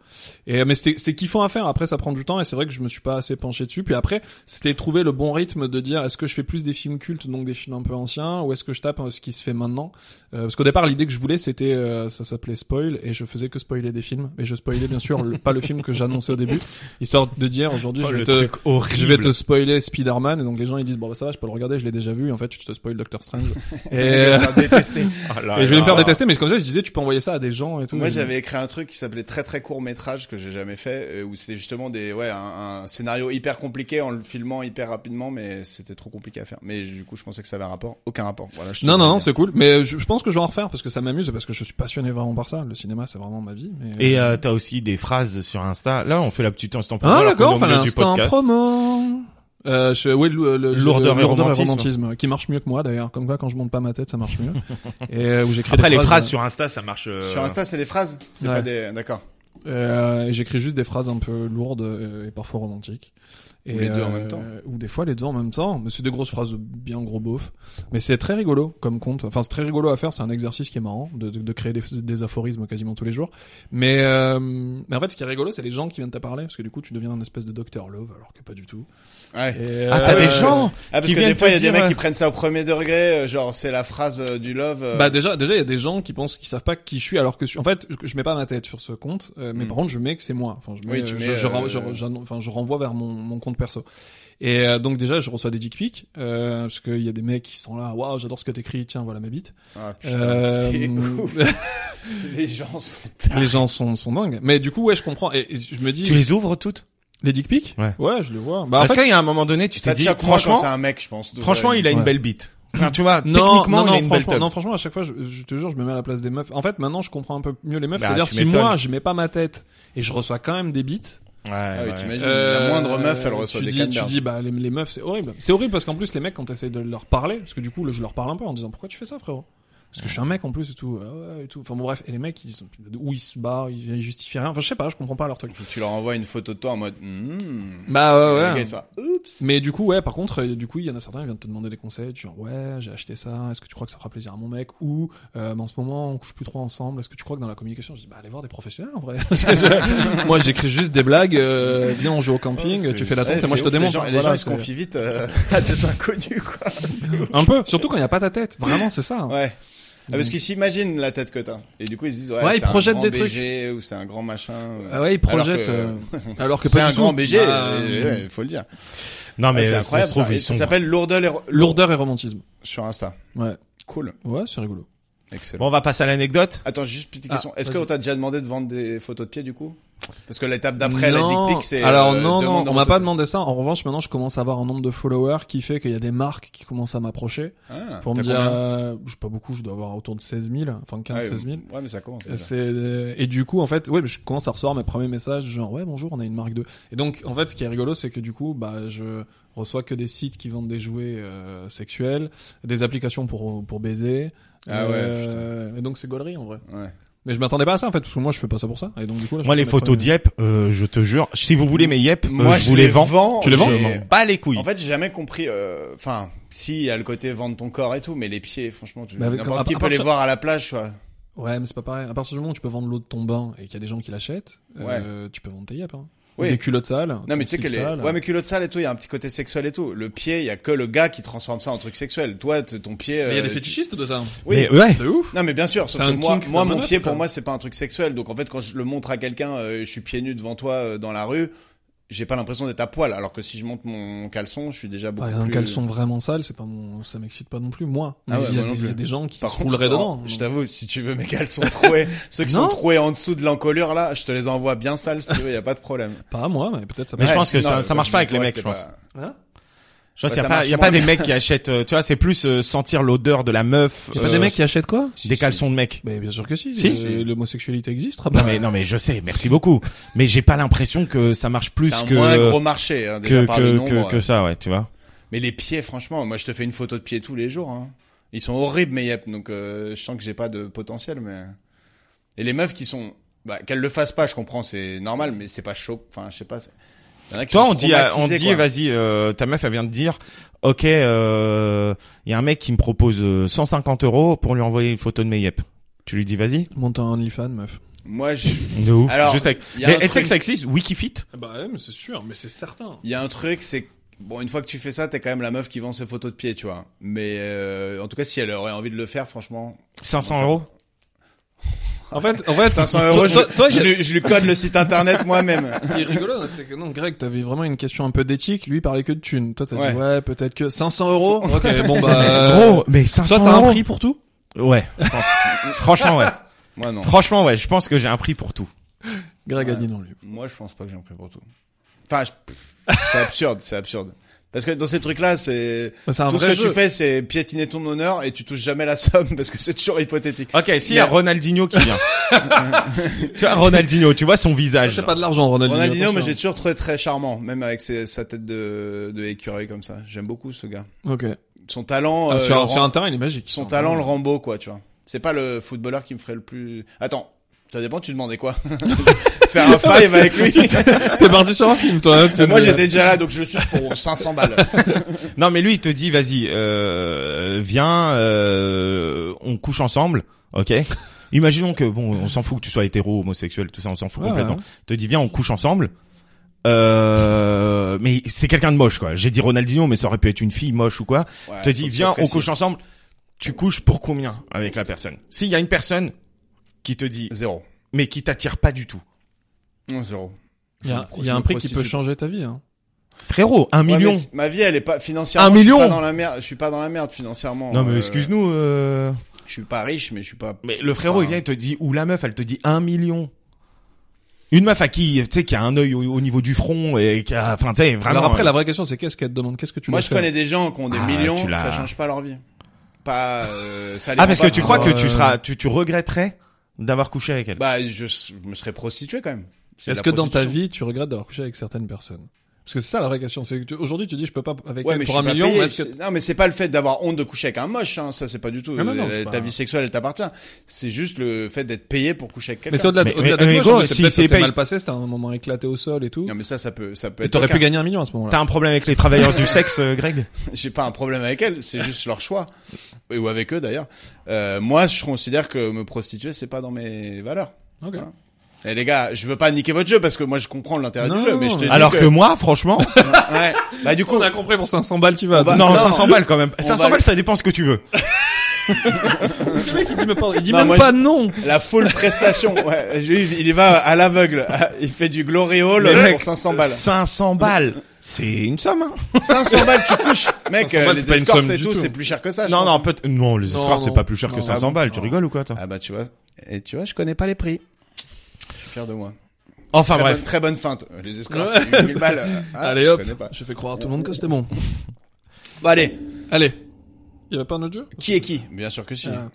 Et mais c'était c'était kiffant à faire. Après, ça prend du temps et c'est vrai que je me suis pas assez penché dessus. Puis après, c'était trouver le bon rythme de dire est-ce que je fais plus des films cultes, donc des films un peu anciens, ou est-ce que je tape euh, ce qui se fait maintenant Euh, Parce qu'au départ, l'idée que je voulais, c'était euh, ça s'appelait spoil et je faisais que spoiler des films. Et je spoilais bien sûr le- pas le film que j'annonçais au début, histoire de dire aujourd'hui
Oh,
je vais
le
te
truc horrible.
je vais te spoiler Spider-Man et donc les gens ils disent bon bah ça va je peux le regarder je l'ai déjà vu et en fait je te spoil Doctor Strange et, euh,
Ça détesté.
Ah là
et je vais me
là.
faire détester, mais comme ça, je disais, tu peux envoyer ça à des gens et tout.
Moi,
Et-
j'avais écrit un truc qui s'appelait très très court métrage que j'ai jamais fait, euh, où c'était justement des ouais un, un scénario hyper compliqué en le filmant hyper rapidement, mais c'était trop compliqué à faire. Mais du coup, je pensais que ça avait un rapport, aucun rapport. Voilà. je te
Non,
le
non,
dis.
non, c'est cool. Mais je, je pense que je vais en refaire parce que ça m'amuse, et parce que je suis passionné vraiment par ça. Le cinéma, c'est vraiment ma vie. Mais...
Et euh, t'as aussi des phrases sur Insta. Là, on fait la petite instant promo.
ah,
alors
d'accord,
qu'on est au
enfin,
milieu du
c'était un
podcast.
promo. Euh, je, ouais, le, le- le-
Lourdeur et
le-
romantisme.
ouais, qui marche mieux que moi d'ailleurs. Comme quoi, quand je monte pas ma tête, ça marche mieux. et euh, où j'écris
Après,
des
les phrases
euh,
sur Insta, ça marche. euh,
Sur Insta, c'est des phrases. C'est
Ouais.
pas des. D'accord.
euh, j'écris juste des phrases un peu lourdes euh, et parfois romantiques. Et, euh,
les deux en même temps.
Ou des fois les deux en même temps. Mais c'est des grosses phrases de bien gros beauf. Mais c'est très rigolo comme compte. Enfin, c'est très rigolo à faire. C'est un exercice qui est marrant de, de, de créer des, des aphorismes quasiment tous les jours. Mais, euh, mais en fait, ce qui est rigolo, c'est les gens qui viennent te parler. Parce que du coup, tu deviens un espèce de docteur love alors que pas du tout.
Ouais.
Et, euh,
Ah, t'as
ouais,
des
ouais.
gens.
Ah, parce
Qui
que
viennent
des fois,
te
il y a des
dire,
mecs
euh,
qui prennent ça au premier degré, euh, genre c'est la phrase euh, du love. euh,
Bah déjà, déjà il y a des gens qui pensent qu'ils savent pas qui je suis, alors que je- en fait je, je mets pas ma tête sur ce compte, euh, mais
Mm.
par contre je mets que c'est moi. Enfin je, mets,
Oui, tu
euh,
mets,
je, je, ren-
euh,
je, j'annon- enfin, je renvoie vers mon, mon compte perso. Et euh, donc déjà je reçois des dick pics euh, parce qu'il y a des mecs qui sont là, waouh j'adore ce que t'écris, tiens voilà ma bite.
ah, putain,
Euh,
c'est ouf. Les gens sont.
les gens sont, sont dingues. Mais du coup ouais je comprends et, et je me dis
Tu les ouvres toutes.
les dick pics
Ouais.
je les vois. Bah en
Parce
fait
qu'il y a un moment donné, tu t'es
Ça
dit,
tient franchement, c'est
franchement,
un mec, je pense.
franchement, il a une
Ouais.
belle bite. Enfin, tu vois,
non,
techniquement,
non, non,
il a une belle
franchement,
teub.
non, franchement, à chaque fois, je, je te jure, je me mets à la place des meufs. En fait, maintenant, je comprends un peu mieux les meufs.
Bah,
C'est-à-dire,
tu
si
m'étonnes.
moi, je mets pas ma tête et je reçois quand même des bites,
Ouais,
Ah oui,
ouais.
t'imagines, la
Euh,
moindre meuf, elle reçoit
tu
des
dis,
canards.
Tu dis, bah, les, les meufs, c'est horrible. C'est horrible parce qu'en plus, les mecs, quand t'essayes de leur parler, parce que du coup, le- je leur parle un peu en disant, pourquoi tu fais ça, frérot? Parce que je suis un mec en plus et tout, Ah ouais, et tout. Enfin bon bref, et les mecs ils sont où ils se barrent, ils, ils justifient rien. Enfin je sais pas, je comprends pas leur truc.
Faut que tu leur envoies une photo de toi en mode. hmm.
Bah ouais, ouais.
Les gars, ça. Oups.
Mais du coup, ouais, par contre, euh, du coup, il y en a certains qui viennent te demander des conseils, du genre, ouais, j'ai acheté ça, est-ce que tu crois que ça fera plaisir à mon mec Ou, euh, bah, en ce moment, on couche plus trop ensemble, est-ce que tu crois que dans la communication, je dis, bah, allez voir des professionnels, en vrai. Moi, j'écris juste des blagues, euh, viens, on joue au camping, tu fais la
Ouais,
tente, et
c'est
moi, je te
ouf, les
démontre.
gens- Les gens,
Voilà,
ils se
c'est-
confient vite euh, à des inconnus, quoi.
Un peu, surtout quand il n'y a pas ta tête. Vraiment, c'est ça. hein.
Ouais. Ah, parce qu'ils s'imaginent la tête que t'as. Et du coup, ils se disent, ouais,
Mm. Ouais, ils
c'est un
projettent
grand
des
BG, ou c'est un grand machin. euh.
Ah ouais, ils
Alors que,
projettent. euh, Alors que,
C'est
pas
un
du tout.
grand BG,
Bah,
il
euh,
faut le dire.
Non, mais
Ouais, c'est
euh, ça
incroyable.
se
Ça,
trouve,
Et
ils
ça
sont.
s'appelle Lourdeur et Ro-
Lourdeur et romantisme.
sur Insta.
Ouais.
Cool.
Ouais, c'est rigolo.
Excellent.
Bon, on va passer à l'anecdote.
Attends, juste petite
Ah,
question. Est-ce
vas-y.
qu'on t'a déjà demandé de vendre des photos de pied du coup Parce que l'étape d'après la
Non.
dick pic, c'est
Alors
euh,
non, non,
demande en
on m'a
photo.
pas demandé ça. En revanche, maintenant, je commence à avoir un nombre de followers qui fait qu'il y a des marques qui commencent à m'approcher
Ah,
pour
t'as
me dire,
combien
euh, je sais pas beaucoup, je dois avoir autour de 16 000, enfin 15,
Ouais,
16 000.
Ouais, mais ça commence.
Euh,
déjà.
C'est euh, et du coup en fait ouais je commence à recevoir mes premiers messages genre ouais bonjour on a une marque de et donc en fait ce qui est rigolo c'est que du coup bah je reçois que des sites qui vendent des jouets euh, sexuels des applications pour pour baiser
Ah ouais,
Euh, et donc c'est gaulerie en vrai
Ouais.
mais je m'attendais pas à ça en fait parce que moi je fais pas ça pour ça et donc du coup là, je
Moi,
reçois
les
mes
photos
premiers-
d'Yep, euh, je te jure, si vous voulez mes Yep, euh,
Moi,
je
je
vous les
les
vends.
vends,
Tu les vends
j'ai-
Je m'en bats les couilles.
En fait, j'ai jamais compris. euh, Enfin, si il y a le côté vendre ton corps et tout, mais les pieds, franchement, tu...
Mais Bah, avec- à-
n'importe qui
à
peut les
partir-
voir à la plage, quoi.
ouais mais c'est pas pareil à partir du moment où tu peux vendre l'eau de ton bain et qu'il y a des gens qui l'achètent euh, tu peux vendre tes yap hein. Ou
Oui.
des culottes sales
Non, mais
ton
tu sais que
slip
les,
sale.
ouais, mais culottes sales et tout, il y a un petit côté sexuel et tout. Le pied, il y a que le gars qui transforme ça en truc sexuel. Toi, t- ton pied.
Mais il y a des
euh, Eh. tu-
fétichistes de ça
Oui.
Mais ouais.
c'est ouf
Non mais bien sûr, sauf
C'est
que
un
moi,
kink
moi
comme un
mon
autre,
hein.
pied pour
quoi.
moi c'est pas un truc sexuel. Donc en fait quand je le montre à quelqu'un, euh, je suis pieds nus devant toi euh, dans la rue, j'ai pas l'impression d'être à poil. Alors que si je monte mon caleçon, je suis déjà beaucoup
Ouais, un
plus.
caleçon vraiment sale, c'est pas mon, ça m'excite pas non plus, moi.
Ah
Mais
ouais,
il y a
moi non
des- il y a
plus.
des gens qui
euh, Par
se
contre,
rouleraient
alors,
dedans.
Je t'avoue, si tu veux mes caleçons troués, ceux qui
Non.
sont troués en dessous de l'encolure là, je te les envoie bien sales si tu veux, y a pas de problème.
Pas à moi, mais peut-être ça
Mais
peut-
je pense que ça- ça
comme
marche
je
pas
dis,
avec les
ouais,
mecs,
c'est
je pense.
pas-
Hein
Je pense qu'il
Ouais,
y a
ça
pas,
marche
il y a pas
moins
des mecs qui achètent, euh, tu vois, c'est plus euh, sentir l'odeur de la meuf.
C'est pas
euh,
des mecs qui achètent quoi
des caleçons de mecs.
Bah, bien sûr que si.
Si.
Euh, L'homosexualité existe,
Non
rabat.
mais non mais je sais, merci beaucoup. Mais j'ai pas l'impression que ça marche plus
C'est un
que
moins gros marché, hein, déjà
que
par le
que,
nombre.
que, que ça, ouais, tu vois.
Mais les pieds, franchement, moi je te fais une photo de pieds tous les jours. Hein. Ils sont horribles mes yep, donc euh, je sens que j'ai pas de potentiel. Mais et les meufs qui sont, bah, qu'elles le fassent pas, je comprends, c'est normal, mais c'est pas chaud. Enfin, je sais pas. c'est- y en a qui
Toi,
sont
on dit, à- on
traumatisés,
dit,
quoi.
vas-y, euh, ta meuf, elle vient de dire, ok, il y a un mec qui me propose euh, 150 euros pour lui envoyer une photo de mes yep. Tu lui dis, vas-y.
Monte un OnlyFans, meuf.
Moi, je-
De ouf.
Alors,
Juste avec.
il y a
Mais
un
tu sais
truc-
que ça existe, Wikifit.
Bah ouais, mais c'est sûr, mais c'est certain.
Il y a un truc, c'est que, bon, une fois que tu fais ça, t'es quand même la meuf qui vend ses photos de pied, tu vois. Mais euh, en tout cas, si elle aurait envie de le faire, franchement,
500 euros.
En fait, en fait,
500
toi-
euros,
Toi,
je,
toi,
je lui, je lui code le site internet moi-même.
Ce qui est rigolo, c'est que non, Greg, t'avais vraiment une question un peu d'éthique. Lui, il parlait que de thunes. Toi, t'as
Ouais.
dit ouais, peut-être que 500 euros. Ok, bon bah.
Gros, mais
Toi,
500
t'as
euros.
un prix pour tout.
Ouais. je pense. Franchement, ouais.
Moi non.
Franchement, ouais. Je pense que j'ai un prix pour tout.
Greg a
Ouais.
dit non lui.
Moi, je pense pas que j'ai un prix pour tout. Enfin, je- pff, c'est absurde, c'est absurde. Parce que dans ces trucs-là, c'est
Bah, c'est un
tout ce
vrai
que
jeu.
tu fais, c'est piétiner ton honneur et tu touches jamais la somme parce que c'est toujours hypothétique.
Ok, s'il y a
Mais-
Ronaldinho qui vient. tu vois, Ronaldinho, tu vois son visage.
C'est pas de l'argent, Ronaldinho.
Ronaldinho, mais j'ai
attention.
toujours trouvé très charmant, même avec ses- sa tête de, de écureuil comme ça. J'aime beaucoup ce gars.
Ok.
Son talent,
Ah,
euh,
sur,
le
sur
ran-
un terrain, il est magique.
son talent, le Rambo, quoi, tu vois. C'est pas le footballeur qui me ferait le plus. Attends, ça dépend. Tu demandais quoi Faire un
Parce
five avec
que
lui.
tu- T'es parti sur un film, toi. hein, tu-
Moi, j'étais déjà là, donc je le suis pour 500 balles.
Non, mais lui, il te dit, vas-y, euh, viens, euh, on couche ensemble, ok Imaginons que, bon, on s'en fout que tu sois hétéro, homosexuel, tout ça, on s'en fout
Ouais,
complètement.
ouais.
Il te dit, viens, on couche ensemble. Euh, mais c'est quelqu'un de moche, quoi. J'ai dit Ronaldinho, mais ça aurait pu être une fille moche ou quoi.
Ouais,
Il te
faut
dit,
que ce
viens,
soit
on
précis.
couche ensemble. Tu couches pour combien avec la personne S'il y a une personne qui te dit,
Zéro.
mais qui t'attire pas du tout.
Non, zéro.
Il y a,
Je
il y a un
me
prix qui peut
prostitue.
changer ta vie. Hein.
Frérot, un
Ouais,
million.
mais ma vie, elle est pas financièrement.
Un
Je
million
suis pas dans la merde. Je suis pas dans la merde financièrement.
non, mais
Euh,
excuse-nous. euh,
Je suis pas riche, mais je suis pas.
Mais le frérot, il vient, il te dit, ou la meuf, elle te dit un million. Une meuf à qui, tu sais, qui a un œil au, au niveau du front et qui a, enfin, tu sais, vraiment. euh,
Alors après, la vraie question, c'est qu'est-ce qu'elle te demande Qu'est-ce que tu
Moi,
lui
je
fais
connais des gens qui ont des
Ah, tu
millions.
l'as.
Ça change pas leur vie. Pas. euh, ça les
Ah,
rend
parce que
pas-
tu crois que
Euh,
tu seras, tu, tu regretterais d'avoir couché avec elle.
Bah, je s- je me serais prostitué quand même. C'est de
Est-ce
la
que dans ta
prostitution.
vie, tu regrettes d'avoir couché avec certaines personnes Parce que c'est ça la vraie question. C'est que tu- aujourd'hui, tu dis, je peux pas avec
Ouais,
elle
mais je
pour
suis
un
pas
million.
payé.
mais est-ce que
C'est- Non, mais c'est pas le fait d'avoir honte de coucher avec un moche. Hein. Ça, c'est pas du tout.
Ah, Non, non, non,
Euh,
c'est
ta
pas-
vie sexuelle, elle t'appartient. C'est juste le fait d'être payé pour coucher avec
Mais c'est
quelqu'un.
au-delà de
Mais- mais-
au-delà de
mais
moche,
gros,
mais c'est
si
peut-être
c'est
ça s'est
pas-
mal passé, c'était un moment éclaté au sol et tout.
Non, mais ça, ça peut, ça peut
Et
être.
t'aurais
aucun.
pu gagner un million à ce moment-là.
T'as un problème avec les travailleurs du sexe, euh, Greg?
J'ai pas un problème avec elles, c'est juste leur choix. Et- Ou avec eux d'ailleurs. Euh, moi, je considère que me prostituer, c'est pas dans mes valeurs.
Ok.
Voilà. Et les gars, je veux pas niquer votre jeu parce que moi, je comprends l'intérêt
Non,
du jeu, mais je te dis
Alors que... moi, franchement,
Ouais. Bah du coup,
On a compris pour 500 balles, tu vas.
On va-
non,
Bah, non.
500 balles quand même.
On
500
va-
balles, ça dépend ce que tu veux.
Le mec, il dit, me parle- il dit
Non,
même
moi,
pas non.
la full prestation. Ouais, lui, il y va à l'aveugle. Il fait du glory hall
Mais mec,
pour 500 balles.
500 balles. C'est une somme, hein.
500 balles, tu couches, mec.
500
euh,
balles, c'est
les
pas une
escortes
somme
et
du
tout,
tout.
c'est plus cher que ça. je
Non,
pense.
non, peut-être, non, les
Non,
escortes,
non.
c'est pas plus cher que
Non,
500
ah bon
balles. Tu
Non.
rigoles ou quoi, toi?
Ah bah tu vois. Et tu vois, je connais pas les prix. Je suis fier de moi.
Enfin,
très,
bref.
bonne, très bonne feinte. Euh, Les escortes,
Ouais.
c'est 1000 balles. Euh, ah,
Allez
je
hop,
connais pas.
je fais croire à tout le monde que c'était bon.
Bah allez.
Allez. Il y avait pas un autre jeu
Qui est qui Bien sûr que si.
Ah,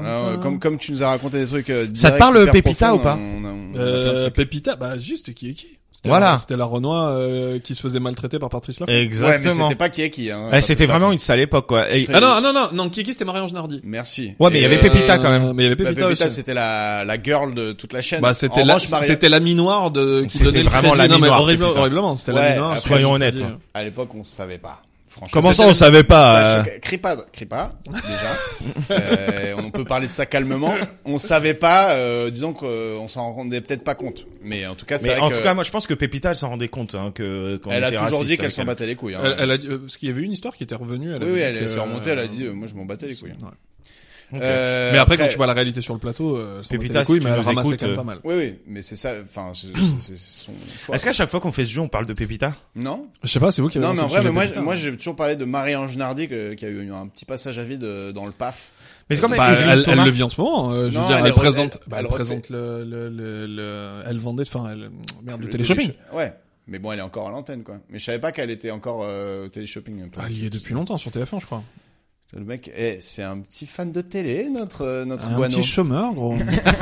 Alors, euh,
tadam.
comme, comme tu nous as raconté des trucs. euh,
Ça te
directs,
parle,
hyper
Pépita,
profonds,
ou pas
on a- on a plein de
Euh,
trucs.
Pépita, bah juste qui est qui C'était
Voilà.
la- C'était la Renoir euh, qui se faisait maltraiter par Patrice Laffont.
Ouais, mais
Exactement.
c'était pas qui est qui. hein,
Eh,
pas
C'était
tout ça.
vraiment une sale époque, quoi. Et-
Je serais-
Ah non, ah non, non, non, qui est qui C'était Marie-Ange Nardi.
Merci.
Ouais, mais il y
Et,
avait
euh,
Pépita, quand même.
Mais il y avait
bah,
Pépita,
Pépita,
aussi.
c'était la, la girl de toute la chaîne.
Bah
En
c'était la,
revanche, Maria-
c'était l'ami noire de qui
C'était
donnait le
vraiment
crédit.
l'ami
Non, mais
noire,
horrible-
Pépita.
horriblement, c'était l'ami
Ouais,
noire.
après, hein.
Soyons honnêtes.
À l'époque, on savait pas. Franchement.
Comment ça,
C'était-
on savait pas
Ça
euh,
choque- Kripa, Kripa, déjà. Euh, on peut parler de ça calmement. On savait pas, euh, disons qu'on s'en rendait peut-être pas compte. Mais en tout cas, c'est
Mais
vrai
en
que
tout cas, moi, je pense que Pépita, elle s'en rendait compte hein, que. qu'on
elle a
était
toujours
raciste
dit qu'elle
avec
s'en
elle.
battait les couilles. hein.
Elle, elle a dit, euh, parce qu'il y avait une histoire qui était revenue. Elle
Oui,
avait
oui,
dit
elle
que,
s'est remontée, elle a
euh,
dit, euh, moi, je m'en battais les couilles.
Ouais.
Euh,
mais après, quand tu vois la réalité sur le plateau, euh, ça
Pépitas,
les couilles,
si tu
mais elle
nous
ramassait
écoutes,
quand même
euh,
pas mal.
Oui, oui, mais c'est ça, enfin, c'est- c'est c'est son choix.
Est-ce qu'à chaque fois qu'on fait ce jeu, on parle de Pépita
Non
Je sais pas, c'est vous qui avez
Non, mais en
lancé
vrai,
le sujet
mais moi,
de Pépitas.
moi j'ai toujours parlé de Marie-Ange Nardi que- qui a eu un petit passage à vide euh, dans le PAF.
Mais c'est comme
Bah,
avec Evelyne
elle, elle
Thomas.
le vit en ce moment. euh, je veux
Non,
dire,
elle
elle,
est re-
présente,
elle-
bah,
elle
elle
refait.
présente le, le, le, le- elle vendait, enfin, elle, merde, le
Le
télé-shopping.
télé- Ouais, mais bon, elle est encore à l'antenne, quoi. Mais je savais pas qu'elle était encore euh, au télé-shopping.
Ah, il y est depuis longtemps sur TF1, je crois.
Le mec, eh, c'est un petit fan de télé, notre, euh, notre
Un
guano.
petit chômeur, gros.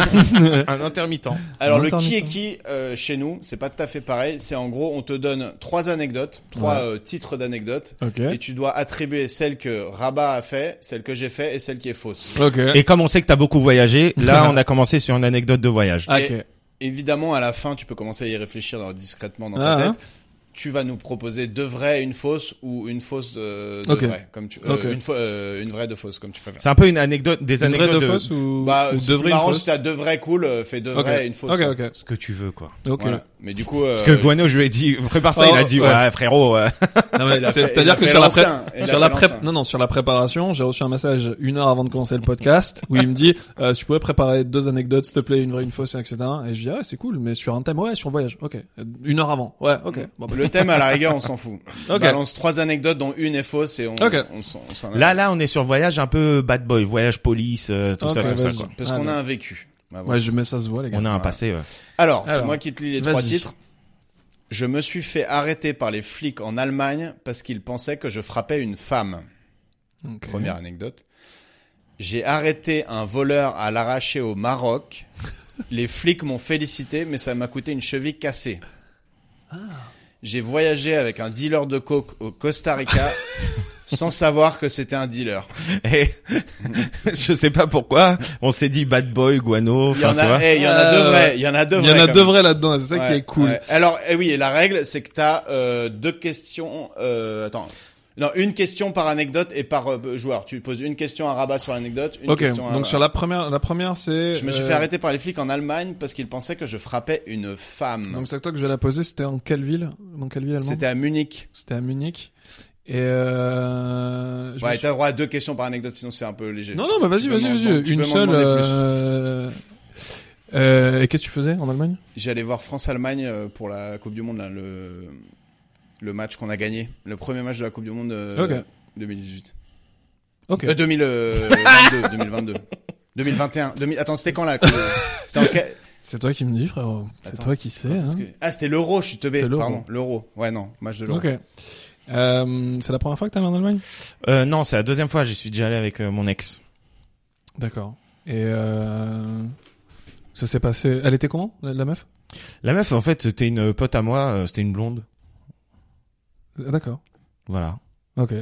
Un intermittent.
Alors
En
le qui est
intermittent.
qui euh, chez nous, c'est pas tout à fait pareil. C'est en gros, on te donne trois anecdotes, trois euh, titres d'anecdotes,
ok.
et tu dois attribuer celle que Rabat a fait, celle que j'ai fait et celle qui est fausse.
Ok.
Et comme on sait que t'as beaucoup voyagé, là, on a commencé sur une anecdote de voyage.
Ah, ok.
et- Évidemment, à la fin, tu peux commencer à y réfléchir dans- discrètement dans
Ah,
ta tête.
hein.
Tu vas nous proposer deux vraies, une fausse ou une fausse euh, de
Ok.
vraie, comme tu euh,
Ok.
une, fa- euh, une vraie de fausse, comme tu préfères.
C'est un peu une anecdote, des
Une vraie
anecdotes
de
de,
fausse ou,
Bah,
ou
c'est
de vraie une
marrant si
fausse
t'as deux vraies cool, euh, fais deux
Ok.
vraies et une fausse.
Ok,
quoi.
ok.
ce que tu veux, quoi.
Ok.
Voilà. Mais du coup, euh,
Parce que Guano, je lui ai dit, prépare ça,
Oh,
il a dit, ouais,
ouais.
frérot, euh,
Non, mais
Il a fait-
c'est-
il a
C'est-à-dire que
fait
sur la, pré-
l'ancien, il a
sur
fait
la pré-
l'ancien.
non, non, sur la préparation, j'ai reçu un message une heure avant de commencer le podcast où il me dit, euh, si tu pouvais préparer deux anecdotes, s'il te plaît, une vraie, une fausse, etc. Et je dis, ah, c'est cool, mais sur un thème, ouais, sur le voyage, ok. Une heure avant, ouais, ok. Bon, bah,
le thème à la rigueur, on s'en fout.
Ok.
Mm. Balance trois anecdotes dont une est fausse et on
Ok.
on s'en on s'en
là, là, on est sur voyage un peu bad boy, voyage police, euh, tout
Ok,
ça, tout ça,
vas-y.
quoi.
parce
Ah,
qu'on a
non.
un vécu. Bah, voilà.
Ouais, je mets ça se voit, les gars.
On a un
Voilà.
passé, ouais.
Alors, c'est
Alors,
moi qui te lis les
vas-y.
trois titres. Je me suis fait arrêter par les flics en Allemagne parce qu'ils pensaient que je frappais une femme.
Ok.
Mm. Première anecdote. J'ai arrêté un voleur à l'arraché au Maroc. Les flics m'ont félicité, mais ça m'a coûté une cheville cassée. J'ai voyagé avec un dealer de coke au Costa Rica sans savoir que c'était un dealer.
Et je sais pas pourquoi, on s'est dit bad boy, Guano,
Il y
enfin,
en
tu vois.
a, eh, il y en a deux
Euh,
vrais. Il y en a deux
Il
vrais.
y en a
quand
deux
même.
vrais là-dedans, c'est ça qui
Ouais,
est cool.
ouais. Alors, eh oui, et la règle, c'est que t'as euh, deux questions. Euh, attends. Non, une question par anecdote et par euh, joueur. Tu poses une question à Rabat sur l'anecdote, une
Ok,
question à
donc sur la première, la première c'est.
Je me suis
euh,
fait arrêter par les flics en Allemagne parce qu'ils pensaient que je frappais une femme.
Donc c'est à toi que je vais la poser. C'était en quelle ville Dans quelle ville allemande
C'était à Munich.
C'était à Munich. Et euh, je me
Ouais,
suis-
t'as le droit à deux questions par anecdote, sinon c'est un peu léger.
Non, non, mais vas-y,
Tu peux
vas-y,
m'en- tu
vas-y.
peux
Une
m'en
seule.
demander plus.
euh, euh, et qu'est-ce que tu faisais en Allemagne
J'allais voir France-Allemagne euh, pour la Coupe du Monde, là, le... le match qu'on a gagné. Le premier match de la Coupe du Monde euh,
Ok.
2018.
Ok.
Euh, 2000, euh, 22, 2022. 2021. 2000... Attends, c'était quand là que- C'était en quel-
C'est toi qui me dis, frérot. C'est
Attends.
toi qui sais.
Parce
Hein.
que- Ah, c'était l'euro, je suis teubé.
C'était l'Euro.
Pardon, l'euro. Ouais, non, match de l'euro.
Ok. Euh, c'est la première fois que t'es allé en Allemagne
Euh, non, c'est la deuxième fois, j'y suis déjà allé avec euh, mon ex.
D'accord. Et euh, ça s'est passé. Elle était comment, la, la meuf
La meuf, en fait, c'était une pote à moi, euh, c'était une blonde.
Ah, D'accord.
Voilà.
Ok.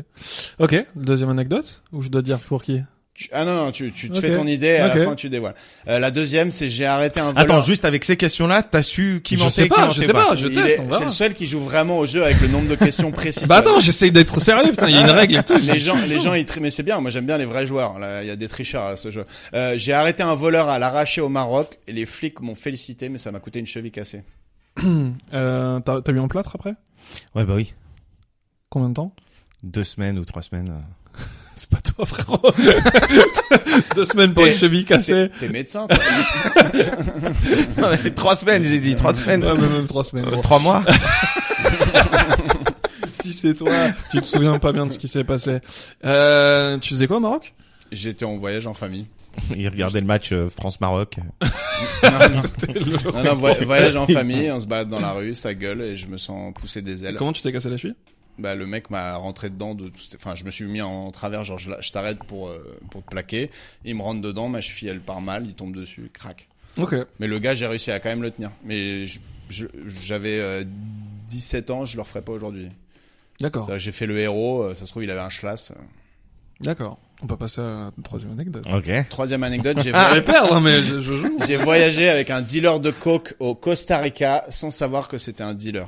Ok. Deuxième anecdote Ou je dois dire pour qui
Tu- Ah non, non, tu, tu te
Ok.
fais ton idée, et à
Ok.
la fin tu dévoiles. Euh, la deuxième, c'est j'ai arrêté un voleur.
Attends, juste avec ces questions-là, t'as su qui
Je
mentait,
sais
qui
pas,
mentait
je sais pas. Je
Il
teste.
est-
on
C'est
verra.
le seul qui joue vraiment au jeu avec le nombre de questions précises.
Bah attends, j'essaye d'être sérieux. Putain, il y a une règle et tout.
les gens, les gens, ils tri- mais c'est bien. Moi, j'aime bien les vrais joueurs. Là, il y a des tricheurs à ce jeu. Euh, j'ai arrêté un voleur à l'arraché au Maroc et les flics m'ont félicité, mais ça m'a coûté une cheville cassée.
Euh, T'as t'as eu un plâtre après
Ouais, bah oui.
Combien de temps
Deux semaines ou trois semaines. euh.
C'est pas toi, frérot. Deux semaines pour une cheville cassée.
T'es t'es médecin. toi.
trois semaines, j'ai dit, trois
Ouais,
semaines.
même, même trois semaines.
Euh,
Bon,
trois mois.
Si c'est toi, tu te souviens pas bien de ce qui s'est passé. Euh, tu faisais quoi au Maroc
J'étais en voyage en famille.
Il regardait le match euh, France-Maroc.
Non,
Ah,
non,
C'était le-
non, non, voy- voyage en famille. On se balade dans la rue, ça gueule et je me sens pousser des ailes.
Comment tu t'es cassé la cheville
bah le mec m'a rentré dedans de tout enfin je me suis mis en travers genre je, la- je t'arrête pour euh, pour te plaquer il me rentre dedans ma cheville elle part mal il tombe dessus crac
Ok.
mais le gars j'ai réussi à quand même le tenir mais je- je- j'avais euh, 17 ans je le referais pas aujourd'hui
D'accord.
j'ai fait le héros euh, ça se trouve il avait un schlass euh.
D'accord. On peut passer à la troisième anecdote.
Ok.
troisième anecdote j'ai
Je vais
voyagé,
perdre, hein, mais je, je joue.
j'ai voyagé avec un dealer de coke au Costa Rica sans savoir que c'était un dealer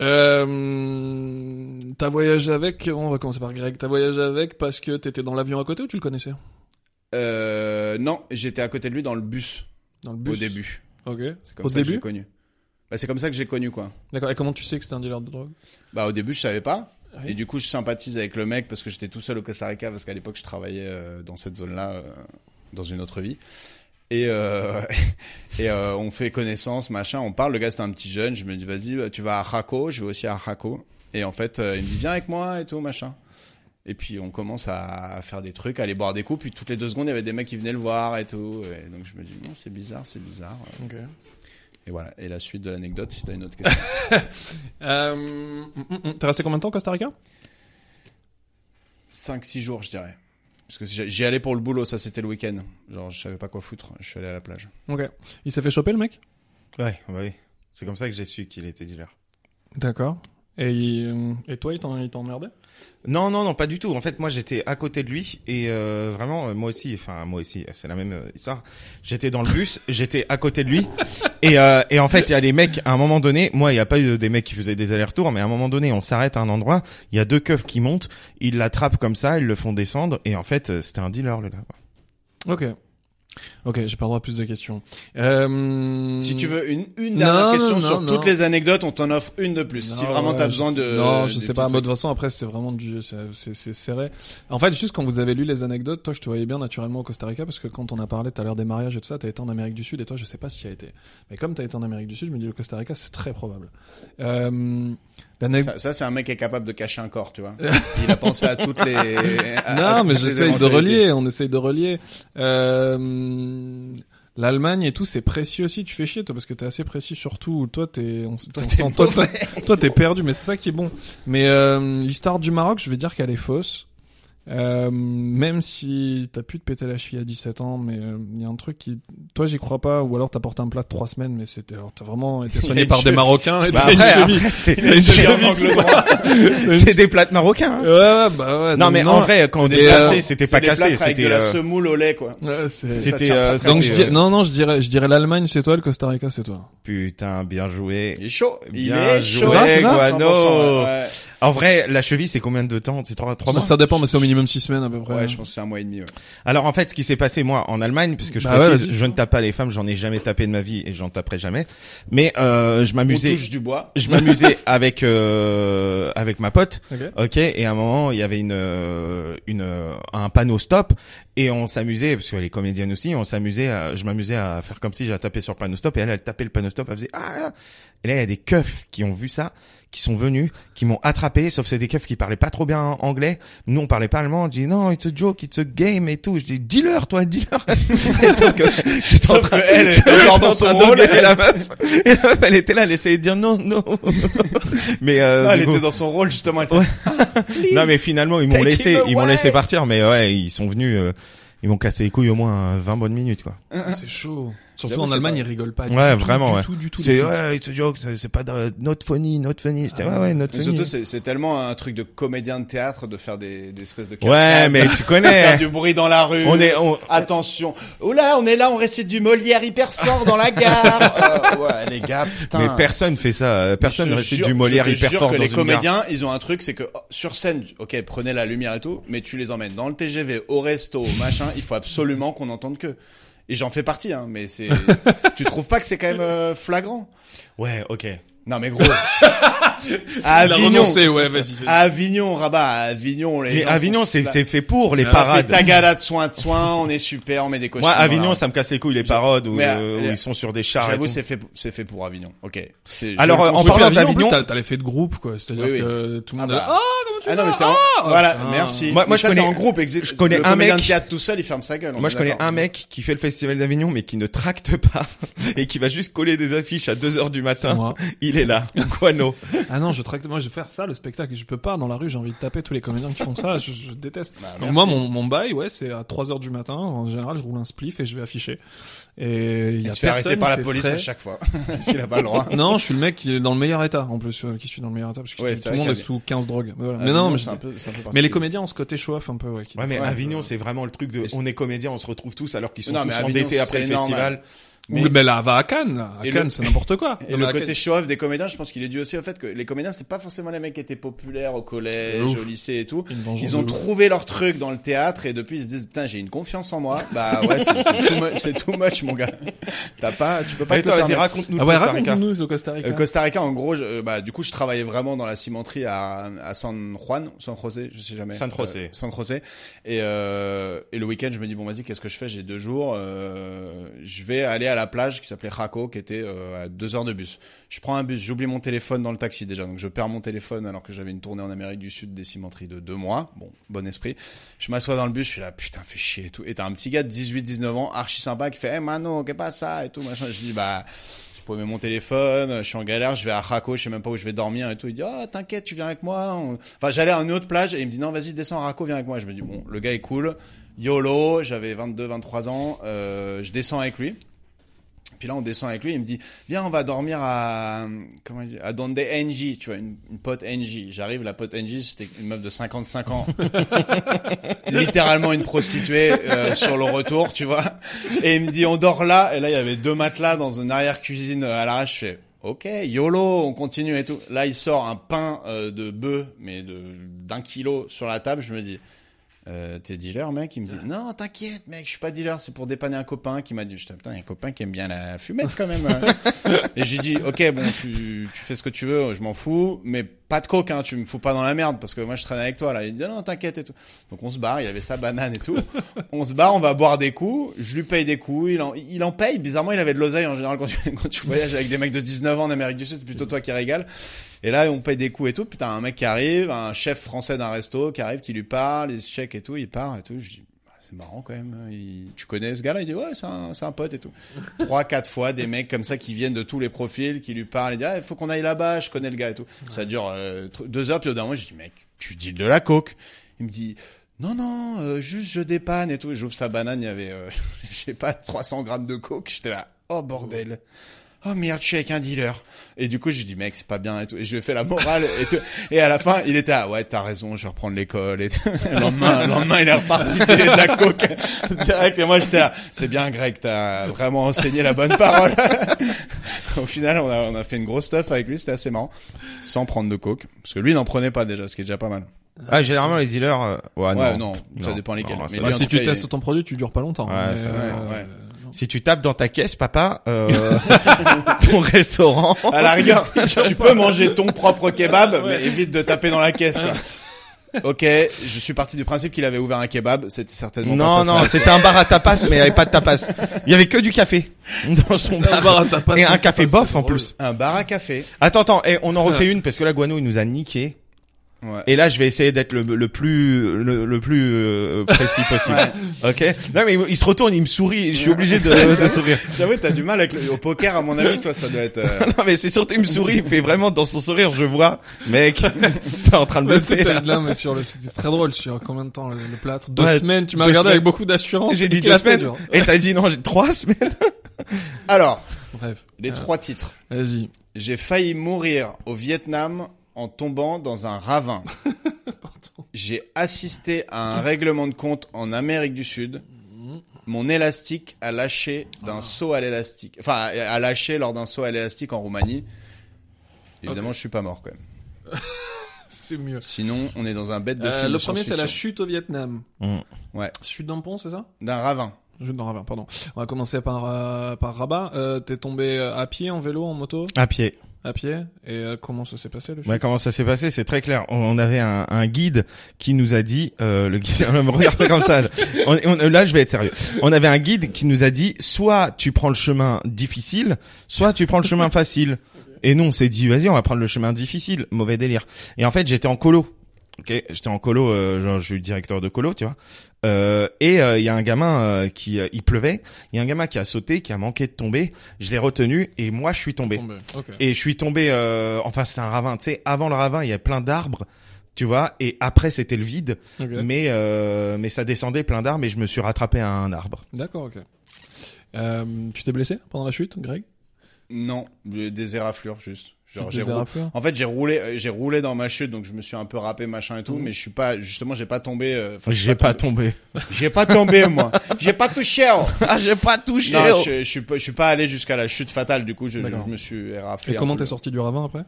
Euh, t'as voyagé avec, on va commencer par Greg, t'as voyagé avec parce que t'étais dans l'avion à côté ou tu le connaissais
euh, non j'étais à côté de lui dans le bus,
Dans le bus
au début
Ok.
c'est comme
Au
ça que
début
j'ai connu bah, c'est comme ça que j'ai connu quoi
D'accord. Et comment tu sais que c'était un dealer de drogue
Bah au début je savais pas.
Oui.
Et du coup, je sympathise avec le mec parce que j'étais tout seul au Costa Rica parce qu'à l'époque, je travaillais euh, dans cette zone-là, euh, dans une autre vie. Et, euh, et euh, on fait connaissance, machin, on parle. Le gars, c'était un petit jeune. Je me dis, vas-y, euh, tu vas à Raco. Je vais aussi à Raco. Et en fait, euh, il me dit, viens avec moi et tout, machin. Et puis, on commence à faire des trucs, à aller boire des coups. Puis, toutes les deux secondes, il y avait des mecs qui venaient le voir et tout. Et donc, je me dis, non, c'est bizarre, c'est bizarre.
Ok.
Et voilà. Et la suite de l'anecdote, si t'as une autre question.
Euh, mm, mm, mm. T'es resté combien de temps au Costa Rica
5-6 jours, je dirais. Parce que j'y j'y allais pour le boulot, ça c'était le week-end. Genre, je savais pas quoi foutre, je suis allé à la plage.
Ok. Il s'est fait choper le mec
Ouais, bah oui. C'est comme ça que j'ai su qu'il était dealer.
D'accord. Et, il- euh, et toi, il t'en- il t'a emmerdé
Non, non, non, pas du tout. En fait, moi, j'étais à côté de lui et euh, vraiment, euh, moi aussi, enfin, moi aussi, c'est la même euh, histoire. J'étais dans le bus, j'étais à côté de lui et, euh, et en fait, il y a des mecs. À un moment donné, moi, il n'y a pas eu des mecs qui faisaient des allers-retours, mais à un moment donné, on s'arrête à un endroit. Il y a deux keufs qui montent, ils l'attrapent comme ça, ils le font descendre et en fait, euh, c'était un dealer le gars.
Ok. Ok, j'ai pas le droit à plus de questions. Euh,
Si tu veux une, une
Non,
dernière question
non,
sur
non.
toutes les anecdotes, on t'en offre une de plus.
Non,
si vraiment
Ah ouais,
t'as
je
besoin
sais-
de.
Non,
de
je sais
tout
pas.
ça.
Moi, de toute façon, après, c'est vraiment du, c'est c'est- c'est serré. En fait, juste quand vous avez lu les anecdotes, toi, je te voyais bien naturellement au Costa Rica parce que quand on a parlé tout à l'heure des mariages et tout ça, t'as été en Amérique du Sud et toi, je sais pas si tu as été. Mais comme t'as été en Amérique du Sud, je me dis le Costa Rica, c'est très probable. Euh, l'anecdote-
Ça, ça, c'est un mec qui est capable de cacher un corps, tu vois. Il a pensé à toutes les. à- à
non, mais
toutes les
j'essaye de
éventualités.
relier. On essaye de relier. Euh, L'Allemagne et tout, c'est précis aussi. Tu fais chier, toi, parce que t'es assez précis surtout. Toi, t'es, on, s- on sent- toi, toi- toi, t'es perdu, mais c'est ça qui est bon. Mais euh, l'histoire du Maroc, je vais dire qu'elle est fausse. Euh, même si t'as pu te péter la cheville à 17 ans, mais euh, il y a un truc qui, toi, j'y crois pas. Ou alors t'as porté un plat de 3 semaines, mais c'était, alors t'as vraiment été soigné
Et
par des
je-
Marocains. Et
Bah,
t'as une
après,
cheville.
après, c'est
T'as une
C'est un
cheville.
angle droit.
c'est des plates marocains. hein.
Ouais, ouais, bah ouais.
non,
donc
mais en vrai, quand on
Euh,
est
C'est des plats-
cassé, c'était
c'est
pas
des plâtres
cassé,
Avec de
c'était
la
euh,
semoule au lait, quoi.
ouais, c'est-
Ça
c'était
tient
euh,
pas très
Donc je
c'était,
dirais-
euh,
non non je dirais je dirais l'Allemagne c'est toi le Costa Rica c'est toi.
Putain, bien joué.
Il est chaud. Il
Bien
est
joué,
chaud.
C'est ça,
Guano.
100%, ouais, ouais.
En vrai, la cheville, c'est combien de temps C'est trois, trois
Ça,
mois.
ça dépend mais c'est au minimum six semaines à peu près.
Ouais, je pense que c'est un mois et demi. ouais.
Alors en fait, ce qui s'est passé moi en Allemagne, puisque je
Bah
précise,
ouais, vas-y.
je ne tape pas les femmes, j'en ai jamais tapé de ma vie et j'en taperai jamais. Mais euh, je
On
m'amusais,
touche du bois.
je m'amusais avec euh, avec ma pote.
Ok.
Ok, et à un moment, il y avait une euh, une euh, un panneau stop et on s'amusait parce qu'elle est comédienne aussi, on s'amusait à- je m'amusais à faire comme si j'avais tapé sur le panneau stop et elle elle tapait le panneau stop, elle faisait ah et là il y a des keufs qui ont vu ça, qui sont venus, qui m'ont attrapé sauf que c'est des keufs qui parlaient pas trop bien anglais, nous on parlait pas allemand, on dit non, it's a joke, it's a game et tout, je dis dealer toi, dealer. Sauf que euh, j'étais en
Sauf que
train-
elle, elle était
j'étais
encore
en
dans son
train
rôle.
d'engueuler la meuf. Et la meuf, elle était là, elle essayait de dire non, non. Mais euh,
Non, elle
du coup-
était dans son rôle, justement. Elle fait,
Ouais. non mais finalement ils m'ont
Take
laissé,
him
ils m'ont
away.
laissé partir mais ouais, ils sont venus euh, ils m'ont cassé les couilles au moins euh, 20 bonnes minutes quoi.
Ah.
C'est chaud. Surtout
J'avoue,
en
c'est
Allemagne
pas-
ils rigolent pas.
Ouais,
du tout,
vraiment,
Du
ouais.
tout du tout. les
C'est
filles.
ouais, it's a joke, c'est- c'est pas de, not funny, not funny. J'étais ouais ouais, not
Et surtout,
funny.
c'est c'est tellement un truc de comédien de théâtre de faire des, des espèces de
Ouais,
cascades,
mais
de
tu
faire
connais. hein.
du bruit dans la rue.
On est on
Attention. Oh là, on est là, on récite du Molière hyper fort dans la gare. Euh, ouais, les gars, putain.
mais personne fait ça, euh, personne
Je
ne
te
récite
jure-
du Molière
je te
hyper
jure
fort
que
dans
les
une gare.
comédiens, ils ont un truc, c'est que oh, sur scène, ok, prenez la lumière et tout, mais tu les emmènes dans le TGV, au resto, au machin. Il faut absolument qu'on entende que. Et j'en fais partie, hein. Mais c'est. tu trouves pas que c'est quand même euh, flagrant
Ouais, OK.
Non, mais gros. à
Il a
Avignon. Ah,
renoncé ouais vas-y. vas-y.
À Avignon, Rabat, à Avignon, les
Mais
gens
Avignon
sont-
c'est c'est fait pour les
On fait
parades.
tagada de soin de soin, on est super, on met des costumes.
Moi Avignon
voilà.
ça me casse les couilles les parodes où
Mais,
euh, où
euh,
ils sont sur des chars et
J'avoue,
tout.
c'est fait, c'est fait pour Avignon. Ok. C'est- je-
Alors, euh, en
Surtout
parlant
Avignon, en plus,
d'Avignon,
t'as t'as l'effet de groupe quoi. C'est-à-dire
Oui, oui.
que tout le
Ah
monde.
bah.
Ah comment tu
ah non, mais
vas
c'est en... voilà,
Ah.
merci.
Moi- moi,
Mais
je
ça,
connais-
c'est en groupe. exi-
je connais
le
un
comédien
mec-
de théâtre tout seul, il ferme sa gueule. on
Moi,
est
je connais
d'accord.
un mec qui fait le festival d'Avignon, mais qui ne tracte pas et qui va juste coller des affiches à 2 heures du matin.
moi.
Il est là, Guano.
Ah non, je tracte. Moi, je vais faire ça, le spectacle. Je peux pas dans la rue. J'ai envie de taper tous les comédiens qui font ça. Je, je déteste.
Bah,
Donc
merci.
moi, mon, mon bail, ouais, c'est à 3 heures du matin. En général, je roule un spliff et je vais afficher. Et il y
Il
a
se fait arrêter
personne,
par
il
la
fait
police
frais.
à chaque fois. Parce qu'il a pas le droit.
Non, je suis le mec qui est dans le meilleur état, en plus, euh, qui suis dans le meilleur état, parce que
Ouais,
tout,
c'est
tout le
vrai
monde est
qu'il y a-
sous 15 drogues. Mais, voilà. mais
Avignon,
non, mais, je-
c'est un peu, c'est un peu
mais les
particulier.
comédiens ont ce côté show off un peu, ouais. qui-
Ouais, mais
Ouais,
Avignon,
euh,
c'est vraiment le truc de, on est comédien, on se retrouve tous alors qu'ils sont
Non, mais
tous
Avignon,
endettés après
c'est
le
énorme, hein.
festival.
Mais-
Ou, mais là, va à Cannes, là. À
Et
Cannes,
le-
c'est n'importe quoi.
Et
Non, mais
le
à
côté
Cannes-
show-off des comédiens, je pense qu'il est dû aussi au fait que les comédiens, c'est pas forcément les mecs qui étaient populaires au collège,
Ouf.
au lycée et tout.
Une vengeance
Ils ont
de ouf.
trouvé leur truc dans le théâtre et depuis ils se disent putain j'ai une confiance en moi. Bah ouais c'est c'est too much, c'est too much mon gars. T'as pas, tu peux pas.
Allez,
te le
toi, vas-y,
permettre.
raconte-nous
Ah
le
ouais,
Costa Rica.
raconte-nous le Costa Rica.
Euh, Costa Rica en gros, je- euh, bah du coup je travaillais vraiment dans la cimenterie à, à San Juan, San José, je sais jamais.
San José.
Euh, San José. Et euh, et le week-end je me dis bon vas-y qu'est-ce que je fais J'ai deux jours, euh, je vais aller à la plage qui s'appelait Jaco qui était euh, à deux heures de bus. Je prends un bus, j'oublie mon téléphone dans le taxi déjà, donc je perds mon téléphone alors que j'avais une tournée en Amérique du Sud des cimenteries de deux mois. Bon, bon esprit. Je m'assois dans le bus, je suis là, putain, fais chier et tout. Et t'as un petit gars de 18-19 ans, archi sympa, qui fait, eh mano, qu'est-ce pas ça et tout, machin. Je dis, bah, je paumé mon téléphone, je suis en galère, je vais à Raco, je sais même pas où je vais dormir et tout. Il dit, oh, t'inquiète, tu viens avec moi. On- Enfin, j'allais à une autre plage et il me dit, non, vas-y, descends à Raco, viens avec moi. Je me dis, bon, le gars est cool. YOLO, j'avais 22, 23 ans, euh, je descends avec lui. Puis là, on descend avec lui, il me dit, viens, on va dormir à, comment il dit, à Donde NJ, tu vois, une, une pote NJ. J'arrive, la pote NJ, c'était une meuf de 55 ans, littéralement une prostituée euh, sur le retour, tu vois. Et il me dit, on dort là, et là, il y avait deux matelas dans une arrière-cuisine euh, à l'arrache, je fais, ok, YOLO, on continue et tout. Là, il sort un pain euh, de bœuf, mais de, d'un kilo sur la table, je me dis, euh, t'es dealer, mec Il me dit, non, t'inquiète, mec, je suis pas dealer, c'est pour dépanner un copain qui m'a dit, putain, putain, il y a un copain qui aime bien la fumette quand même. hein. et j'ai dit, ok, bon, tu, tu fais ce que tu veux, je m'en fous, mais pas de coke, hein, tu me fous pas dans la merde, parce que moi, je traîne avec toi, là. Il dit, non, t'inquiète et tout. Donc, on se barre, il avait sa banane et tout. on se barre, on va boire des coups, je lui paye des coups, il en, il en paye, bizarrement, il avait de l'oseille en général quand tu, quand tu voyages avec des mecs de 19 ans en Amérique du Sud, c'est plutôt toi qui régales. Et là, on paye des coups et tout. Putain, un mec qui arrive, un chef français d'un resto qui arrive, qui lui parle, il se check et tout, il part et tout. Je dis, Bah, c'est marrant quand même. hein. Il- Tu connais ce gars-là Il dit, ouais, c'est un, c'est un pote et tout. Trois, quatre fois, des mecs comme ça qui viennent de tous les profils, qui lui parlent, il dit, ah, il faut qu'on aille là-bas, je connais le gars et tout. Ça dure euh, tr- deux heures, puis au bout d'un moment, je dis, mec, tu dis de la coke. Il me dit, non, non, euh, juste je dépanne et tout. Et J'ouvre sa banane, il y avait, euh, je sais pas, 300 grammes de coke. J'étais là, oh bordel. Oh merde, je suis avec un dealer. Et du coup, je lui dis, mec, c'est pas bien et tout. Et je lui ai fait la morale et tout. Et à la fin, il était, ah ouais, t'as raison, je vais reprendre l'école et tout. Le lendemain, le lendemain, il est reparti filer de la coke direct. Et moi, j'étais là, c'est bien, Greg, t'as vraiment enseigné la bonne parole. Au final, on a, on a fait une grosse stuff avec lui, c'était assez marrant. Sans prendre de coke. Parce que lui, il n'en prenait pas déjà, ce qui est déjà pas mal.
Ah, généralement, les dealers, euh, ouais,
ouais,
non.
non, ça dépend lesquels.
non, ça
Mais
va.
lui,
Bah,
en
si
tout
tu
cas, il-
testes ton produit, tu dures pas longtemps.
Ouais,
mais,
c'est
vrai,
euh,
ouais.
non.
Si tu tapes dans ta caisse, papa, euh, ton restaurant.
À la rigueur, tu peux manger ton propre kebab, mais évite de taper dans la caisse, quoi. Ok, je suis parti du principe qu'il avait ouvert un kebab, c'était certainement
Non,
pas ça. son
non, c'était un bar à tapas, mais il n'y avait pas de tapas. Il y avait que du café dans son
Un bar à tapas,
et un
c'est
café
pas-
bof
c'est
en
drôle.
plus.
Un bar à café.
Attends, attends, et on en refait une parce que là, Guano, il nous a niqué.
Ouais.
Et là, je vais essayer d'être le, le plus le, le plus euh, précis possible. Ok. Non, mais il, il se retourne, il me sourit. Je suis obligé de, de sourire.
J'avoue, t'as du mal avec le... au poker, à mon avis, toi, ça doit être. euh,
Non, mais c'est surtout il me sourit. Il fait vraiment dans son sourire, je vois, mec, t'es en train de
Ouais,
me faire.
c'était là, mais sur le, c'était très drôle, sur combien de temps le, le plâtre? Deux
Ouais,
semaines, tu m'as
deux
regardé
semaines.
avec beaucoup d'assurance.
J'ai
et
dit
qu'il
deux
a fait,
semaines.
genre.
Et t'as dit non, j'ai trois semaines.
Alors,
Bref.
les
Ah.
trois titres.
Vas-y.
J'ai failli mourir au Vietnam en tombant dans un ravin. J'ai assisté à un règlement de compte en Amérique du Sud. Mon élastique a lâché
Ah.
d'un saut à l'élastique. Enfin, a a lâché lors d'un saut à l'élastique en Roumanie. Évidemment, je suis pas mort quand même.
C'est mieux.
Sinon, on est dans un bête de
Euh,
film.
le
de
premier, c'est la
science-fiction.
chute au Vietnam.
Ouais.
Chute d'un pont, c'est ça?
D'un ravin.
Je non, Rabat, pardon. On va commencer par euh, par Rabat. Euh, T'es tombé euh, à pied, en vélo, en moto,
À pied.
à pied. Et euh, comment ça s'est passé le chute
Ouais, comment ça s'est passé C'est très clair. On, on avait un, un guide qui nous a dit, euh, le guide, me regarde pas comme ça. On- on- là, je vais être sérieux. On avait un guide qui nous a dit, soit tu prends le chemin difficile, soit tu prends le chemin facile. Et nous, on s'est dit, vas-y, on va prendre le chemin difficile. Mauvais délire. Et en fait, j'étais en colo. Ok, j'étais en colo. euh, genre, je suis directeur de colo, tu vois. Euh, et euh, il y a un gamin euh, qui, euh, il pleuvait. Il y a un gamin qui a sauté, qui a manqué de tomber. Je l'ai retenu et moi, je suis tombé.
Tombé. Ok.
Et je suis tombé, euh, enfin c'était un ravin, tu sais, avant le ravin il y avait plein d'arbres, tu vois, et après c'était le vide,
Ok.
Mm.
mais euh, mais ça descendait plein d'arbres et je me suis rattrapé à un arbre.
D'accord. Ok. Euh, tu t'es blessé pendant la chute, Greg
Non, des éraflures juste. Genre,
Tu
j'ai
te
roulé.
dérapes, là
En fait, j'ai roulé, euh, j'ai roulé dans ma chute, donc je me suis un peu râpé, machin et tout,
Mhm.
mais je suis pas, justement, j'ai pas tombé. euh, enfin, je suis
J'ai pas tombé.
J'ai pas tombé, moi. J'ai pas touché. oh.
Ah, j'ai pas touché.
Non,
oh.
je, je suis pas, je suis pas allé jusqu'à la chute fatale. Du coup, je,
D'accord.
je me suis raflé.
Et comment t'es sorti du ravin après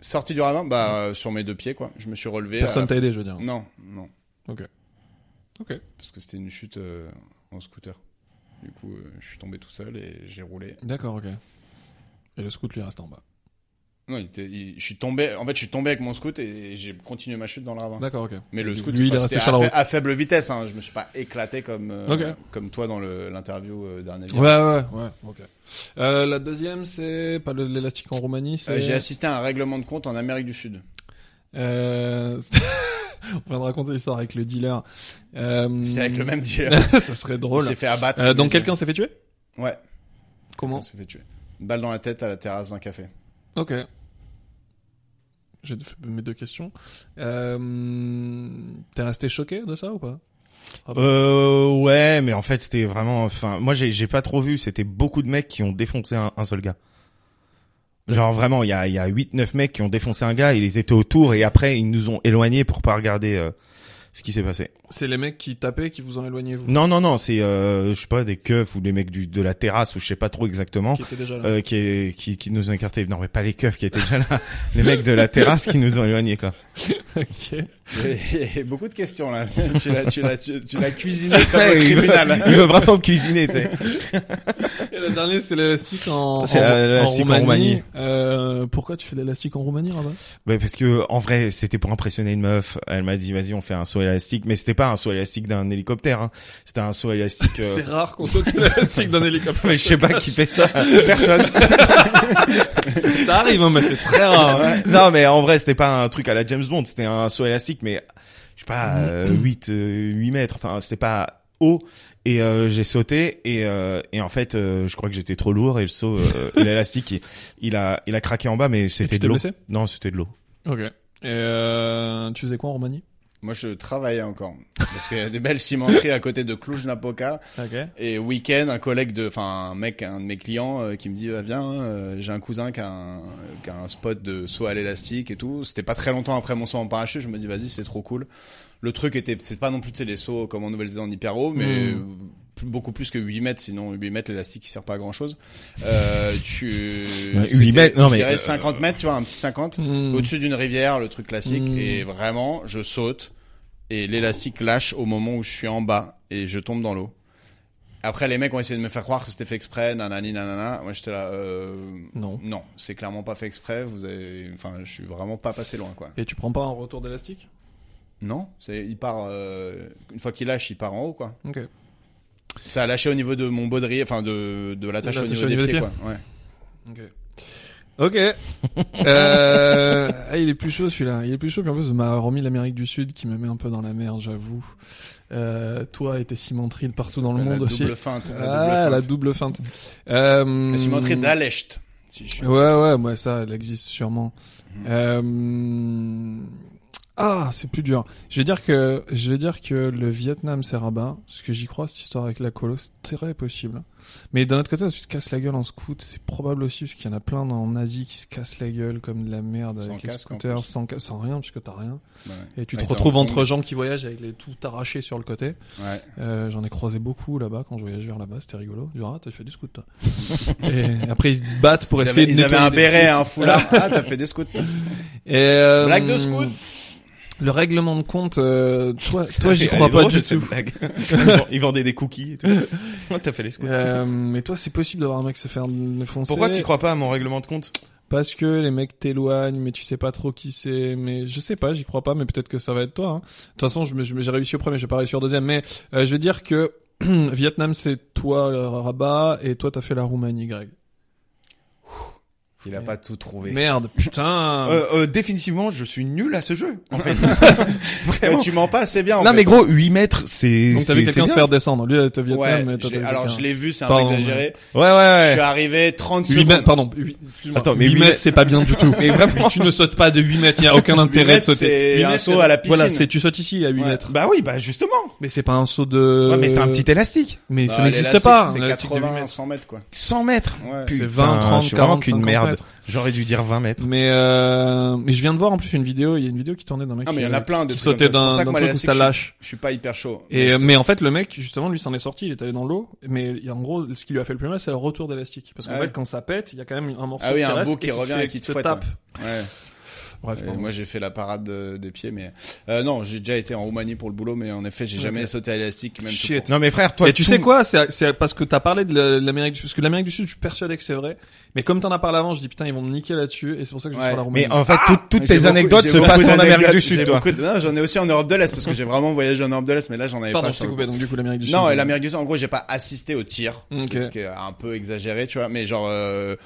Sorti du ravin, bah euh, sur mes deux pieds, quoi. Je me suis relevé.
Personne
à la-
t'a aidé, je veux dire.
Non, non.
Ok. Ok.
Parce que c'était une chute euh, en scooter. Du coup, euh, je suis tombé tout seul et j'ai roulé.
D'accord, ok. Et le scout lui reste en bas.
Non, il était, il- je suis tombé. En fait, je suis tombé avec mon scoot et j'ai continué ma chute dans le ravin.
D'accord, ok.
Mais le scoot,
lui, il est
enfin,
resté
c'était
sur la
à,
route.
fa- à faible vitesse. Hein. Je me suis pas éclaté comme euh,
Ok.
comme toi dans le- l'interview euh, dernière.
Ouais, ouais, ouais. Ok. Euh, la deuxième, c'est pas le- l'élastique en Roumanie,
Euh, j'ai
c'est.
assisté à un règlement de compte en Amérique du Sud.
Euh... On vient de raconter l'histoire avec le dealer. Euh...
C'est avec le même dealer.
Ça serait
Il
drôle.
s'est fait abattre.
Euh,
sous
donc
mes
quelqu'un s'est fait tuer
yeux. Ouais.
Comment
On s'est fait tuer. Une balle dans la tête à la terrasse d'un café.
Ok. J'ai fait mes deux questions. Euh, T'es resté choqué de ça ou pas
Euh, ouais, mais en fait, c'était vraiment, enfin, moi, j'ai, j'ai pas trop vu. C'était beaucoup de mecs qui ont défoncé un, un seul gars. Genre vraiment, il y a, il y a 8-9 mecs qui ont défoncé un gars, ils étaient autour et après, ils nous ont éloignés pour pas regarder euh, ce qui s'est passé.
C'est les mecs qui tapaient qui vous ont éloigné, vous
Non, non, non, c'est, euh, je sais pas, des keufs ou des mecs du, de la terrasse ou je sais pas trop exactement.
Qui étaient déjà là.
Euh, qui, est- qui, qui nous ont écartés. Non, mais pas les keufs qui étaient déjà là. les mecs de la terrasse qui nous ont éloignés, quoi.
Ok.
Il y a beaucoup de questions là. tu l'as, tu l'as, tu, tu l'as cuisiné comme un criminel.
Il veut vraiment me cuisiner, tu sais.
Et le dernier, c'est l'élastique en,
C'est
en-
l'élastique en Roumanie.
Euh, pourquoi tu fais l'élastique en Roumanie, Rabat
Ouais, parce que en vrai, c'était pour impressionner une meuf. Elle m'a dit, vas-y, on fait un saut élastique. Mais c'était pas un saut élastique d'un hélicoptère. Hein. C'était un saut élastique. euh,
C'est rare qu'on saute l'élastique d'un hélicoptère.
mais je sais pas qui fait ça.
Personne.
Ça arrive, hein, mais c'est très rare. hein.
non, mais en vrai, c'était pas un truc à la James Bond. C'était un saut élastique, mais je sais pas,
Mm.
euh, 8, euh, 8 mètres. Enfin, c'était pas haut. Et euh, j'ai sauté. Et, euh, et en fait, euh, je crois que j'étais trop lourd. Et le saut, euh, l'élastique, il, il a, il a craqué en bas, mais
tu
c'était
t'es
de l'eau.
blessé
Non, c'était de l'eau.
Ok. Et euh, tu faisais quoi en Roumanie
Moi, je travaillais encore parce qu'il y a des belles cimenteries à côté de Cluj-Napoca.
Ok.
Et week-end, un collègue de, enfin, un mec, un de mes clients euh, qui me dit, ah, viens, euh, j'ai un cousin qui a un, qui a un spot de saut à l'élastique et tout. C'était pas très longtemps après mon saut en parachute. Je me dis, vas-y, c'est trop cool. Le truc était, c'est pas non plus, tu sais, les sauts comme en Nouvelle-Zélande hyper haut, mais
Mm.
euh, plus- beaucoup plus que 8 mètres, sinon 8 mètres, l'élastique, il sert pas à grand chose. Euh, tu,
Ouais, 8
c'était,
mètres, non,
je
mais,
dirais
euh,
50 mètres, tu vois, un petit 50
Hmm.
au-dessus d'une rivière, le truc classique.
Mm.
Et vraiment, je saute et l'élastique lâche au moment où je suis en bas et je tombe dans l'eau. Après, les mecs ont essayé de me faire croire que c'était fait exprès, nanani, nanana. Moi, j'étais là, euh,
Non.
non, c'est clairement pas fait exprès. Vous avez, enfin, je suis vraiment pas passé loin, quoi.
Et tu prends pas un retour d'élastique
Non, c'est, il part, euh, une fois qu'il lâche, il part en haut, quoi.
Ok.
Ça a lâché au niveau de mon baudrier, enfin, de, de l'attache au
L'attache
niveau des pieds, quoi. Ouais.
Ok. Ok. euh... ah, il est plus chaud celui-là. Il est plus chaud. Puis en plus, on m'a remis l'Amérique du Sud qui me met un peu dans la merde, j'avoue. Euh, toi et tes cimenteries de partout dans le
La
monde
double
aussi.
feinte, la
ah,
double
la
feinte.
double feinte. Euh...
La cimenterie d'Alecht. si je suis-
Ouais, ouais, moi ça, elle existe sûrement.
Mhm.
Euh... Ah, c'est plus dur. Je vais dire que, je vais dire que le Vietnam c'est rabat, parce que j'y crois cette histoire avec la colo, c'est très possible. Mais d'un autre côté, si tu te casses la gueule en scoot, c'est probable aussi, parce qu'il y en a plein en Asie qui se cassent la gueule comme de la merde
Sans
avec les
casque, en
scooters,
plus.
sans, ca- sans rien, puisque t'as rien.
Ouais.
Et tu
Ouais,
te
t'es en
retrouves entre
combi.
gens qui voyagent avec les tout arrachés sur le côté.
Ouais.
Euh, j'en ai croisé beaucoup là-bas quand je voyageais vers là-bas, c'était rigolo. Du rat, t'as fait du scoot, toi. Et après, ils se battent pour
ils
essayer
avaient,
de
ils avaient
nettoyer
un
des
béret, un foulard. Ah, t'as fait des scouts.
Et euh,
Blague de scout.
Le règlement de compte, euh, toi, toi j'y
Elle
crois
est
pas
drôle,
du
cette
tout.
blague. Ils vend- Ils vendaient des cookies et tout. T'as fait les scouts.
Euh, mais toi, c'est possible d'avoir un mec se faire défoncer.
Euh, Pourquoi tu crois pas à mon règlement de compte
Parce que les mecs t'éloignent, mais tu sais pas trop qui c'est. Mais je sais pas, j'y crois pas, mais peut-être que ça va être toi. hein. De toute façon, je me- je me- j'ai réussi au premier, j'ai pas réussi au deuxième. Mais euh, je vais dire que Vietnam, c'est toi euh, Rabat, et toi, t'as fait la Roumanie, Greg.
Il a pas tout trouvé.
Merde, putain.
euh, euh, Définitivement, je suis nul à ce jeu. En fait,
Mais
vraiment.
Eh, tu mens pas assez bien. en
Non
fait.
mais gros, 8 mètres, c'est.
Donc t'as vu
c'est-
quelqu'un
c'est
se
bien.
faire descendre. Lui, t'as Vietnam,
Ouais,
mais toi,
je
t'as
l'ai- alors
quelqu'un.
je l'ai vu, c'est un
Pardon,
peu exagéré.
Ouais, ouais,
Je
ouais.
suis arrivé 30
8
secondes.
mètres, pardon, huit- excuse-moi.
Attends, mais
8
huit
mètres,
mètres-
c'est pas bien du tout. Mais vraiment. Tu ne sautes pas de 8 mètres, il n'y a aucun intérêt
mètres,
de sauter.
c'est
Huit
un
mètres,
saut
c'est-
à la piscine.
Voilà, c'est, tu sautes ici à 8
Ouais.
mètres.
Bah oui, bah justement.
Mais c'est pas un saut de...
Ouais, mais c'est un petit élastique.
Mais
Bah,
ça
les
n'existe
lacets,
pas.
C'est
un élastique de huit
80,
mètres.
100 mètres, quoi.
100 mètres.
Ouais.
C'est
Putain,
20, 30,
je suis vraiment
40,
qu'une
50
merde.
mètres.
J'aurais dû dire 20 mètres.
Mais, euh, mais je viens de voir en plus une vidéo, il y a une vidéo qui tournait d'un mec
Non, Ah, mais il y
qui-
en
euh,
a plein de
qui
trucs comme ça. C'est
sautait d'un
pour ça que
d'un
moi,
truc où
l'élastique,
ça lâche.
Je suis pas hyper chaud.
Et,
Mais
euh,
Bah, c'est-
mais en fait, le mec, justement, lui s'en est sorti, il est allé dans l'eau, mais il- en gros, ce qui lui a fait le plus mal, c'est le retour d'élastique. Parce qu'en
Ah
fait,
oui.
quand ça pète, il y a quand même un morceau
Ah oui,
qui
un
reste
bout qui revient
te fait-
et qui te
se
fouette,
tape.
Ouais.
Bref,
Et
pardon.
moi j'ai fait la parade euh, des pieds, mais euh, non, j'ai déjà été en Roumanie pour le boulot, mais en effet j'ai jamais sauté à l'élastique. Même tout
Shit.
court.
Non mais frère, toi
et tu
tout-
sais quoi C'est c'est parce que t'as parlé de la- de l'Amérique du Sud. Parce que l'Amérique du Sud, je suis persuadé que c'est vrai. Mais comme t'en as parlé avant, je dis putain, ils vont me niquer là-dessus. Et c'est pour ça que je suis
Ouais.
sur la Roumanie.
Mais en fait, tout- toutes
J'ai
tes
beaucoup-
anecdotes
j'ai
se
beaucoup
passent en
d'anecdotes,
Amérique du
j'ai
Sud, toi.
beaucoup de- non, j'en ai aussi en Europe de l'Est parce que j'ai vraiment voyagé en Europe de l'Est, mais là j'en avais
Pardon,
pas.
je
sur
t'ai
le
coupé. Donc du coup, l'Amérique du Sud. euh. Mm,
Non, et l'Amérique du Sud, en gros, j'ai pas assisté au tir,
Ok.
c'est ce qui est un peu exagéré, tu vois. Mais genre, euh,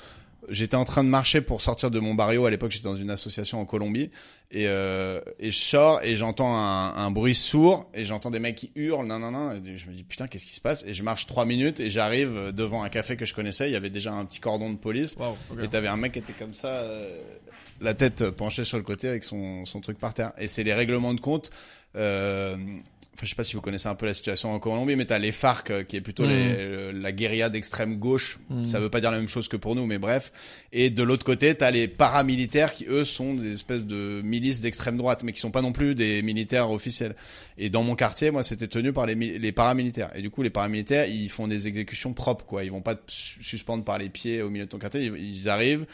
j'étais en train de marcher pour sortir de mon barrio. À l'époque, j'étais dans une association en Colombie, et, euh, et je sors et j'entends un, un bruit sourd et j'entends des mecs qui hurlent, nan nan nan. Et je me dis putain, qu'est-ce qui se passe Et je marche trois minutes et j'arrive devant un café que je connaissais. Il y avait déjà un petit cordon de police.
Wow, ok.
Et t'avais un mec qui était comme ça, euh, la tête penchée sur le côté avec son, son truc par terre. Et c'est les règlements de compte. Euh, enfin, je sais pas si vous connaissez un peu la situation en Colombie, mais t'as les FARC, euh, qui est plutôt
Mm.
les- euh, la guérilla d'extrême gauche.
Mm.
Ça veut pas dire la même chose que pour nous, mais bref. Et de l'autre côté, t'as les paramilitaires qui, eux, sont des espèces de milices d'extrême droite, mais qui sont pas non plus des militaires officiels. Et dans mon quartier, moi, c'était tenu par les, mi- les paramilitaires. Et du coup, les paramilitaires, ils font des exécutions propres, quoi. Ils vont pas te su- suspendre par les pieds au milieu de ton quartier. Ils, ils arrivent,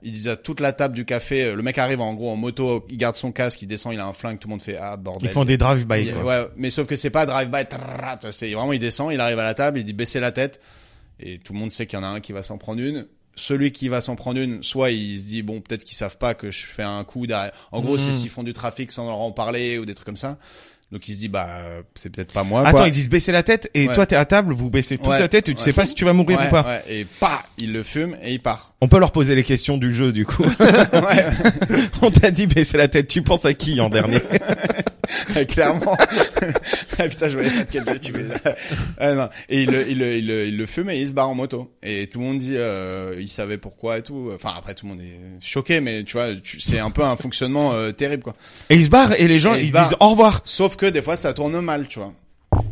ils disent à toute la table du café. euh, Le mec arrive en gros en moto, il garde son casque, il descend, il a un flingue, tout le monde fait ah bordel.
Ils font des drive-by.
Il-
quoi.
ouais, mais sauf que c'est pas drive-by. trrrrat, C'est vraiment, il descend, il arrive à la table, il dit baissez la tête. Et tout le monde sait qu'il y en a un qui va s'en prendre une. Celui qui va s'en prendre une, soit il se dit bon peut-être qu'ils savent pas que je fais un coup derrière. En gros,
Mhm.
Hmm.
c'est s'ils font du trafic sans leur en parler ou des trucs comme ça. Donc il se dit bah euh, c'est peut-être pas moi.
Attends,
quoi.
ils disent baisser la tête et
Ouais.
toi t'es à table, vous baissez toute
Ouais.
la tête et tu
Ouais.
sais pas si tu vas mourir
Ouais,
ou pas.
ouais, et pas, il le fume et il part.
On peut leur poser les questions du jeu du coup.
Ouais,
On t'a dit baisser la tête, tu penses à qui en dernier
clairement. Ah, putain, je voyais pas de quel jeu tu faisais. Ah, non. Et il le, il, le, il, le, il le fume et il se barre en moto. Et tout le monde dit, euh, il savait pourquoi et tout. Enfin, après, tout le monde est choqué, mais tu vois, tu- c'est un peu un fonctionnement euh, terrible, quoi.
Et ils se barrent et les gens
Et ils
ils,
se barrent.
disent au revoir.
Sauf que des fois, ça tourne mal, tu vois.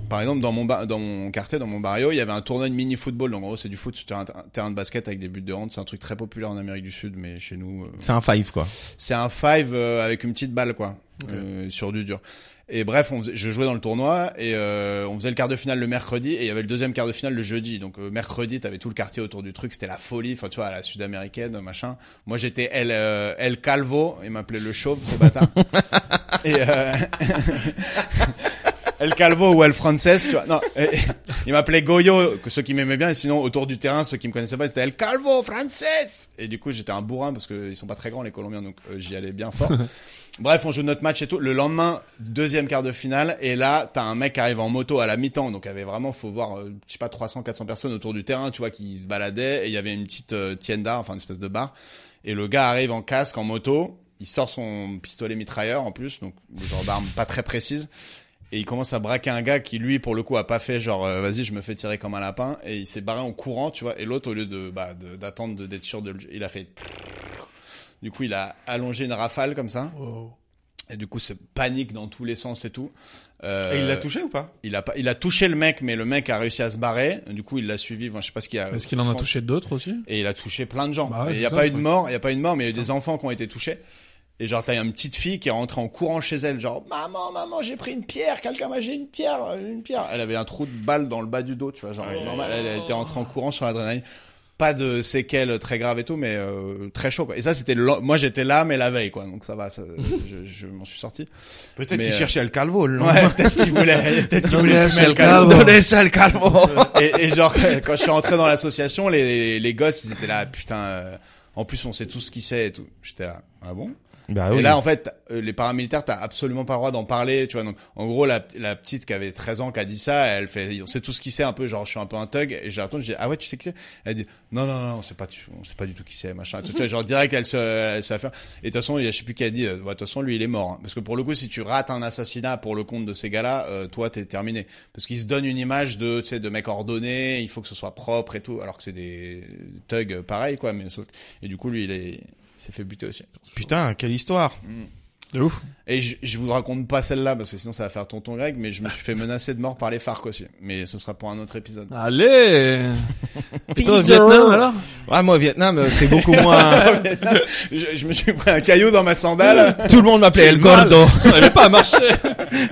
Par exemple, dans mon, ba- dans mon quartier, dans mon barrio, il y avait un tournoi de mini-football. Donc, En gros, c'est du foot sur terrain, terrain de basket avec des buts de hand. C'est un truc très populaire en Amérique du Sud, mais chez nous... euh,
C'est un five quoi.
c'est un five euh, avec une petite balle quoi euh, sur du dur et bref on faisait- je jouais dans le tournoi et euh, on faisait le quart de finale le mercredi et il y avait le deuxième quart de finale le jeudi donc euh, mercredi t'avais tout le quartier autour du truc c'était la folie enfin tu vois à la sud-américaine machin moi j'étais El euh, El Calvo il m'appelait le chauve ce bâtard et euh, El Calvo ou El Frances, tu vois. Non, et- et- il m'appelait Goyo, que ceux qui m'aimaient bien, et sinon autour du terrain, ceux qui me connaissaient pas, c'était El Calvo, Frances. Et du coup, j'étais un bourrin parce qu'ils sont pas très grands les Colombiens, donc euh, j'y allais bien fort. Bref, on joue notre match et tout. Le lendemain, deuxième quart de finale, et là, t'as un mec qui arrive en moto à la mi-temps, donc il y avait vraiment, faut voir, euh, je sais pas, 300, 400 personnes autour du terrain, tu vois, qui se baladaient, et il y avait une petite euh, tienda, enfin une espèce de bar, et le gars arrive en casque, en moto, il sort son pistolet mitrailleur en plus, donc genre d'arme pas très précise, et il commence à braquer un gars qui lui pour le coup a pas fait genre euh, vas-y je me fais tirer comme un lapin et il s'est barré en courant tu vois et l'autre au lieu de bah de- d'attendre de- d'être sûr de le- il a fait du coup il a allongé une rafale comme ça et du coup c'est panique dans tous les sens et tout Euh,
touché ou pas
il a pas il a touché le mec mais le mec a réussi à se barrer du coup il l'a suivi enfin, je sais pas ce qu'il a
Est-ce qu'il en
je
a
pense-
touché d'autres aussi
et il a touché plein de gens.
Bah
Et
ouais,
il
c'est
n'y a
ça,
pas
le
eu de
truc. Ah.
mort, il n'y a pas eu de mort, mais il y a eu des enfants qui ont été touchés. Et genre, t'as une petite fille qui est rentrée en courant chez elle, genre, maman, maman, j'ai pris une pierre, quelqu'un m'a jeté une pierre, euh, une pierre. Elle avait un trou de balle dans le bas du dos, tu vois, genre, normal, elle, elle était rentrée en courant sur l'adrénaline. Pas de séquelles très graves et tout, mais euh, très chaud, quoi. Et ça, c'était, le- moi, j'étais là, mais la veille, quoi. Donc ça va, ça- je, je m'en suis sorti.
Peut-être
Mais,
qu'ils
euh,
cherchaient le calvo. le lendemain.
Ouais, peut-être qu'il voulait, peut-être qu'il voulait fumer le
Calvo.
calme
Donnez ça le calvo.
et, et genre quand je suis rentré dans l'association, les, les gosses ils étaient là putain. euh, en plus on sait tout ce qui sait et tout. J'étais là ah bon.
Bah
et
oui.
là en fait euh, les paramilitaires t'as absolument pas le droit d'en parler tu vois donc en gros la, la petite qui avait 13 ans qui a dit ça elle fait on sait tout ce qui sait un peu genre je suis un peu un thug et je la retourne je dis ah ouais tu sais qui c'est elle dit non non non on sait pas tu- on sait pas du tout qui c'est machin Et tout, tu vois, genre direct elle se elle se la fait. et de toute façon il y a- je sais plus qui a dit euh, Ouais, de toute façon lui il est mort hein. parce que pour le coup si tu rates un assassinat pour le compte de ces gars-là euh, toi t'es terminé parce qu'ils se donnent une image de tu sais de mec ordonné il faut que ce soit propre et tout alors que c'est des thugs euh, pareil quoi mais sauf et du coup lui il est il s'est fait buter aussi
Putain, quelle histoire.
De ouf.
Et je, je vous raconte pas celle-là parce que sinon ça va faire tonton Greg, mais je me suis fait menacer de mort par les phares aussi. Mais ce sera pour un autre épisode.
Allez Et Toi, au Vietnam, alors
Ah, moi, au Vietnam, euh, c'est beaucoup moins...
je, je me suis pris un caillou dans ma sandale.
Tout le monde m'appelait El Gordo.
Ça n'avait pas marché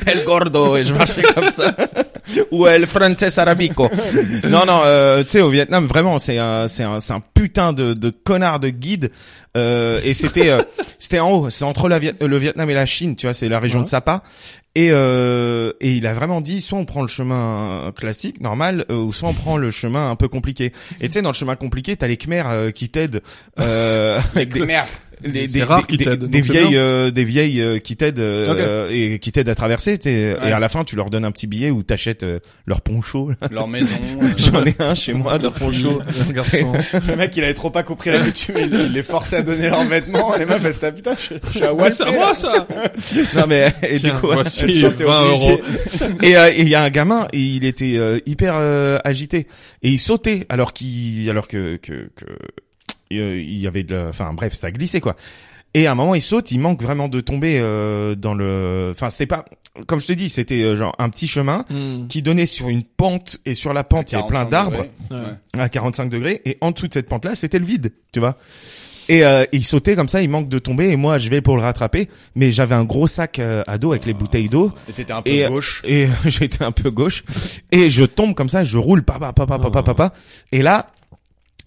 El Gordo, et je marchais comme ça. Ou El Frances Arabico. Non, non, euh, tu sais, au Vietnam, vraiment, c'est un, c'est un, c'est un putain de, de connard de guide. Euh, et c'était, euh, c'était en haut, c'est entre la Viet- le Vietnam et la Chine, tu vois, c'est la région de Sapa. Et, euh, et il a vraiment dit, soit on prend le chemin euh, classique, normal, euh, ou soit on prend le chemin un peu compliqué. Et tu sais, dans le chemin compliqué, t'as les Khmers euh, qui t'aident. Euh, avec des-
Merde.
les-
C'est
des,
rare
des-
qu'ils
des-
t'aident,
des
donc c'est
vieilles
bien.
euh, des vieilles euh, qui t'aident euh, et qui t'aident à traverser t'es-
Ouais.
et à la fin tu leur donnes un petit billet ou t'achètes euh, leur poncho là.
Leur maison. euh,
j'en ai un chez moi leur poncho
Garçon.
le mec, il avait trop pas compris la coutume. Il, il les forçait à donner leurs vêtements. Et les meufs, elles étaient, ah, putain, je, je suis à
Ouais,
Walpé.
c'est à moi, ça
non mais et du
Tiens,
coup
voici
elles sont
20
obligées.
euros.
et euh, et il y a un gamin et il était euh, hyper euh, agité et il sautait alors qu'il alors que que que et, euh, il y avait de la- enfin bref ça glissait quoi et à un moment il saute il manque vraiment de tomber euh, dans le enfin c'était pas comme je te dis c'était euh, genre un petit chemin
Hmm.
qui donnait sur une pente et sur la pente il y avait plein
45
d'arbres
degrés.
Ouais.
Ouais.
à 45 degrés et en dessous de cette pente là c'était le vide tu vois et euh, il sautait comme ça il manque de tomber et moi je vais pour le rattraper mais j'avais un gros sac euh, à dos avec les bouteilles d'eau
Et euh, t'étais un peu
et
gauche.
et j'étais un peu gauche et je tombe comme ça je roule papa papa papa papa et là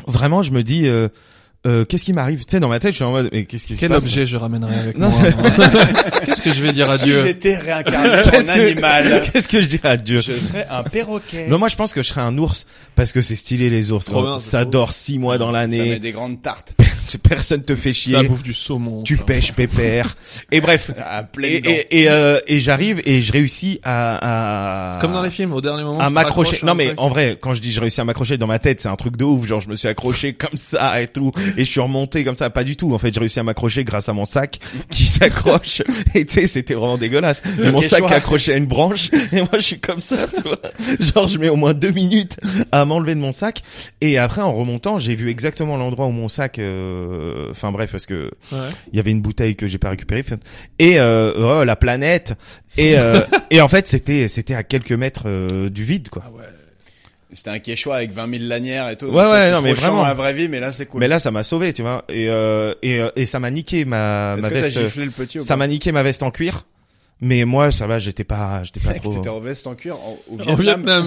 vraiment je me dis euh, euh, qu'est-ce qui m'arrive tu sais dans ma tête je suis en mode mais qu'est-ce qui se
Quel
passe
objet je ramènerai avec
Non.
moi Qu'est-ce que je vais dire à
Si
Dieu
j'étais réincarné en
Qu'est-ce que-
animal,
qu'est-ce que je dirais à Dieu
je serais un perroquet.
non moi je pense que je serais un ours parce que c'est stylé les ours hein.
Trop bien, c'est
ça
trop
dort six mois dans
Ça
l'année
met des grandes tartes.
personne te fait
Ça
chier,
bouffe du saumon.
tu
ça.
pêches pépère. et bref,
À
et,
plein dedans.
et, et, euh, et j'arrive et je réussis à, à
Comme dans les films, au dernier moment.
à
tu te
m'accrocher.
raccroches à
Non
un
mais
truc.
en vrai, quand je dis je réussis à m'accrocher dans ma tête, c'est un truc de ouf, genre je me suis accroché comme ça et tout et je suis remonté comme ça, pas du tout. En fait, j'ai réussi à m'accrocher grâce à mon sac qui s'accroche. Et tu sais, c'était vraiment dégueulasse. Et mon sac
quechua.
est accroché à une branche et moi je suis comme ça, tu vois. Genre je mets au moins deux minutes à m'enlever de mon sac et après en remontant, j'ai vu exactement l'endroit où mon sac euh, enfin bref parce que
Ouais.
il y avait une bouteille que j'ai pas récupérée fin- et euh, oh, la planète et euh, et en fait c'était c'était à quelques mètres euh, du vide
Ah
quoi
C'était un quechua avec 20 000 lanières et tout.
Ouais,
Donc ça,
ouais,
c'est
non,
trop
mais
chiant
vraiment.
dans la vraie vie, mais là, c'est cool.
mais là ça m'a sauvé tu vois et euh, et euh, et ça m'a niqué ma
Est-ce
ma
que t'as
veste
giflé le petit ou
ça
pas
m'a niqué ma veste en cuir mais moi ça va j'étais pas j'étais pas
Mec,
trop
T'étais en veste en cuir en- au
En
Vietnam.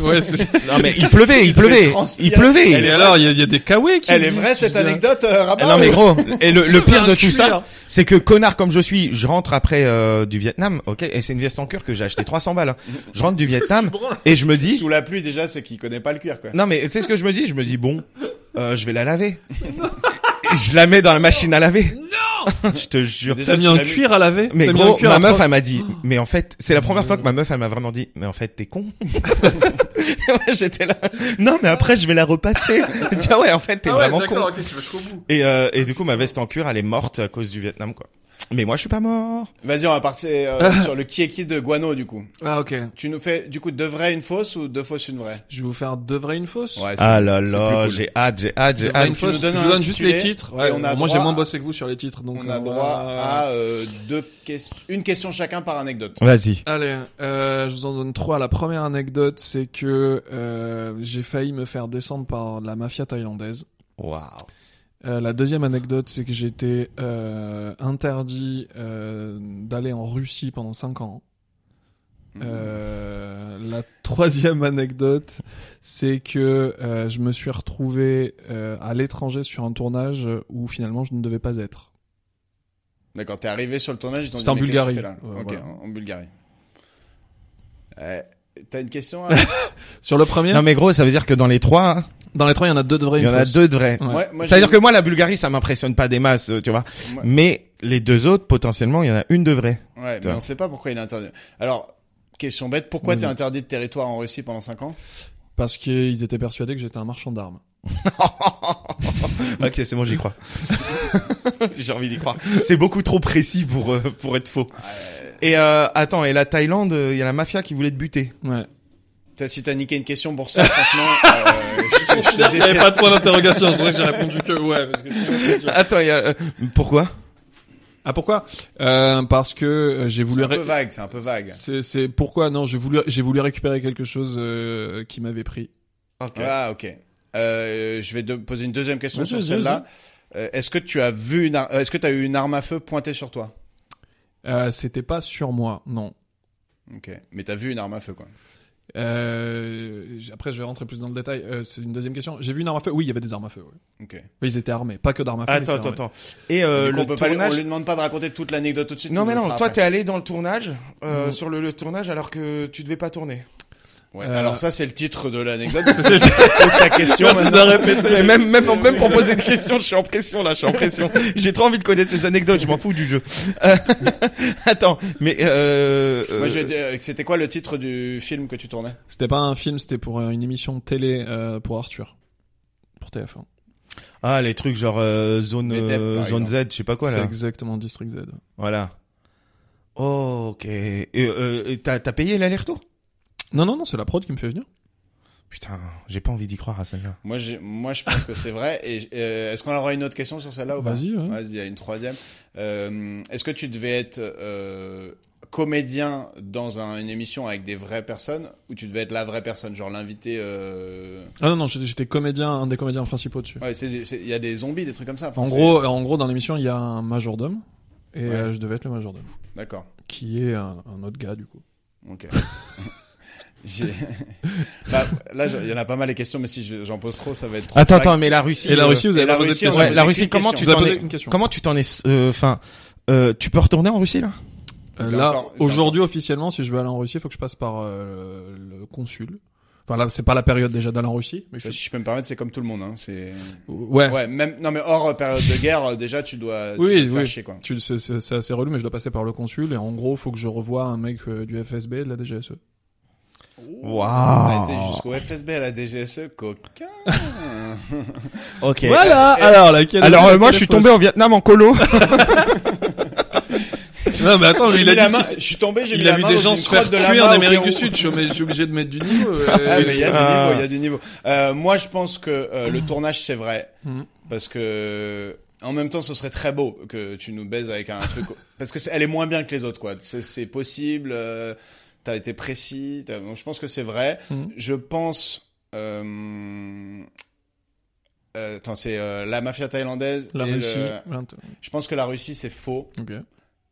Vietnam, ouais. c'est-
non mais il pleuvait il pleuvait il
transpirer.
Et
Elle
pleuvait
est-
alors, il y, a- il y a des kawaii qui
Elle est
existent,
vraie cette
tu sais.
anecdote, euh, Rabat
Eh non mais
ou-
gros et le, le pire de
Un
tout ça
cuir.
c'est que connard comme je suis je rentre après euh, du Vietnam ok et c'est une veste en cuir que j'ai acheté 300 balles hein. je rentre du Vietnam et je me dis
Sous la pluie déjà, c'est qu'il connaît pas le cuir quoi.
Non mais tu sais ce que je me dis Je me dis bon, euh, je vais la laver. Et je la mets dans la machine à laver. Non Je te jure.
Déjà,
T'as mis
tu
un
l'as vu.
cuir à laver
Mais
T'as mis un Euh.
gros,
cuir à
ma meuf
trois-
elle m'a dit. Mais en fait, c'est la première fois que ma meuf elle m'a vraiment dit. Mais en fait, t'es con. Ouais, J'étais là. Non mais après je vais la repasser. Je dis, ah ouais, en fait t'es
Ah ouais,
vraiment con.
d'accord, ok, tu vas jusqu'au bout.
Et euh, et du coup ma veste en cuir elle est morte à cause du Vietnam quoi. Mais moi je suis pas mort.
Vas-y, on va partir euh,
Ah.
sur le qui est qui de Guano du coup.
Ah, ok.
Tu nous fais du coup deux vraies une fausse ou deux fausses une vraie
Je vais vous faire deux vraies une fausse.
Ouais, c'est-
Ah là
c'est
là,
plus cool.
j'ai hâte, j'ai hâte, j'ai
Deux vraies, une
hâte.
tu nous
fausse. Je
donnes
vous
un
donne juste
intitulé
les titres.
et
Ouais,
on a
moi, j'ai
droit
moins
à-
bossé que vous sur les titres, donc.
On a
euh,
droit
voilà.
à euh, deux questions, une question chacun par anecdote.
Vas-y.
Allez, euh, je vous en donne trois. La première anecdote, c'est que euh, j'ai failli me faire descendre par la mafia thaïlandaise.
Waouh.
Euh, la deuxième anecdote, c'est que j'étais euh, interdit euh, d'aller en Russie pendant 5 ans.
Mmh.
Euh, la troisième anecdote, c'est que euh, je me suis retrouvé euh, à l'étranger sur un tournage où finalement je ne devais pas être.
D'accord, t'es arrivé sur le tournage, ils t'ont dit
C'était en
mais qu'est-ce que
Bulgarie.
tu fais là
Ouais,
Ok,
voilà.
en en Bulgarie. Euh, T'as une question hein
Sur le premier,
Non mais gros, ça veut dire que dans les trois, hein,
dans les trois, il y en a deux de vrais.
il y en a deux de vrais.
Ouais.
Ouais, moi,
C'est-à-dire
j'ai-
que moi, la Bulgarie, ça m'impressionne pas des masses, euh, tu vois.
Moi-
Mais les deux autres, potentiellement, il y en a une de vraie.
Ouais, mais
Toi.
on sait pas pourquoi il est interdit. Alors, question bête, pourquoi
Vas-y.
t'es interdit de territoire en Russie pendant 5 ans
Parce qu'ils étaient persuadés que j'étais un marchand d'armes.
ok, c'est bon, j'y crois. J'ai envie d'y croire. C'est beaucoup trop précis pour euh, pour être faux. Et euh, attends, et la Thaïlande, euh, il y a la mafia qui voulait te buter.
Ouais.
T'as- Si t'as niqué une question pour ça, franchement, euh, je, je te
Il n'y avait
déteste.
pas de point d'interrogation, c'est vrai que j'ai répondu que ouais, parce que sinon, c'est dur.
Attends, il y a euh, pourquoi
Ah pourquoi Euh, Parce que euh, j'ai
C'est
voulu.
un peu
ré-
vague, c'est un peu vague.
C'est c'est pourquoi non j'ai voulu j'ai voulu récupérer quelque chose euh, qui m'avait pris.
Ah, ok. Euh, je vais te poser une deuxième question
Vas-y,
sur
vas-y,
celle-là. Euh, Est-ce que tu as vu une, ar- euh, est-ce que tu as eu une arme à feu pointée sur toi
Euh, C'était pas sur moi non.
Ok. Mais t'as vu une arme à feu, quoi.
Euh, j- après je vais rentrer plus dans le détail. Euh, c'est une deuxième question. J'ai vu une arme à feu. Oui il y avait des armes à feu. ouais.
Ok.
Mais ils étaient armés pas que d'armes à feu. mais
Attends,
ils étaient
attends,
armés.
attends. Et euh,
Du coup,
le
on, peut pas,
tournage.
lui- on lui demande pas de raconter toute l'anecdote tout de suite.
non
il
mais
le
non,
fera
toi
après.
t'es allé dans le tournage, euh,
Mm.
sur le, le tournage alors que tu devais pas tourner.
Ouais.
Euh,
Alors ça, c'est le titre de l'anecdote. Pose ta question.
Merci de
maintenant.
la répéter. Mais même même même pour poser des questions, je suis en pression là, je suis en pression. J'ai trop envie de connaître tes anecdotes, je m'en fous du jeu. Euh, Attends, mais euh,
Moi,
euh,
je vais dire, euh, C'était quoi le titre du film que tu tournais
C'était pas un film c'était pour euh, une émission de télé euh, pour Arthur pour TF1.
ah les trucs genre euh, zone
Les Depp,
euh,
par
zone Z, je sais pas quoi
C'est
là.
exactement District Z.
Voilà. Oh, ok. Et, euh, et t'as t'as payé l'aller-retour
Non non non c'est la prod qui me fait venir.
Putain, j'ai pas envie d'y croire à celle-là.
Moi, j'ai- moi, je pense que c'est vrai. Et euh, est-ce qu'on aura une autre question sur
Oh,
celle-là ou
bah,
pas
Vas-y. ouais.
Ouais, il y a une troisième. Euh, Est-ce que tu devais être euh, comédien dans un- une émission avec des vraies personnes ou tu devais être la vraie personne, genre l'invité euh,
Ah non non j'étais j'étais comédien un des comédiens principaux dessus.
Ouais, c'est des- c'est- il y a des zombies, des trucs comme ça. Enfin,
En
c'est-
gros, en gros, dans l'émission, il y a un majordome. Et
Ouais.
euh, je devais être le majordome.
D'accord.
Qui est un, un autre gars, du coup.
Ok. J'ai- Bah, là, je- il y en a pas mal les questions, mais si je- j'en pose trop, ça va être trop.
Attends,
vague.
attends, mais la Russie.
Et la
euh,
Russie, vous
et
avez
la
pas posé de
Russie, on
question.
vous
Ouais,
avez
la
qu'une
Russie, comment
question.
tu
Vous avez
t'en
posé
es
une question.
Comment tu t'en es euh, Enfin, euh, tu peux retourner en Russie là
Euh,
T'as
là,
encore- t'as
aujourd'hui, officiellement, si je veux aller en Russie, il faut que je passe par euh, le consul. Enfin, là, c'est pas la période déjà d'aller en Russie. Mais je-
Si je peux me permettre, c'est comme tout le monde. Hein. C'est
Ouais.
ouais, même non mais hors période de guerre, euh, déjà tu dois, tu dois
Oui,
te
oui.
faire chier, quoi.
Tu le sais, c'est c'est assez relou, mais je dois passer par le consul. Et en gros, faut que je revoie un mec euh, du FSB et de la DGSE.
T'as
Waouh.
été jusqu'au FSB à la DGSE, E, coquin.
Ok.
Voilà Alors, laquelle
Alors euh, moi je suis tombé en Vietnam en colo.
Non, mais attends,
J'ai
Oh, il
mis
a
la
dit
main,
qu'il-
je suis tombé, j'ai mis
il a
la
vu
main
des
dans
gens
une
se faire
crotte de la
tuer en
main au
Amérique du
Pérou.
Sud. Je suis obligé- je suis obligé de mettre du niveau. euh,
Ah, mais il y a
Ah.
du niveau, il y a du niveau. Euh, moi, je pense que euh, le tournage, c'est vrai.
Mhm.
Parce que, en même temps, ce serait très beau que tu nous baises avec un truc. parce que c'est- elle est moins bien que les autres, quoi. C'est c'est possible, euh, t'as été précis. t'as- Donc, je pense que c'est vrai.
Mhm.
Je pense, euh, euh, attends, c'est euh, la mafia thaïlandaise.
La
et le-
Russie. vingt-
Je pense que la Russie, c'est faux.
Ok.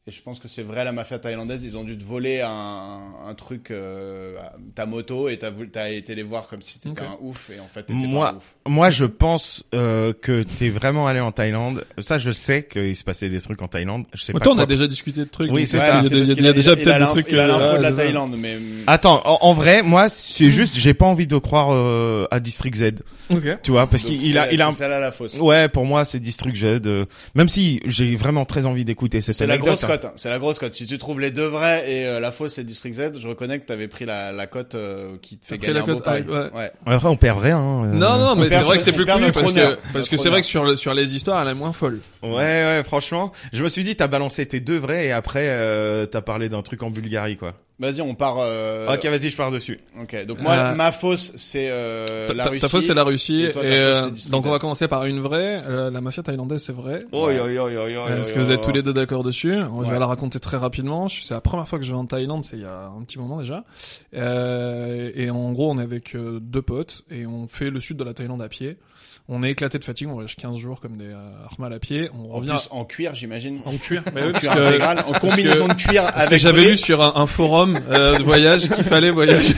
Et je pense que c'est vrai, la mafia thaïlandaise, ils ont dû te voler un, un truc, euh, ta moto, et t'as voulu- t'as été les voir comme si t'étais
Ok.
un ouf, et en fait, t'étais
Moi-
pas un ouf.
Moi je pense euh, que t'es vraiment allé en Thaïlande. Ça je sais qu'il se passait des trucs en Thaïlande. Je sais pas.
Autant on a
quoi.
déjà discuté de trucs.
Oui,
donc
c'est
il y
ça.
a
c'est
des-
parce
Il
qu'il
y a déjà
il
peut-être des
l'info-
trucs.
Il a
euh,
l'info
ouais,
de la
c'est ça. Ah,
Thaïlande, mais... mm,
Attends, en, en vrai, moi, c'est juste, j'ai pas envie de croire euh, à District Z,
Ok.
tu vois, parce
Donc,
qu'il
c'est-
il a, il a,
C'est ça là la fausse.
un- ouais, pour moi, c'est District Z. euh, même si j'ai vraiment très envie d'écouter cette
C'est la
anecdote.
grosse cote, hein. c'est la grosse cote. Si tu trouves les deux vrais et euh, la fausse c'est District Z, je reconnais que t'avais pris la, la cote euh, qui te fait
T'as pris la
gagner un bon
cote, ah,
pari.
ouais.
hein. Après, on perd rien. hein, euh.
Non, non, mais
perd
c'est vrai
son-
que c'est
on
plus
perd
connu
notre
parce
honneur,
que parce
notre
que c'est vrai
honneur.
que sur le sur les histoires, elle est moins folle.
Ouais, ouais, franchement, je me suis dit, t'as balancé tes deux vrais et après, euh, t'as parlé d'un truc en Bulgarie, quoi.
Vas-y, on part. euh,
Ok, vas-y, je pars dessus.
ok. Donc moi,
Euh,
ma fausse c'est euh,
Ta-
la
ta-
Russie.
Ta fausse c'est la Russie.
et
Et
toi, ta fausse, c'est
euh,
Disney.
donc on va commencer par une vraie. Euh, La mafia thaïlandaise, c'est vrai.
Oh,
Ouais.
yo, yo, yo, yo,
Est-ce
yo,
que vous
yo.
êtes tous les deux d'accord dessus Je
Ouais.
vais la raconter très rapidement. Je- C'est la première fois que je vais en Thaïlande, c'est il y a un petit moment déjà. Euh, et en gros, on est avec euh, deux potes et on fait le sud de la Thaïlande à pied. On est éclaté de fatigue, on lâche 15 jours comme des euh, armals à pied. On
En
revient
plus en cuir, j'imagine.
en cuir. Mais
En
oui, parce
cuir
que-
intégral, en
que-
combinaison de cuir
Parce que
avec
j'avais
bri-
lu sur un, un forum euh, de voyage qu'il fallait voyager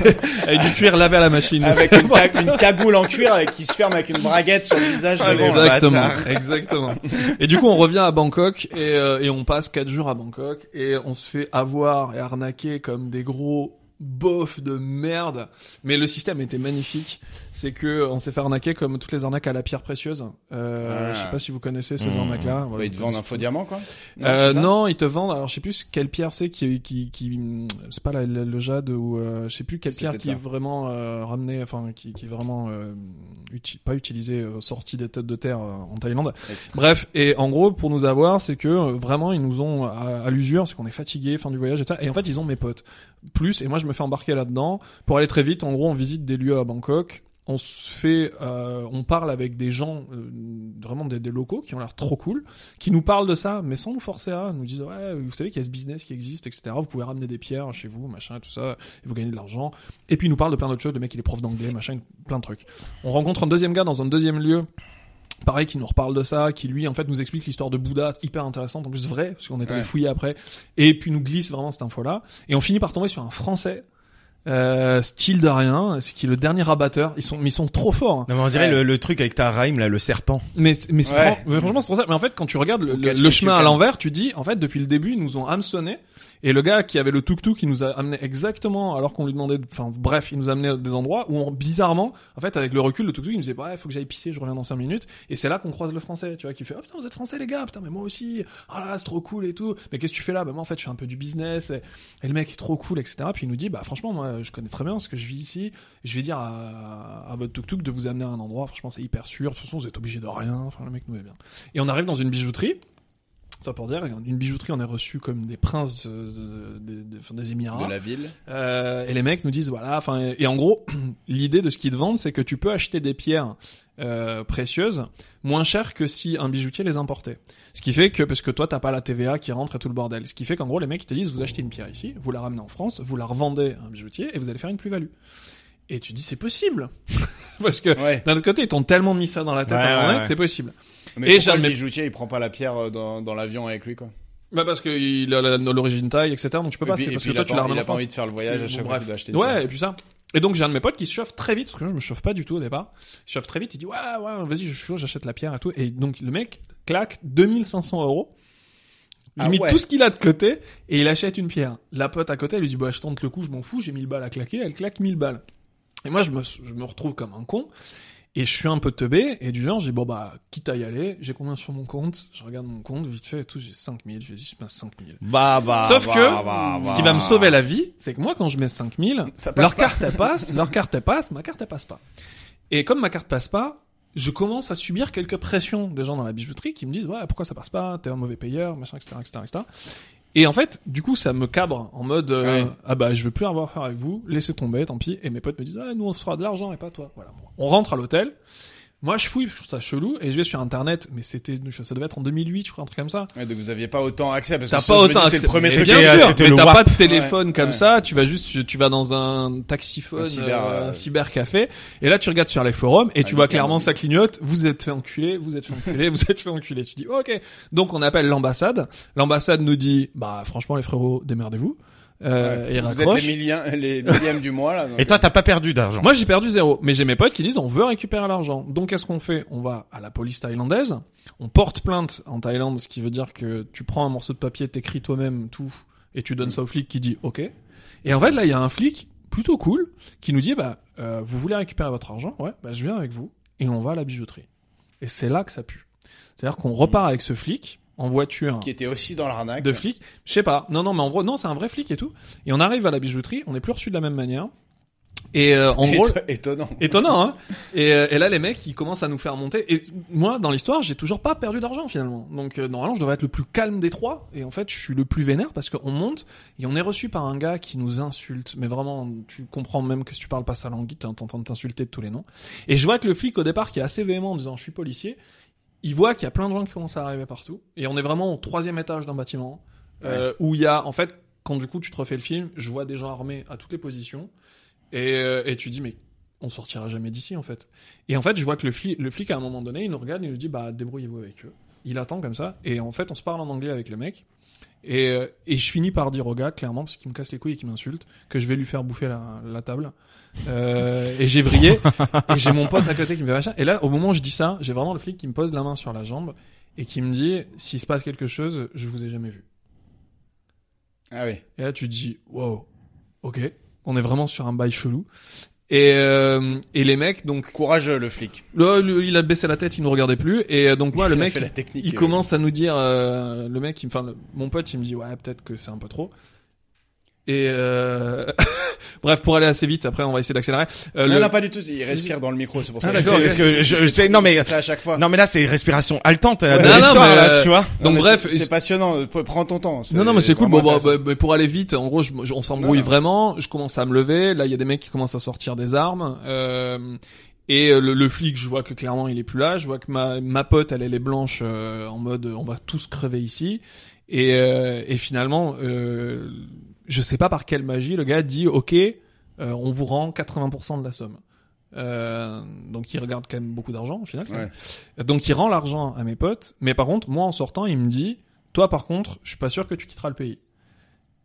avec du cuir lavé à la machine.
avec une, ca- une cagoule en cuir avec- qui se ferme avec une braguette sur le visage.
Ah,
devant, là.
exactement,
bâtard.
exactement. Et du coup, on revient à Bangkok et, euh, et on passe quatre jours à Bangkok et on se fait avoir et arnaquer comme des gros bofs de merde. Mais le système était magnifique. C'est que euh, on s'est fait arnaquer comme toutes les arnaques à la pierre précieuse. Euh,
Ah.
Je sais pas si vous connaissez ces
Mmh.
arnaques-là.
Bah, ils te vendent un faux diamant, quoi.
Euh,
c'est ça
non, ils te vendent. Alors, je sais plus quelle pierre c'est qui, qui, qui, hum, c'est pas la- la- le jade ou euh, je sais plus quelle
C'est
pierre
peut-être
qui est
ça.
vraiment euh, ramenée, enfin qui, qui est vraiment euh, uti- pas utilisée, euh, sortie des têtes de terre euh, en Thaïlande. Bref, et en gros, pour nous avoir, c'est que euh, vraiment ils nous ont à, à l'usure, c'est qu'on est fatigué, fin du voyage et ça. Et en fait, ils ont mes potes plus, et moi je me fais embarquer là-dedans pour aller très vite. En gros, on visite des lieux à Bangkok. on se fait, euh, on parle avec des gens euh, vraiment des, des locaux qui ont l'air trop cool, qui nous parlent de ça, mais sans nous forcer à, nous disent ouais, vous savez qu'il y a ce business qui existe, etc. Vous pouvez ramener des pierres chez vous, machin, tout ça, et vous gagnez de l'argent. Et puis ils nous parlent de plein d'autres choses, le mec il est prof d'anglais, machin, plein de trucs. On rencontre un deuxième gars dans un deuxième lieu pareil qui nous reparle de ça qui lui en fait nous explique l'histoire de Bouddha hyper intéressante en plus vrai parce qu'on est allé
Ouais.
fouiller après et puis nous glisse vraiment cette info là et on finit par tomber sur un français euh, style de rien c'est qui est le dernier rabatteur ils sont mais ils sont trop forts hein.
Non mais on dirait
Ouais.
le, le truc avec ta rime là, le serpent.
mais mais, c'est
Ouais.
fran- mais franchement c'est trop ça mais en fait quand tu regardes le,
On
le-
catch
le
que
chemin
tu
à
can.
l'envers tu dis en fait depuis le début ils nous ont hameçonné et le gars qui avait le tuk-tuk qui nous a amené exactement alors qu'on lui demandait de- enfin bref il nous amenait à des endroits où on, bizarrement en fait avec le recul le tuk-tuk il nous disait bah faut que j'aille pisser je reviens dans 5 minutes et c'est là qu'on croise le français tu vois qui fait oh putain vous êtes français les gars putain mais moi aussi ah là là, c'est trop cool et tout mais qu'est-ce que tu fais là bah moi en fait je fais un peu du business et, et le mec est trop cool etc puis il nous dit bah franchement moi je connais très bien ce que je vis ici je vais dire à, à votre tuk-tuk de vous amener à un endroit franchement c'est hyper sûr de toute façon vous êtes obligé de rien enfin le mec nous met bien et on arrive dans une bijouterie ça pour dire, une bijouterie, on est reçu comme des princes de- de- de- de- enfin, des Émirats.
de la ville.
Euh, et les mecs nous disent voilà, enfin, et- et en gros, l'idée de ce qu'ils te vendent, c'est que tu peux acheter des pierres euh, précieuses moins chères que si un bijoutier les importait. Ce qui fait que parce que toi t'as pas la TVA qui rentre et tout le bordel. Ce qui fait qu'en gros les mecs ils te disent vous achetez une pierre ici, vous la ramenez en France, vous la revendez à un bijoutier et vous allez faire une plus-value. Et tu dis c'est possible parce que
Ouais.
d'un autre côté ils t'ont tellement mis ça dans la tête
Ouais,
à un moment
ouais,
donné que
ouais.
c'est possible.
Mais
Et
pourquoi
jamais-
le bijoutier, il prend pas la pierre euh, dans, dans l'avion avec lui, quoi.
Bah parce qu'il a la- l'origine taille, etc. Donc tu peux
Et
pas.
puis,
C'est
et
parce
puis
que
il
toi
a
tu
pas-
la
il
ramènes en
a pas
France.
envie de faire le voyage à
Bon,
chaque fois
bref.
qu'il doit acheter une
Ouais,
pierre.
et puis ça. Et donc j'ai un de mes potes qui se chauffe très vite, parce que je me chauffe pas du tout au départ. Il se chauffe très vite, il dit ouais, ouais, vas-y, je suis chaud, j'achète la pierre et tout. Et donc le mec claque 2500 euros. Il
Ah
met
ouais.
tout ce qu'il a de côté et il achète une pierre. La pote à côté, elle lui dit bah je tente le coup, je m'en fous, j'ai 1000 balles à claquer, elle claque 1000 balles. Et moi je me, je me retrouve comme un con et je suis un peu teubé et du genre j'ai bon bah quitte à y aller, j'ai combien sur mon compte Je regarde mon compte vite fait et tout, j'ai 5000, je vais dire 5000.
Bah bah.
Sauf
bah,
que,
bah,
ce
bah.
qui va me sauver la vie, c'est que moi, quand je mets 5000,
Ça passe
leur
pas.
carte, elle passe, leur carte, elle passe, ma carte, elle passe pas. Et comme ma carte passe pas, je commence à subir quelques pressions des gens dans la bijouterie qui me disent, ouais, pourquoi ça passe pas? T'es un mauvais payeur, machin, etc., etc., etc. Et en fait, du coup, ça me cabre en mode, euh,
Ouais.
ah bah, je veux plus avoir affaire avec vous, laissez tomber, tant pis. Et mes potes me disent, ah, nous, on se fera de l'argent et pas toi. Voilà. On rentre à l'hôtel. Moi, je fouille, je trouve ça chelou, et je vais sur Internet, mais c'était, ça devait être en 2008, je crois, un truc comme ça.
Ouais, donc vous aviez pas autant accès parce que
T'as
ça,
pas
je me
autant
dis, c'est
accès.
le premier
mais
truc.
bien
qui est-
sûr,
c'était
mais
le
t'as
WAP.
pas de téléphone
Ouais,
comme
ouais.
ça. Tu vas juste, tu vas dans un taxiphone,
Un cyber,
euh, un
euh, Ah,
cybercafé, et là tu regardes sur les forums et tu
Un
vois
hyper
clairement
mobile.
ça clignote. Vous êtes fait enculer, vous êtes fait enculer, vous êtes fait enculer. Tu dis ok. Donc on appelle l'ambassade. L'ambassade nous dit bah franchement les frérots démerdez-vous. Euh,
Ouais.
Et ils
vous
raccrochent.
êtes les, milliens, les millièmes du mois là. donc,
Et toi t'as pas perdu d'argent.
Moi j'ai perdu zéro, mais j'ai mes potes qui disent on veut récupérer l'argent. Donc qu'est-ce qu'on fait On va à la police thaïlandaise, on porte plainte en Thaïlande, ce qui veut dire que tu prends un morceau de papier, t'écris toi-même tout, et tu donnes ça au flic qui dit ok. Et en fait là il y a un flic plutôt cool qui nous dit bah euh, vous voulez récupérer votre argent Ouais, bah je viens avec vous et on va à la bijouterie. Et c'est là que ça pue. C'est-à-dire qu'on repart avec ce flic en voiture
Qui était aussi dans l'arnaque.
de flic. Je sais pas. Non, non, mais en gros, non, c'est un vrai flic et tout. Et on arrive à la bijouterie, on est plus reçu de la même manière. Et euh, en gros,
Éto- Étonnant.
Étonnant, hein et, euh, et là, les mecs, ils commencent à nous faire monter. Et moi, dans l'histoire, j'ai toujours pas perdu d'argent finalement. Donc euh, normalement, je devrais être le plus calme des trois. Et en fait, je suis le plus vénère parce qu'on monte et on est reçu par un gars qui nous insulte. Mais vraiment, tu comprends même que si tu parles pas sa langue, t'es en train de t'insulter de tous les noms. Et je vois que le flic au départ, qui est assez véhément en disant je suis policier, il voit qu'il y a plein de gens qui commencent à arriver partout. Et on est vraiment au troisième étage d'un bâtiment euh, où il y a, en fait, quand du coup tu te refais le film, je vois des gens armés à toutes les positions. Et, euh, et tu dis, mais on sortira jamais d'ici, en fait. Et en fait, je vois que le flic, le flic à un moment donné, il nous regarde, il nous dit, bah, débrouillez-vous avec eux. Il attend comme ça. Et en fait, on se parle en anglais avec le mec. Et, euh, et je finis par dire au gars, clairement, parce qu'il me casse les couilles et qu'il m'insulte, que je vais lui faire bouffer la, la table. Euh, et j'ai brillé. et j'ai mon pote à côté qui me fait machin. Et là, au moment où je dis ça, j'ai vraiment le flic qui me pose la main sur la jambe et qui me dit, s'il se passe quelque chose, je vous ai jamais vu.
Ah oui.
Et là, tu te dis, wow, ok, on est vraiment sur un bail chelou. Et, euh, et les mecs, donc,
Courageux le flic.
là, le- il a baissé la tête, il nous regardait plus. Et euh, donc, moi, le
Il a
mec,
fait la technique.
il
euh,
commence à nous dire, euh, le mec, il, me- enfin, le- mon pote, il me dit, ouais, peut-être que c'est un peu trop. Et euh, bref, pour aller assez vite, après, on va essayer d'accélérer. Euh,
Non,
le-
non, pas du tout. Il respire dans le micro, c'est pour ça.
Ah, d'accord, parce que je- je-
C'est-
non, mais-
c'est à chaque fois.
Non mais là c'est respiration haletante là, de
Ouais. Non, non,
l'histoire,
mais,
là,
euh,
tu vois.
Non,
donc,
mais
bref,
c'est- c'est passionnant. P- Prends ton temps.
Non, non, mais c'est cool.
vraiment
Bon, bah,
intéressant.
bah, bah, pour aller vite, en gros, je, je- on s'embrouille
Non, non.
vraiment. Je commence à me lever. Là, il y a des mecs qui commencent à sortir des armes. Euh, Et euh, le, le flic, je vois que clairement il est plus là. Je vois que ma, ma pote, elle, elle est blanche euh, en mode euh, on va tous crever ici. Et, euh, et finalement, euh, je sais pas par quelle magie, le gars dit ok, euh, on vous rend 80% de la somme. Euh, donc il regarde quand même beaucoup d'argent au final. quand même. Donc il rend l'argent à mes potes, mais par contre moi en sortant il me dit toi par contre je suis pas sûr que tu quitteras le pays.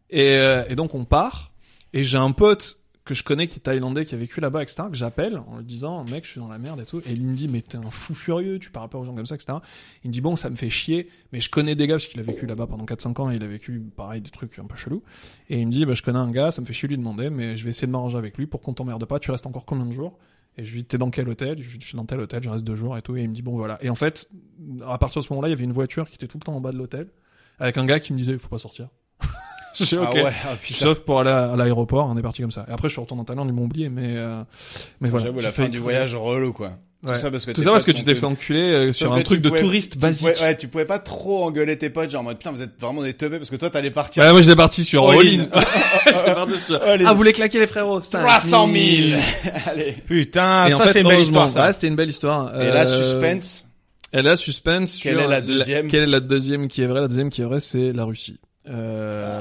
Et, euh, et donc on part et j'ai un pote que je connais qui est thaïlandais qui a vécu là-bas etc que j'appelle en lui disant mec je suis dans la merde et tout et il me dit mais t'es un fou furieux tu parles pas aux gens comme ça etc il me dit bon ça me fait chier mais je connais des gars parce qu'il a vécu là-bas pendant 4-5 ans et il a vécu pareil des trucs un peu chelous et il me dit bah je connais un gars ça me fait chier de lui demander mais je vais essayer de m'arranger avec lui pour qu'on t'emmerde pas tu restes encore combien de jours et je lui dis, t'es dans quel hôtel Je lui dis, je suis dans tel hôtel, je reste deux jours et tout. Et il me dit, bon voilà. Et en fait, à partir de ce moment-là, il y avait une voiture qui était tout le temps en bas de l'hôtel, avec un gars qui me disait, faut pas sortir. je dis, bah, ok.
Ah ouais, ah, putain.
Sauf pour aller à à l'aéroport, on est parti comme ça. Et après, je suis retourné en Thaïlande, ils m'ont oublié, mais, euh, mais voilà.
J'avoue,
Tu
la
fais-
fin du voyage relou, quoi.
Ouais.
Tout ça parce que,
Tout
tes
ça parce que
potes
tu
sont
t'es
tenus-
fait enculer euh,
Sauf
sur
que
un
tu
truc de
pouvais-
touriste
tu
basique.
pouvais- ouais, tu pouvais pas trop engueuler tes potes, genre en mode putain, vous êtes vraiment des teubés parce que toi t'allais partir.
Ouais, moi j'étais parti sur
All
all-in.
in.
J'étais parti sur-
All in.
Ah, vous voulez claquer les frérots
300 000 Allez.
Putain,
Et en
Ah, ça
fait,
c'est une belle
heureusement,
histoire. Ça.
ouais, c'était une belle histoire. Euh,
Et là, suspense.
Et là, suspense.
Quelle
sur
est la deuxième
Quelle est la deuxième qui est vraie La deuxième qui est vraie, c'est la Russie. Euh,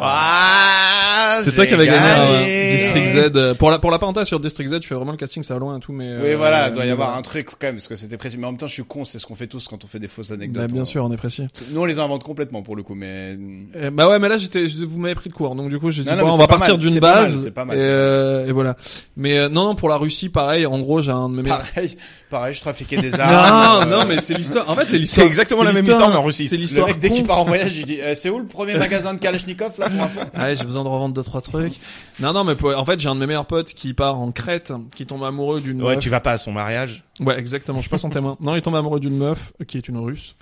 Ah,
c'est toi
j'ai
qui avais gagné
gagné.
euh, District Z. euh, Pour la pour la parenthèse sur District Z, je fais vraiment le casting, ça va loin et tout, mais.
Oui,
euh,
voilà, il doit y
mais
avoir
voilà.
un truc quand même, parce que c'était précis. Mais en même temps, je suis con, c'est ce qu'on fait tous quand on fait des fausses anecdotes.
Bah, bien
On-
sûr, on est précis.
Nous, on les invente complètement pour le coup, mais.
Euh, bah ouais, mais là j'étais, je- vous m'avez pris de court, donc du coup j'ai dit
Non, non,
bon,
mais
on
c'est
va
pas
partir
mal,
d'une
c'est pas mal,
base
c'est pas mal,
et,
c'est pas
euh, et voilà. Mais euh, non, non, pour la Russie, pareil. En gros, j'ai un de mes meilleurs-
Pareil, pareil, je trafiquais des
Non,
armes. euh,
non, mais c'est l'histoire. En fait, c'est l'histoire.
C'est exactement la même histoire, mais en Russie.
C'est
Le
l'histoire.
mec, dès qu'il
con.
part en voyage, il dit, euh, c'est où le premier magasin de Kalachnikov, là, pour info?
Ouais, j'ai besoin de revendre deux trois trucs. Non, non, mais pour- en fait, j'ai un de mes meilleurs potes qui part en Crète, qui tombe amoureux d'une.
Ouais,
meuf.
tu vas pas à son mariage.
Ouais, exactement. Je suis pas son témoin. Non, il tombe amoureux d'une meuf qui est une Russe.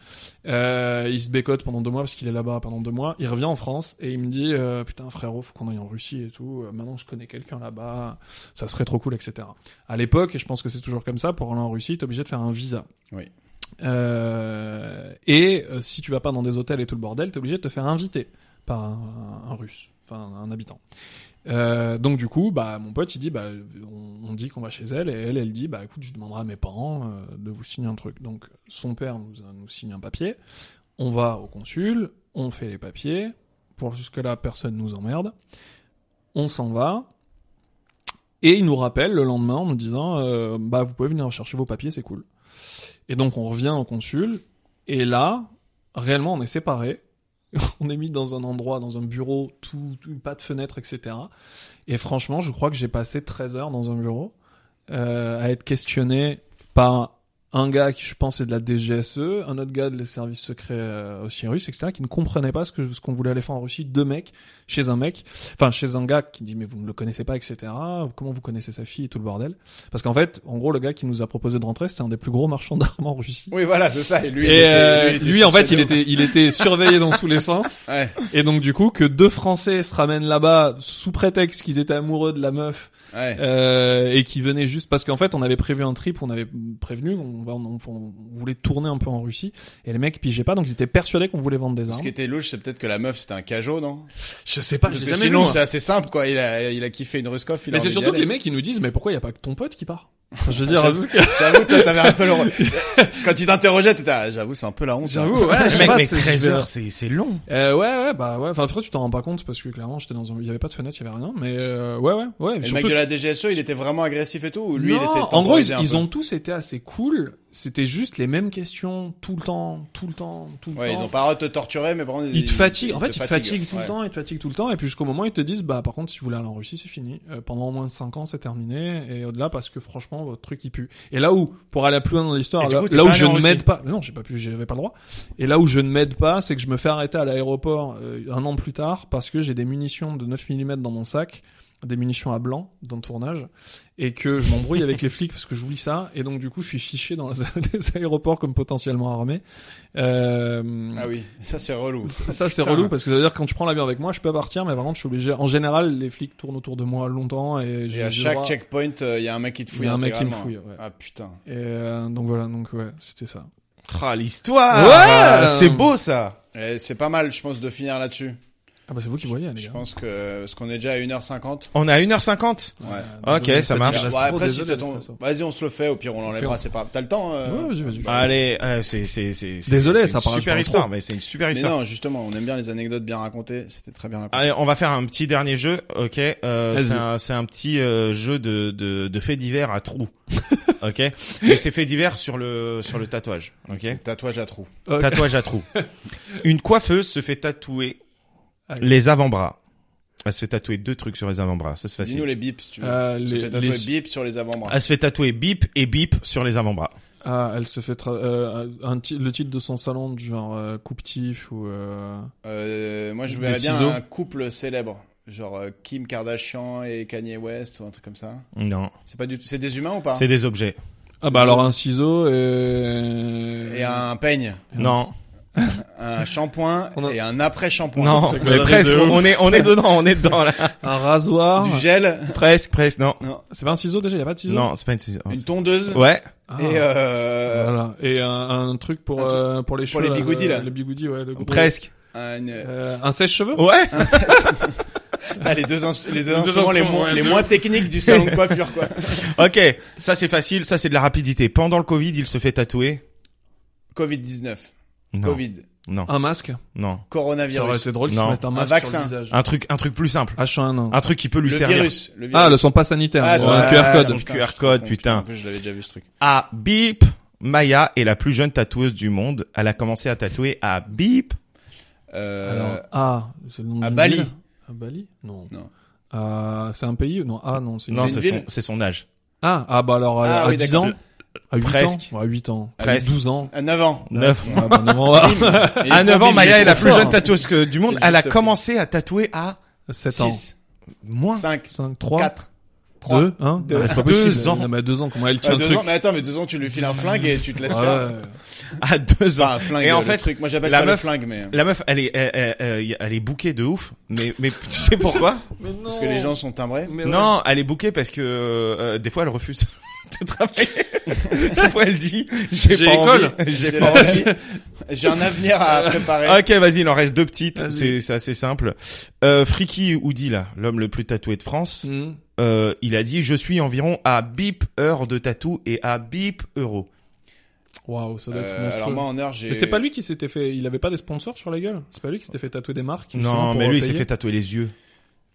Euh, il se bécote pendant deux mois parce qu'il est là-bas pendant deux mois. Il revient en France et il me dit euh, putain frérot, faut qu'on aille en Russie et tout. Euh, Maintenant, je connais quelqu'un là-bas. Ça serait trop cool, etc. À l'époque, et je pense que c'est toujours comme ça, pour aller en Russie, t'es obligé de faire un visa.
Oui.
Euh, et euh, si tu vas pas dans des hôtels et tout le bordel, t'es obligé de te faire inviter par un, un Russe, enfin un habitant. Euh, donc du coup, bah mon pote il dit bah on, on dit qu'on va chez elle et elle elle dit bah écoute je demanderai à mes parents euh, de vous signer un truc. Donc son père nous, euh, nous signe un papier, on va au consul, on fait les papiers. Pour jusque là personne nous emmerde. On s'en va et il nous rappelle le lendemain en nous disant euh, bah vous pouvez venir chercher vos papiers c'est cool. Et donc on revient au consul et là réellement on est séparés. On est mis dans un endroit, dans un bureau, tout, tout pas de fenêtre, etc. Et franchement, je crois que j'ai passé 13 heures dans un bureau euh, à être questionné par un gars qui, je pense, est de la DGSE, E, un autre gars des services secrets euh, aussi russes, etc., qui ne comprenait pas ce que ce qu'on voulait aller faire en Russie. Deux mecs chez un mec, enfin chez un gars qui dit mais vous ne le connaissez pas, etc. Comment vous connaissez sa fille et tout le bordel Parce qu'en fait, en gros, le gars qui nous a proposé de rentrer, c'était un des plus gros marchands d'armes en Russie.
Oui, voilà, c'est ça. Et lui, il
Et
était-
euh,
il était
lui, en fait, il
suspect de-
était, il était surveillé dans tous les sens.
Ouais.
Et donc, du coup, que deux Français se ramènent là-bas sous prétexte qu'ils étaient amoureux de la meuf
Ouais.
euh, et qui venaient juste parce qu'en fait, on avait prévu un trip, on avait prévenu, on, va- on- on voulait tourner un peu en Russie. Et les mecs pigeaient pas, donc ils étaient persuadés qu'on voulait vendre des armes.
Ce qui était louche, c'est peut-être que la meuf, c'était un cajot, non
Je sais pas,
Parce
Ah, j'ai
que
jamais vu,
sinon,
moi.
c'est assez simple, quoi. Il a, il a kiffé une Ruskov. il a
Mais c'est
envie
surtout que
d'y
les
aller. Ah,
mecs, ils nous disent, mais pourquoi il y a pas que ton pote qui part Enfin, Je veux dire, euh,
J'avoue, j'avoue, toi, t'avais un peu le. Quand il t'interrogeait, t'étais, ah, j'avoue, c'est un peu la honte. hein.
j'avoue, ouais, je
Mais
sais
mec,
pas,
mais
c'est-
13
je vais-
heures, c'est c'est long.
Euh, ouais, ouais, bah ouais. Enfin, après, tu t'en rends pas compte parce que clairement, j'étais dans un. Il y avait pas de fenêtre, il y avait rien. Mais euh, ouais, ouais, ouais.
Et Le
surtout-
mec de la DGSE, il était vraiment agressif et tout, ou lui,
Non,
il essayait de
en gros,
temporiser
ils,
un
ils
peu
ont tous été assez cool. C'était juste les mêmes questions tout le temps, tout le temps, tout le
Ouais,
temps.
ils ont pas arrêté de te torturer, mais par contre,
Ils te fatiguent. En fait,
te
ils te fatiguent tout
ouais.
le temps, ils te fatiguent tout le temps. Et puis jusqu'au moment, ils te disent, bah, par contre, si vous voulez aller en Russie, c'est fini. Euh, pendant au moins 5 ans, c'est terminé. Et au-delà, parce que franchement, votre truc, il pue. Et là où, pour aller plus loin dans l'histoire,
Et du
là,
coup, t'es
là
pas
où
allé
je
en
ne m'aide
Russie.
pas, mais non, j'ai pas pu, j'avais pas le droit. Et là où je ne m'aide pas, c'est que je me fais arrêter à l'aéroport euh, un an plus tard parce que j'ai des munitions de 9 mm dans mon sac des munitions à blanc dans le tournage et que je m'embrouille avec les flics parce que j'oublie ça et donc du coup je suis fiché dans les les aéroports comme potentiellement armé euh,
Ah oui, ça, c'est relou.
ça c'est
Putain.
relou parce que ça veut dire quand je prends l'avion avec moi, je peux partir, mais vraiment je suis obligé. En général, les flics tournent autour de moi longtemps et
Et
j'ai
à
j'ai
chaque
droit-
checkpoint, euh, il y a un mec qui te fouille.
Il y a un mec qui me
intégralement.
fouille, ouais.
Ah putain.
Et euh, donc voilà, donc ouais, c'était ça.
Ah l'histoire.
Ouais. Ah,
C'est beau ça.
Et c'est pas mal, je pense, de finir là-dessus.
Ah bah c'est vous qui voyez, les
Je
gars.
pense que ce qu'on est déjà à 1h50.
On est à 1h50
Ouais.
Ah,
Ok,
désolé,
ça
te
marche.
dira
Bon,
trop,
Bah, après, si
désolé,
t'as
de
ton-
toute façon.
Vas-y, on se le fait, au pire on l'enlèvera, c'est pas. T'as le temps euh,
Ouais, vas-y, vas-y.
Allez, euh, c'est c'est c'est c'est-
Désolé,
c'est
ça
une
parle
super
pas
histoire,
trop.
mais c'est une super
Mais
histoire.
non, justement, on aime bien les anecdotes bien racontées. C'était très bien raconté.
Allez, on va faire un petit dernier jeu, ok euh,
Vas-y.
C'est un, c'est un petit euh, jeu de de, de faits divers à trous, ok Mais c'est faits divers sur le sur le tatouage,
Ah,
ok
C'est Tatouage à trous.
Ok.
Tatouage à trous. Une coiffeuse se fait tatouer
Allez.
les avant-bras. Elle se fait tatouer deux trucs sur les avant-bras, ça c'est
Dis-nous
facile.
les bips, si tu veux.
Bah, Euh,
Tu
les,
fais tatouer
les-
bip sur les avant-bras.
Elle se fait tatouer bip et bip sur les avant-bras.
Ah, elle se fait tra- euh, un ti- le titre de son salon du genre euh, coupe-tif ou euh,
Euh, moi, je
Des
verrais bien
ciseaux.
un couple célèbre, genre euh, Kim Kardashian et Kanye West ou un truc comme ça.
Non,
C'est pas du tout. C'est des humains ou pas
c'est des objets.
ah bah alors un ciseau et,
Et un peigne,
Non,
un shampoing
On a-
et un après shampoing.
non, mais presque. On est on est dedans, on est dedans là.
un rasoir.
Du gel,
Presque, presque. Non,
non,
C'est pas un ciseau déjà, y a pas de ciseau.
non, c'est pas une ciseau.
une tondeuse
Ouais.
Ah,
et euh,
voilà. Et un, un truc pour
un truc-
euh, pour les cheveux.
les
là,
bigoudis,
le-
là.
Les bigoudis, ouais. Le gros-
Presque.
un- euh,
Euh, un sèche-cheveux.
Ouais.
ah, les deux, ins- les deux
deux
instruments les,
instruments,
moins,
ouais,
les
de
moins techniques du salon de coiffure quoi.
ok. Ça c'est facile. Ça c'est de la rapidité. Pendant le Covid, il se fait tatouer.
Covid 19,
Non.
Covid,
Non.
Un masque.
Non.
Ça aurait
coronavirus,
été drôle qu'ils
Non.
mettent un
Un
masque sur
vaccin.
le visage.
Un truc, un truc plus simple.
H1N1.
Un truc qui peut lui
le
servir.
virus, le virus.
Ah, le son pas sanitaire.
Ah,
ou
sur
un
la-
QR
ah,
code.
sur le
QR code,
je te
putain.
comprends, Je l'avais déjà vu ce truc.
À Bip, Ah, Maya est la plus jeune tatoueuse du monde. Elle a commencé à tatouer à Bip.
Euh,
Alors, ah, c'est le nom
à
d'une
Bali.
ville À Bali Non.
Non.
Euh, c'est un pays Non, ah non, c'est une
Non,
c'est
c'est
une
son,
ville
c'est son âge.
Ah, ah bah alors à,
Ah
à
oui,
10
d'accord.
ans À 8
Presque.
ans Ouais, À 8 ans. À
Presque.
12 ans.
à 9 ans.
Neuf.
Ah, bah, non, on va-
À 9 ans, Maya est hein. la plus
fort.
jeune tatoueuse que- du monde.
C'est
Elle a
juste ok.
commencé à tatouer à
7 ans.
6,
moins.
5,
5, 3,
4, 3,
2, 1.
deux.
Ah, c'est pas
Deux
possible.
ans.
Non, mais à 2 ans, comment elle tient
Ah,
le
deux
truc
ans, mais attends, mais deux ans, tu lui files un flingue et tu te laisses
Ah,
faire.
ouais.
À deux ans.
Enfin, un flingue,
Et en
le
fait,
truc. Moi, j'appelle
la
ça
meuf-
le flingue, mais. hein,
La meuf, elle est, elle, elle- elle- elle est bouquée de ouf. Mais, mais tu sais pourquoi?
Mais non.
Parce que les gens sont timbrés.
Mais ouais.
Non, elle est bouquée parce que euh, des fois elle refuse de travailler. des fois elle dit j'ai
J'ai
pas
école.
envie, j'ai
C'est
pas
la-
envie. Ah,
J'ai un avenir à préparer.
Ok, vas-y, il en reste deux petites.
Vas-y.
C'est c'est assez simple. Euh, Friki Oudi là, l'homme le plus tatoué de France,
Hmm.
euh, il a dit je suis environ à bip heure de tatou et à bip euro.
Waouh, ça doit être
Euh,
monstrueux.
alors moi, en heure, j'ai.
Mais c'est pas lui qui s'était fait, il avait pas des sponsors sur la gueule. C'est pas lui qui s'était fait tatouer des marques. justement,
Non,
pour
mais lui il s'est
payer
fait tatouer les yeux.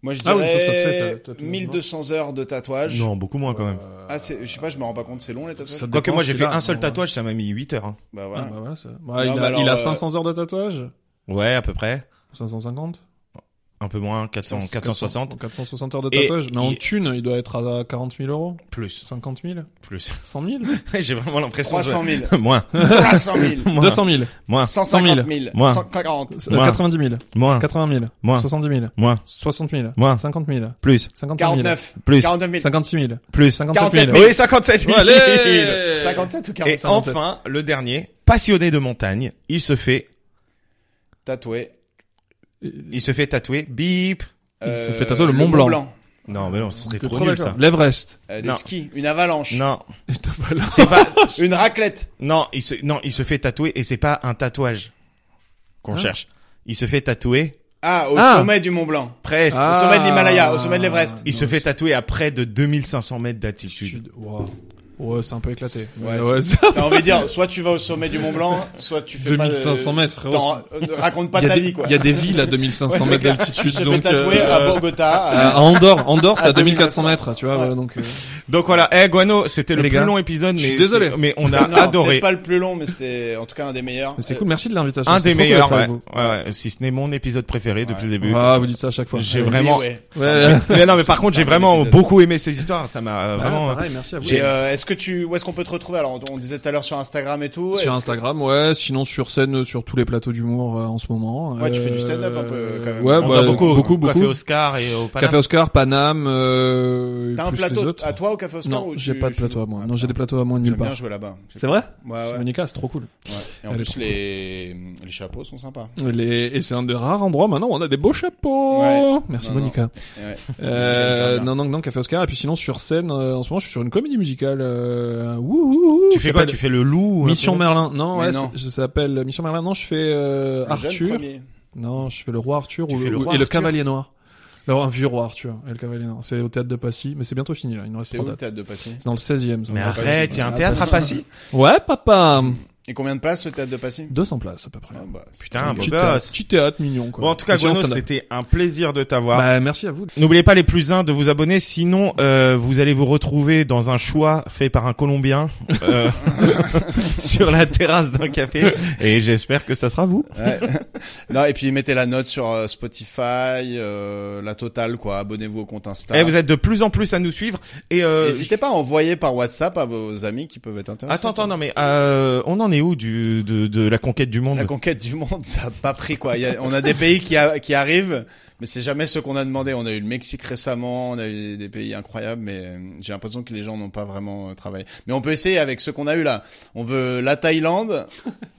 Moi, je
Ah oui, ça, ça se fait, ça,
dirais
toi, tout le monde.
1200 heures de tatouage.
Non, beaucoup moins quand même.
Euh,
Ah, c'est, je sais pas, je me rends pas compte, c'est long les tatouages.
Ça dépend
Quoique moi
ce
j'ai
qu'il
fait
a,
un seul
non,
tatouage, ça m'a mis 8 heures. hein.
Bah
Ah,
voilà.
bah voilà, ça. Bah, il,
Non,
a,
mais alors,
il a
euh,
500 heures de tatouage
Ouais, à peu près,
550
un peu moins, 400, 460
460 heures de
Et
tatouage. mais en
il-
thune, il doit être à 40 000 euros
plus,
50 000
plus.
100 000
j'ai vraiment l'impression. de-
300 000.
Moins,
300 000.
moins,
200 000
moins,
150 000.
Moi.
140.
euh,
Moins.
90 000
moins,
80 000
Moins.
70 000
moins,
60 000
Moins.
50 000
plus,
55 000
49.
plus.
49 000.
56 000
plus.
57
47
000
000.
Oui, 57 000.
Allez
57 ou
Et
47
enfin, le dernier, passionné de montagne, il se fait,
Tatoué.
il se fait tatouer, bip.
Il s'est
Euh,
fait tatouer le Mont Blanc.
Non, mais non, ce serait
T'es
trop
trop
nul
d'accord.
ça.
L'Everest.
Euh,
Non.
des skis. Une avalanche.
Non,
Voilà.
c'est pas,
Une raclette.
non, il se, non, il se fait tatouer et c'est pas un tatouage qu'on
Hein
cherche. Il se fait tatouer
Ah, au
Ah.
sommet du Mont Blanc.
presque.
Au sommet de l'Himalaya, au sommet de l'Everest.
Il se fait tatouer à près de 2500 mètres d'altitude.
Sud. Waouh. Ouais, c'est un peu éclaté.
Ouais,
Mais ouais, c'est-
T'as envie de dire, soit tu vas au sommet du Mont Blanc, soit tu fais pas.
2500 mètres,
T'en-
frérot.
euh, raconte pas
Il y a
ta
des-
vie, quoi.
Il y a des villes à 2500
Ouais,
mètres
c'est clair.
d'altitude,
Je vais
donc.
tatouer
euh,
à Bogota.
à
à-
Andorre, Andorre, c'est à
À 2400
2400 mètres, tu vois,
Ouais.
voilà, donc, euh,
Donc voilà. Eh, Guano, c'était le
les
plus
gars,
long épisode, mais.
je suis désolé.
Mais on a
Non,
adoré.
peut-être pas le plus long, mais c'était en tout cas un des meilleurs.
mais c'est cool, merci de l'invitation.
Un des
c'était trop cool
meilleurs,
d'être
ouais.
avec vous.
Ouais, ouais, Si ce n'est mon épisode préféré depuis
Ouais.
le début.
Ah, vous dites ça à chaque fois.
J'ai
Ouais.
Euh,
vraiment-
oui, ouais.
Ouais.
Mais non, mais par
C'est
contre, j'ai
un bon
vraiment
épisode.
beaucoup aimé ces histoires. Ça m'a euh, vraiment.
Ouais, pareil, merci à vous.
Et, euh, est-ce que tu, où est-ce qu'on peut te retrouver Alors, on disait tout à l'heure sur Instagram et tout.
Sur
Est-ce-
Instagram, ouais, sinon sur scène, euh, sur tous les plateaux d'humour euh, en ce moment.
Ouais, tu fais du
Euh,
stand-up un peu, quand même.
Ouais,
On
bah,
a
beaucoup, beaucoup,
Café
beaucoup.
Oscar et au Paname.
Café Oscar, Paname, euh,
T'as un
plus les
plateau
autres.
à toi au Café Oscar
Non,
ou tu-
j'ai pas de
tu-
plateau à moi.
Ah,
Non, j'ai des plateaux à moi
J'aime
nulle
bien
part.
jouer là-bas.
C'est vrai?
Ouais, ouais.
Monica, c'est trop cool.
ouais. Et en
Elle est
plus,
trop
les, les chapeaux sont sympas.
Les- Et c'est un des rares endroits maintenant où on a des beaux chapeaux.
Ouais.
Merci
Non,
Monica.
Et ouais. J'aime
Euh,
bien.
non, non, non, Café Oscar. Et puis sinon sur scène, euh, en ce moment, je suis sur une comédie musicale. Euh... wouh, wouh, wouh,
Tu
qui
fais quoi
s'appelle
Tu fais le loup euh, ou un
Mission
truc
Merlin. Non,
Mais
ouais,
non.
c'est- ça s'appelle Mission Merlin. Non, je fais euh,
Le jeune
Arthur.
premier.
Non, je fais le roi Arthur
Tu
ou
fais
le,
le
ou-
roi
et le
Arthur
cavalier noir. Le roi- un vieux roi Arthur et le cavalier noir. C'est au théâtre de Passy, mais c'est bientôt fini là. Il nous reste
C'est
trois
où le
dates.
théâtre de Passy
C'est dans le 16e. ça.
Mais
Ah,
arrête,
Passy.
il y a un
Ah,
théâtre à
Passy.
Passy.
Ouais, papa.
Et combien de places le théâtre de Passy
200 places à peu près.
Ah, bah, c'est
Putain,
très
un
bien.
beau
Petit
gosse.
théâtre, euh, petit théâtre mignon quoi.
Bon, en tout cas,
Géant
Guanos,
stand-up.
c'était un plaisir de t'avoir.
Bah merci à vous.
N'oubliez pas les plus uns de vous abonner, sinon euh, vous allez vous retrouver dans un choix fait par un Colombien euh, sur la terrasse d'un café. Et j'espère que ça sera vous.
Ouais. non, et puis mettez la note sur euh, Spotify, euh, la totale, quoi. Abonnez-vous au compte Insta.
Et Eh, vous êtes de plus en plus à nous suivre. Et euh,
N'hésitez pas à envoyer par WhatsApp à vos amis qui peuvent être intéressés.
attends, attends, non mais euh, on en est où du de, de la conquête du monde
La conquête du monde, ça a pas pris, quoi. Il y a- on a des pays qui, a- qui arrivent, mais c'est jamais ce qu'on a demandé. On a eu le Mexique récemment, on a eu des pays incroyables, mais euh, j'ai l'impression que les gens n'ont pas vraiment euh, travaillé. Mais on peut essayer avec ce qu'on a eu là. On veut la Thaïlande,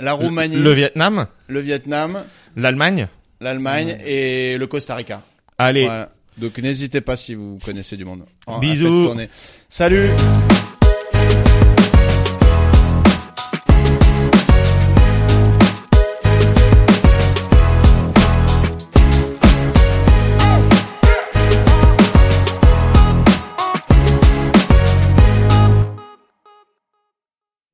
la Roumanie,
Le
le,
Vietnam,
Vietnam,
l'Allemagne.
l'Allemagne et le Costa Rica.
Allez,
Voilà. Donc n'hésitez pas si vous connaissez du monde.
Bisous.
à faites tourner. Salut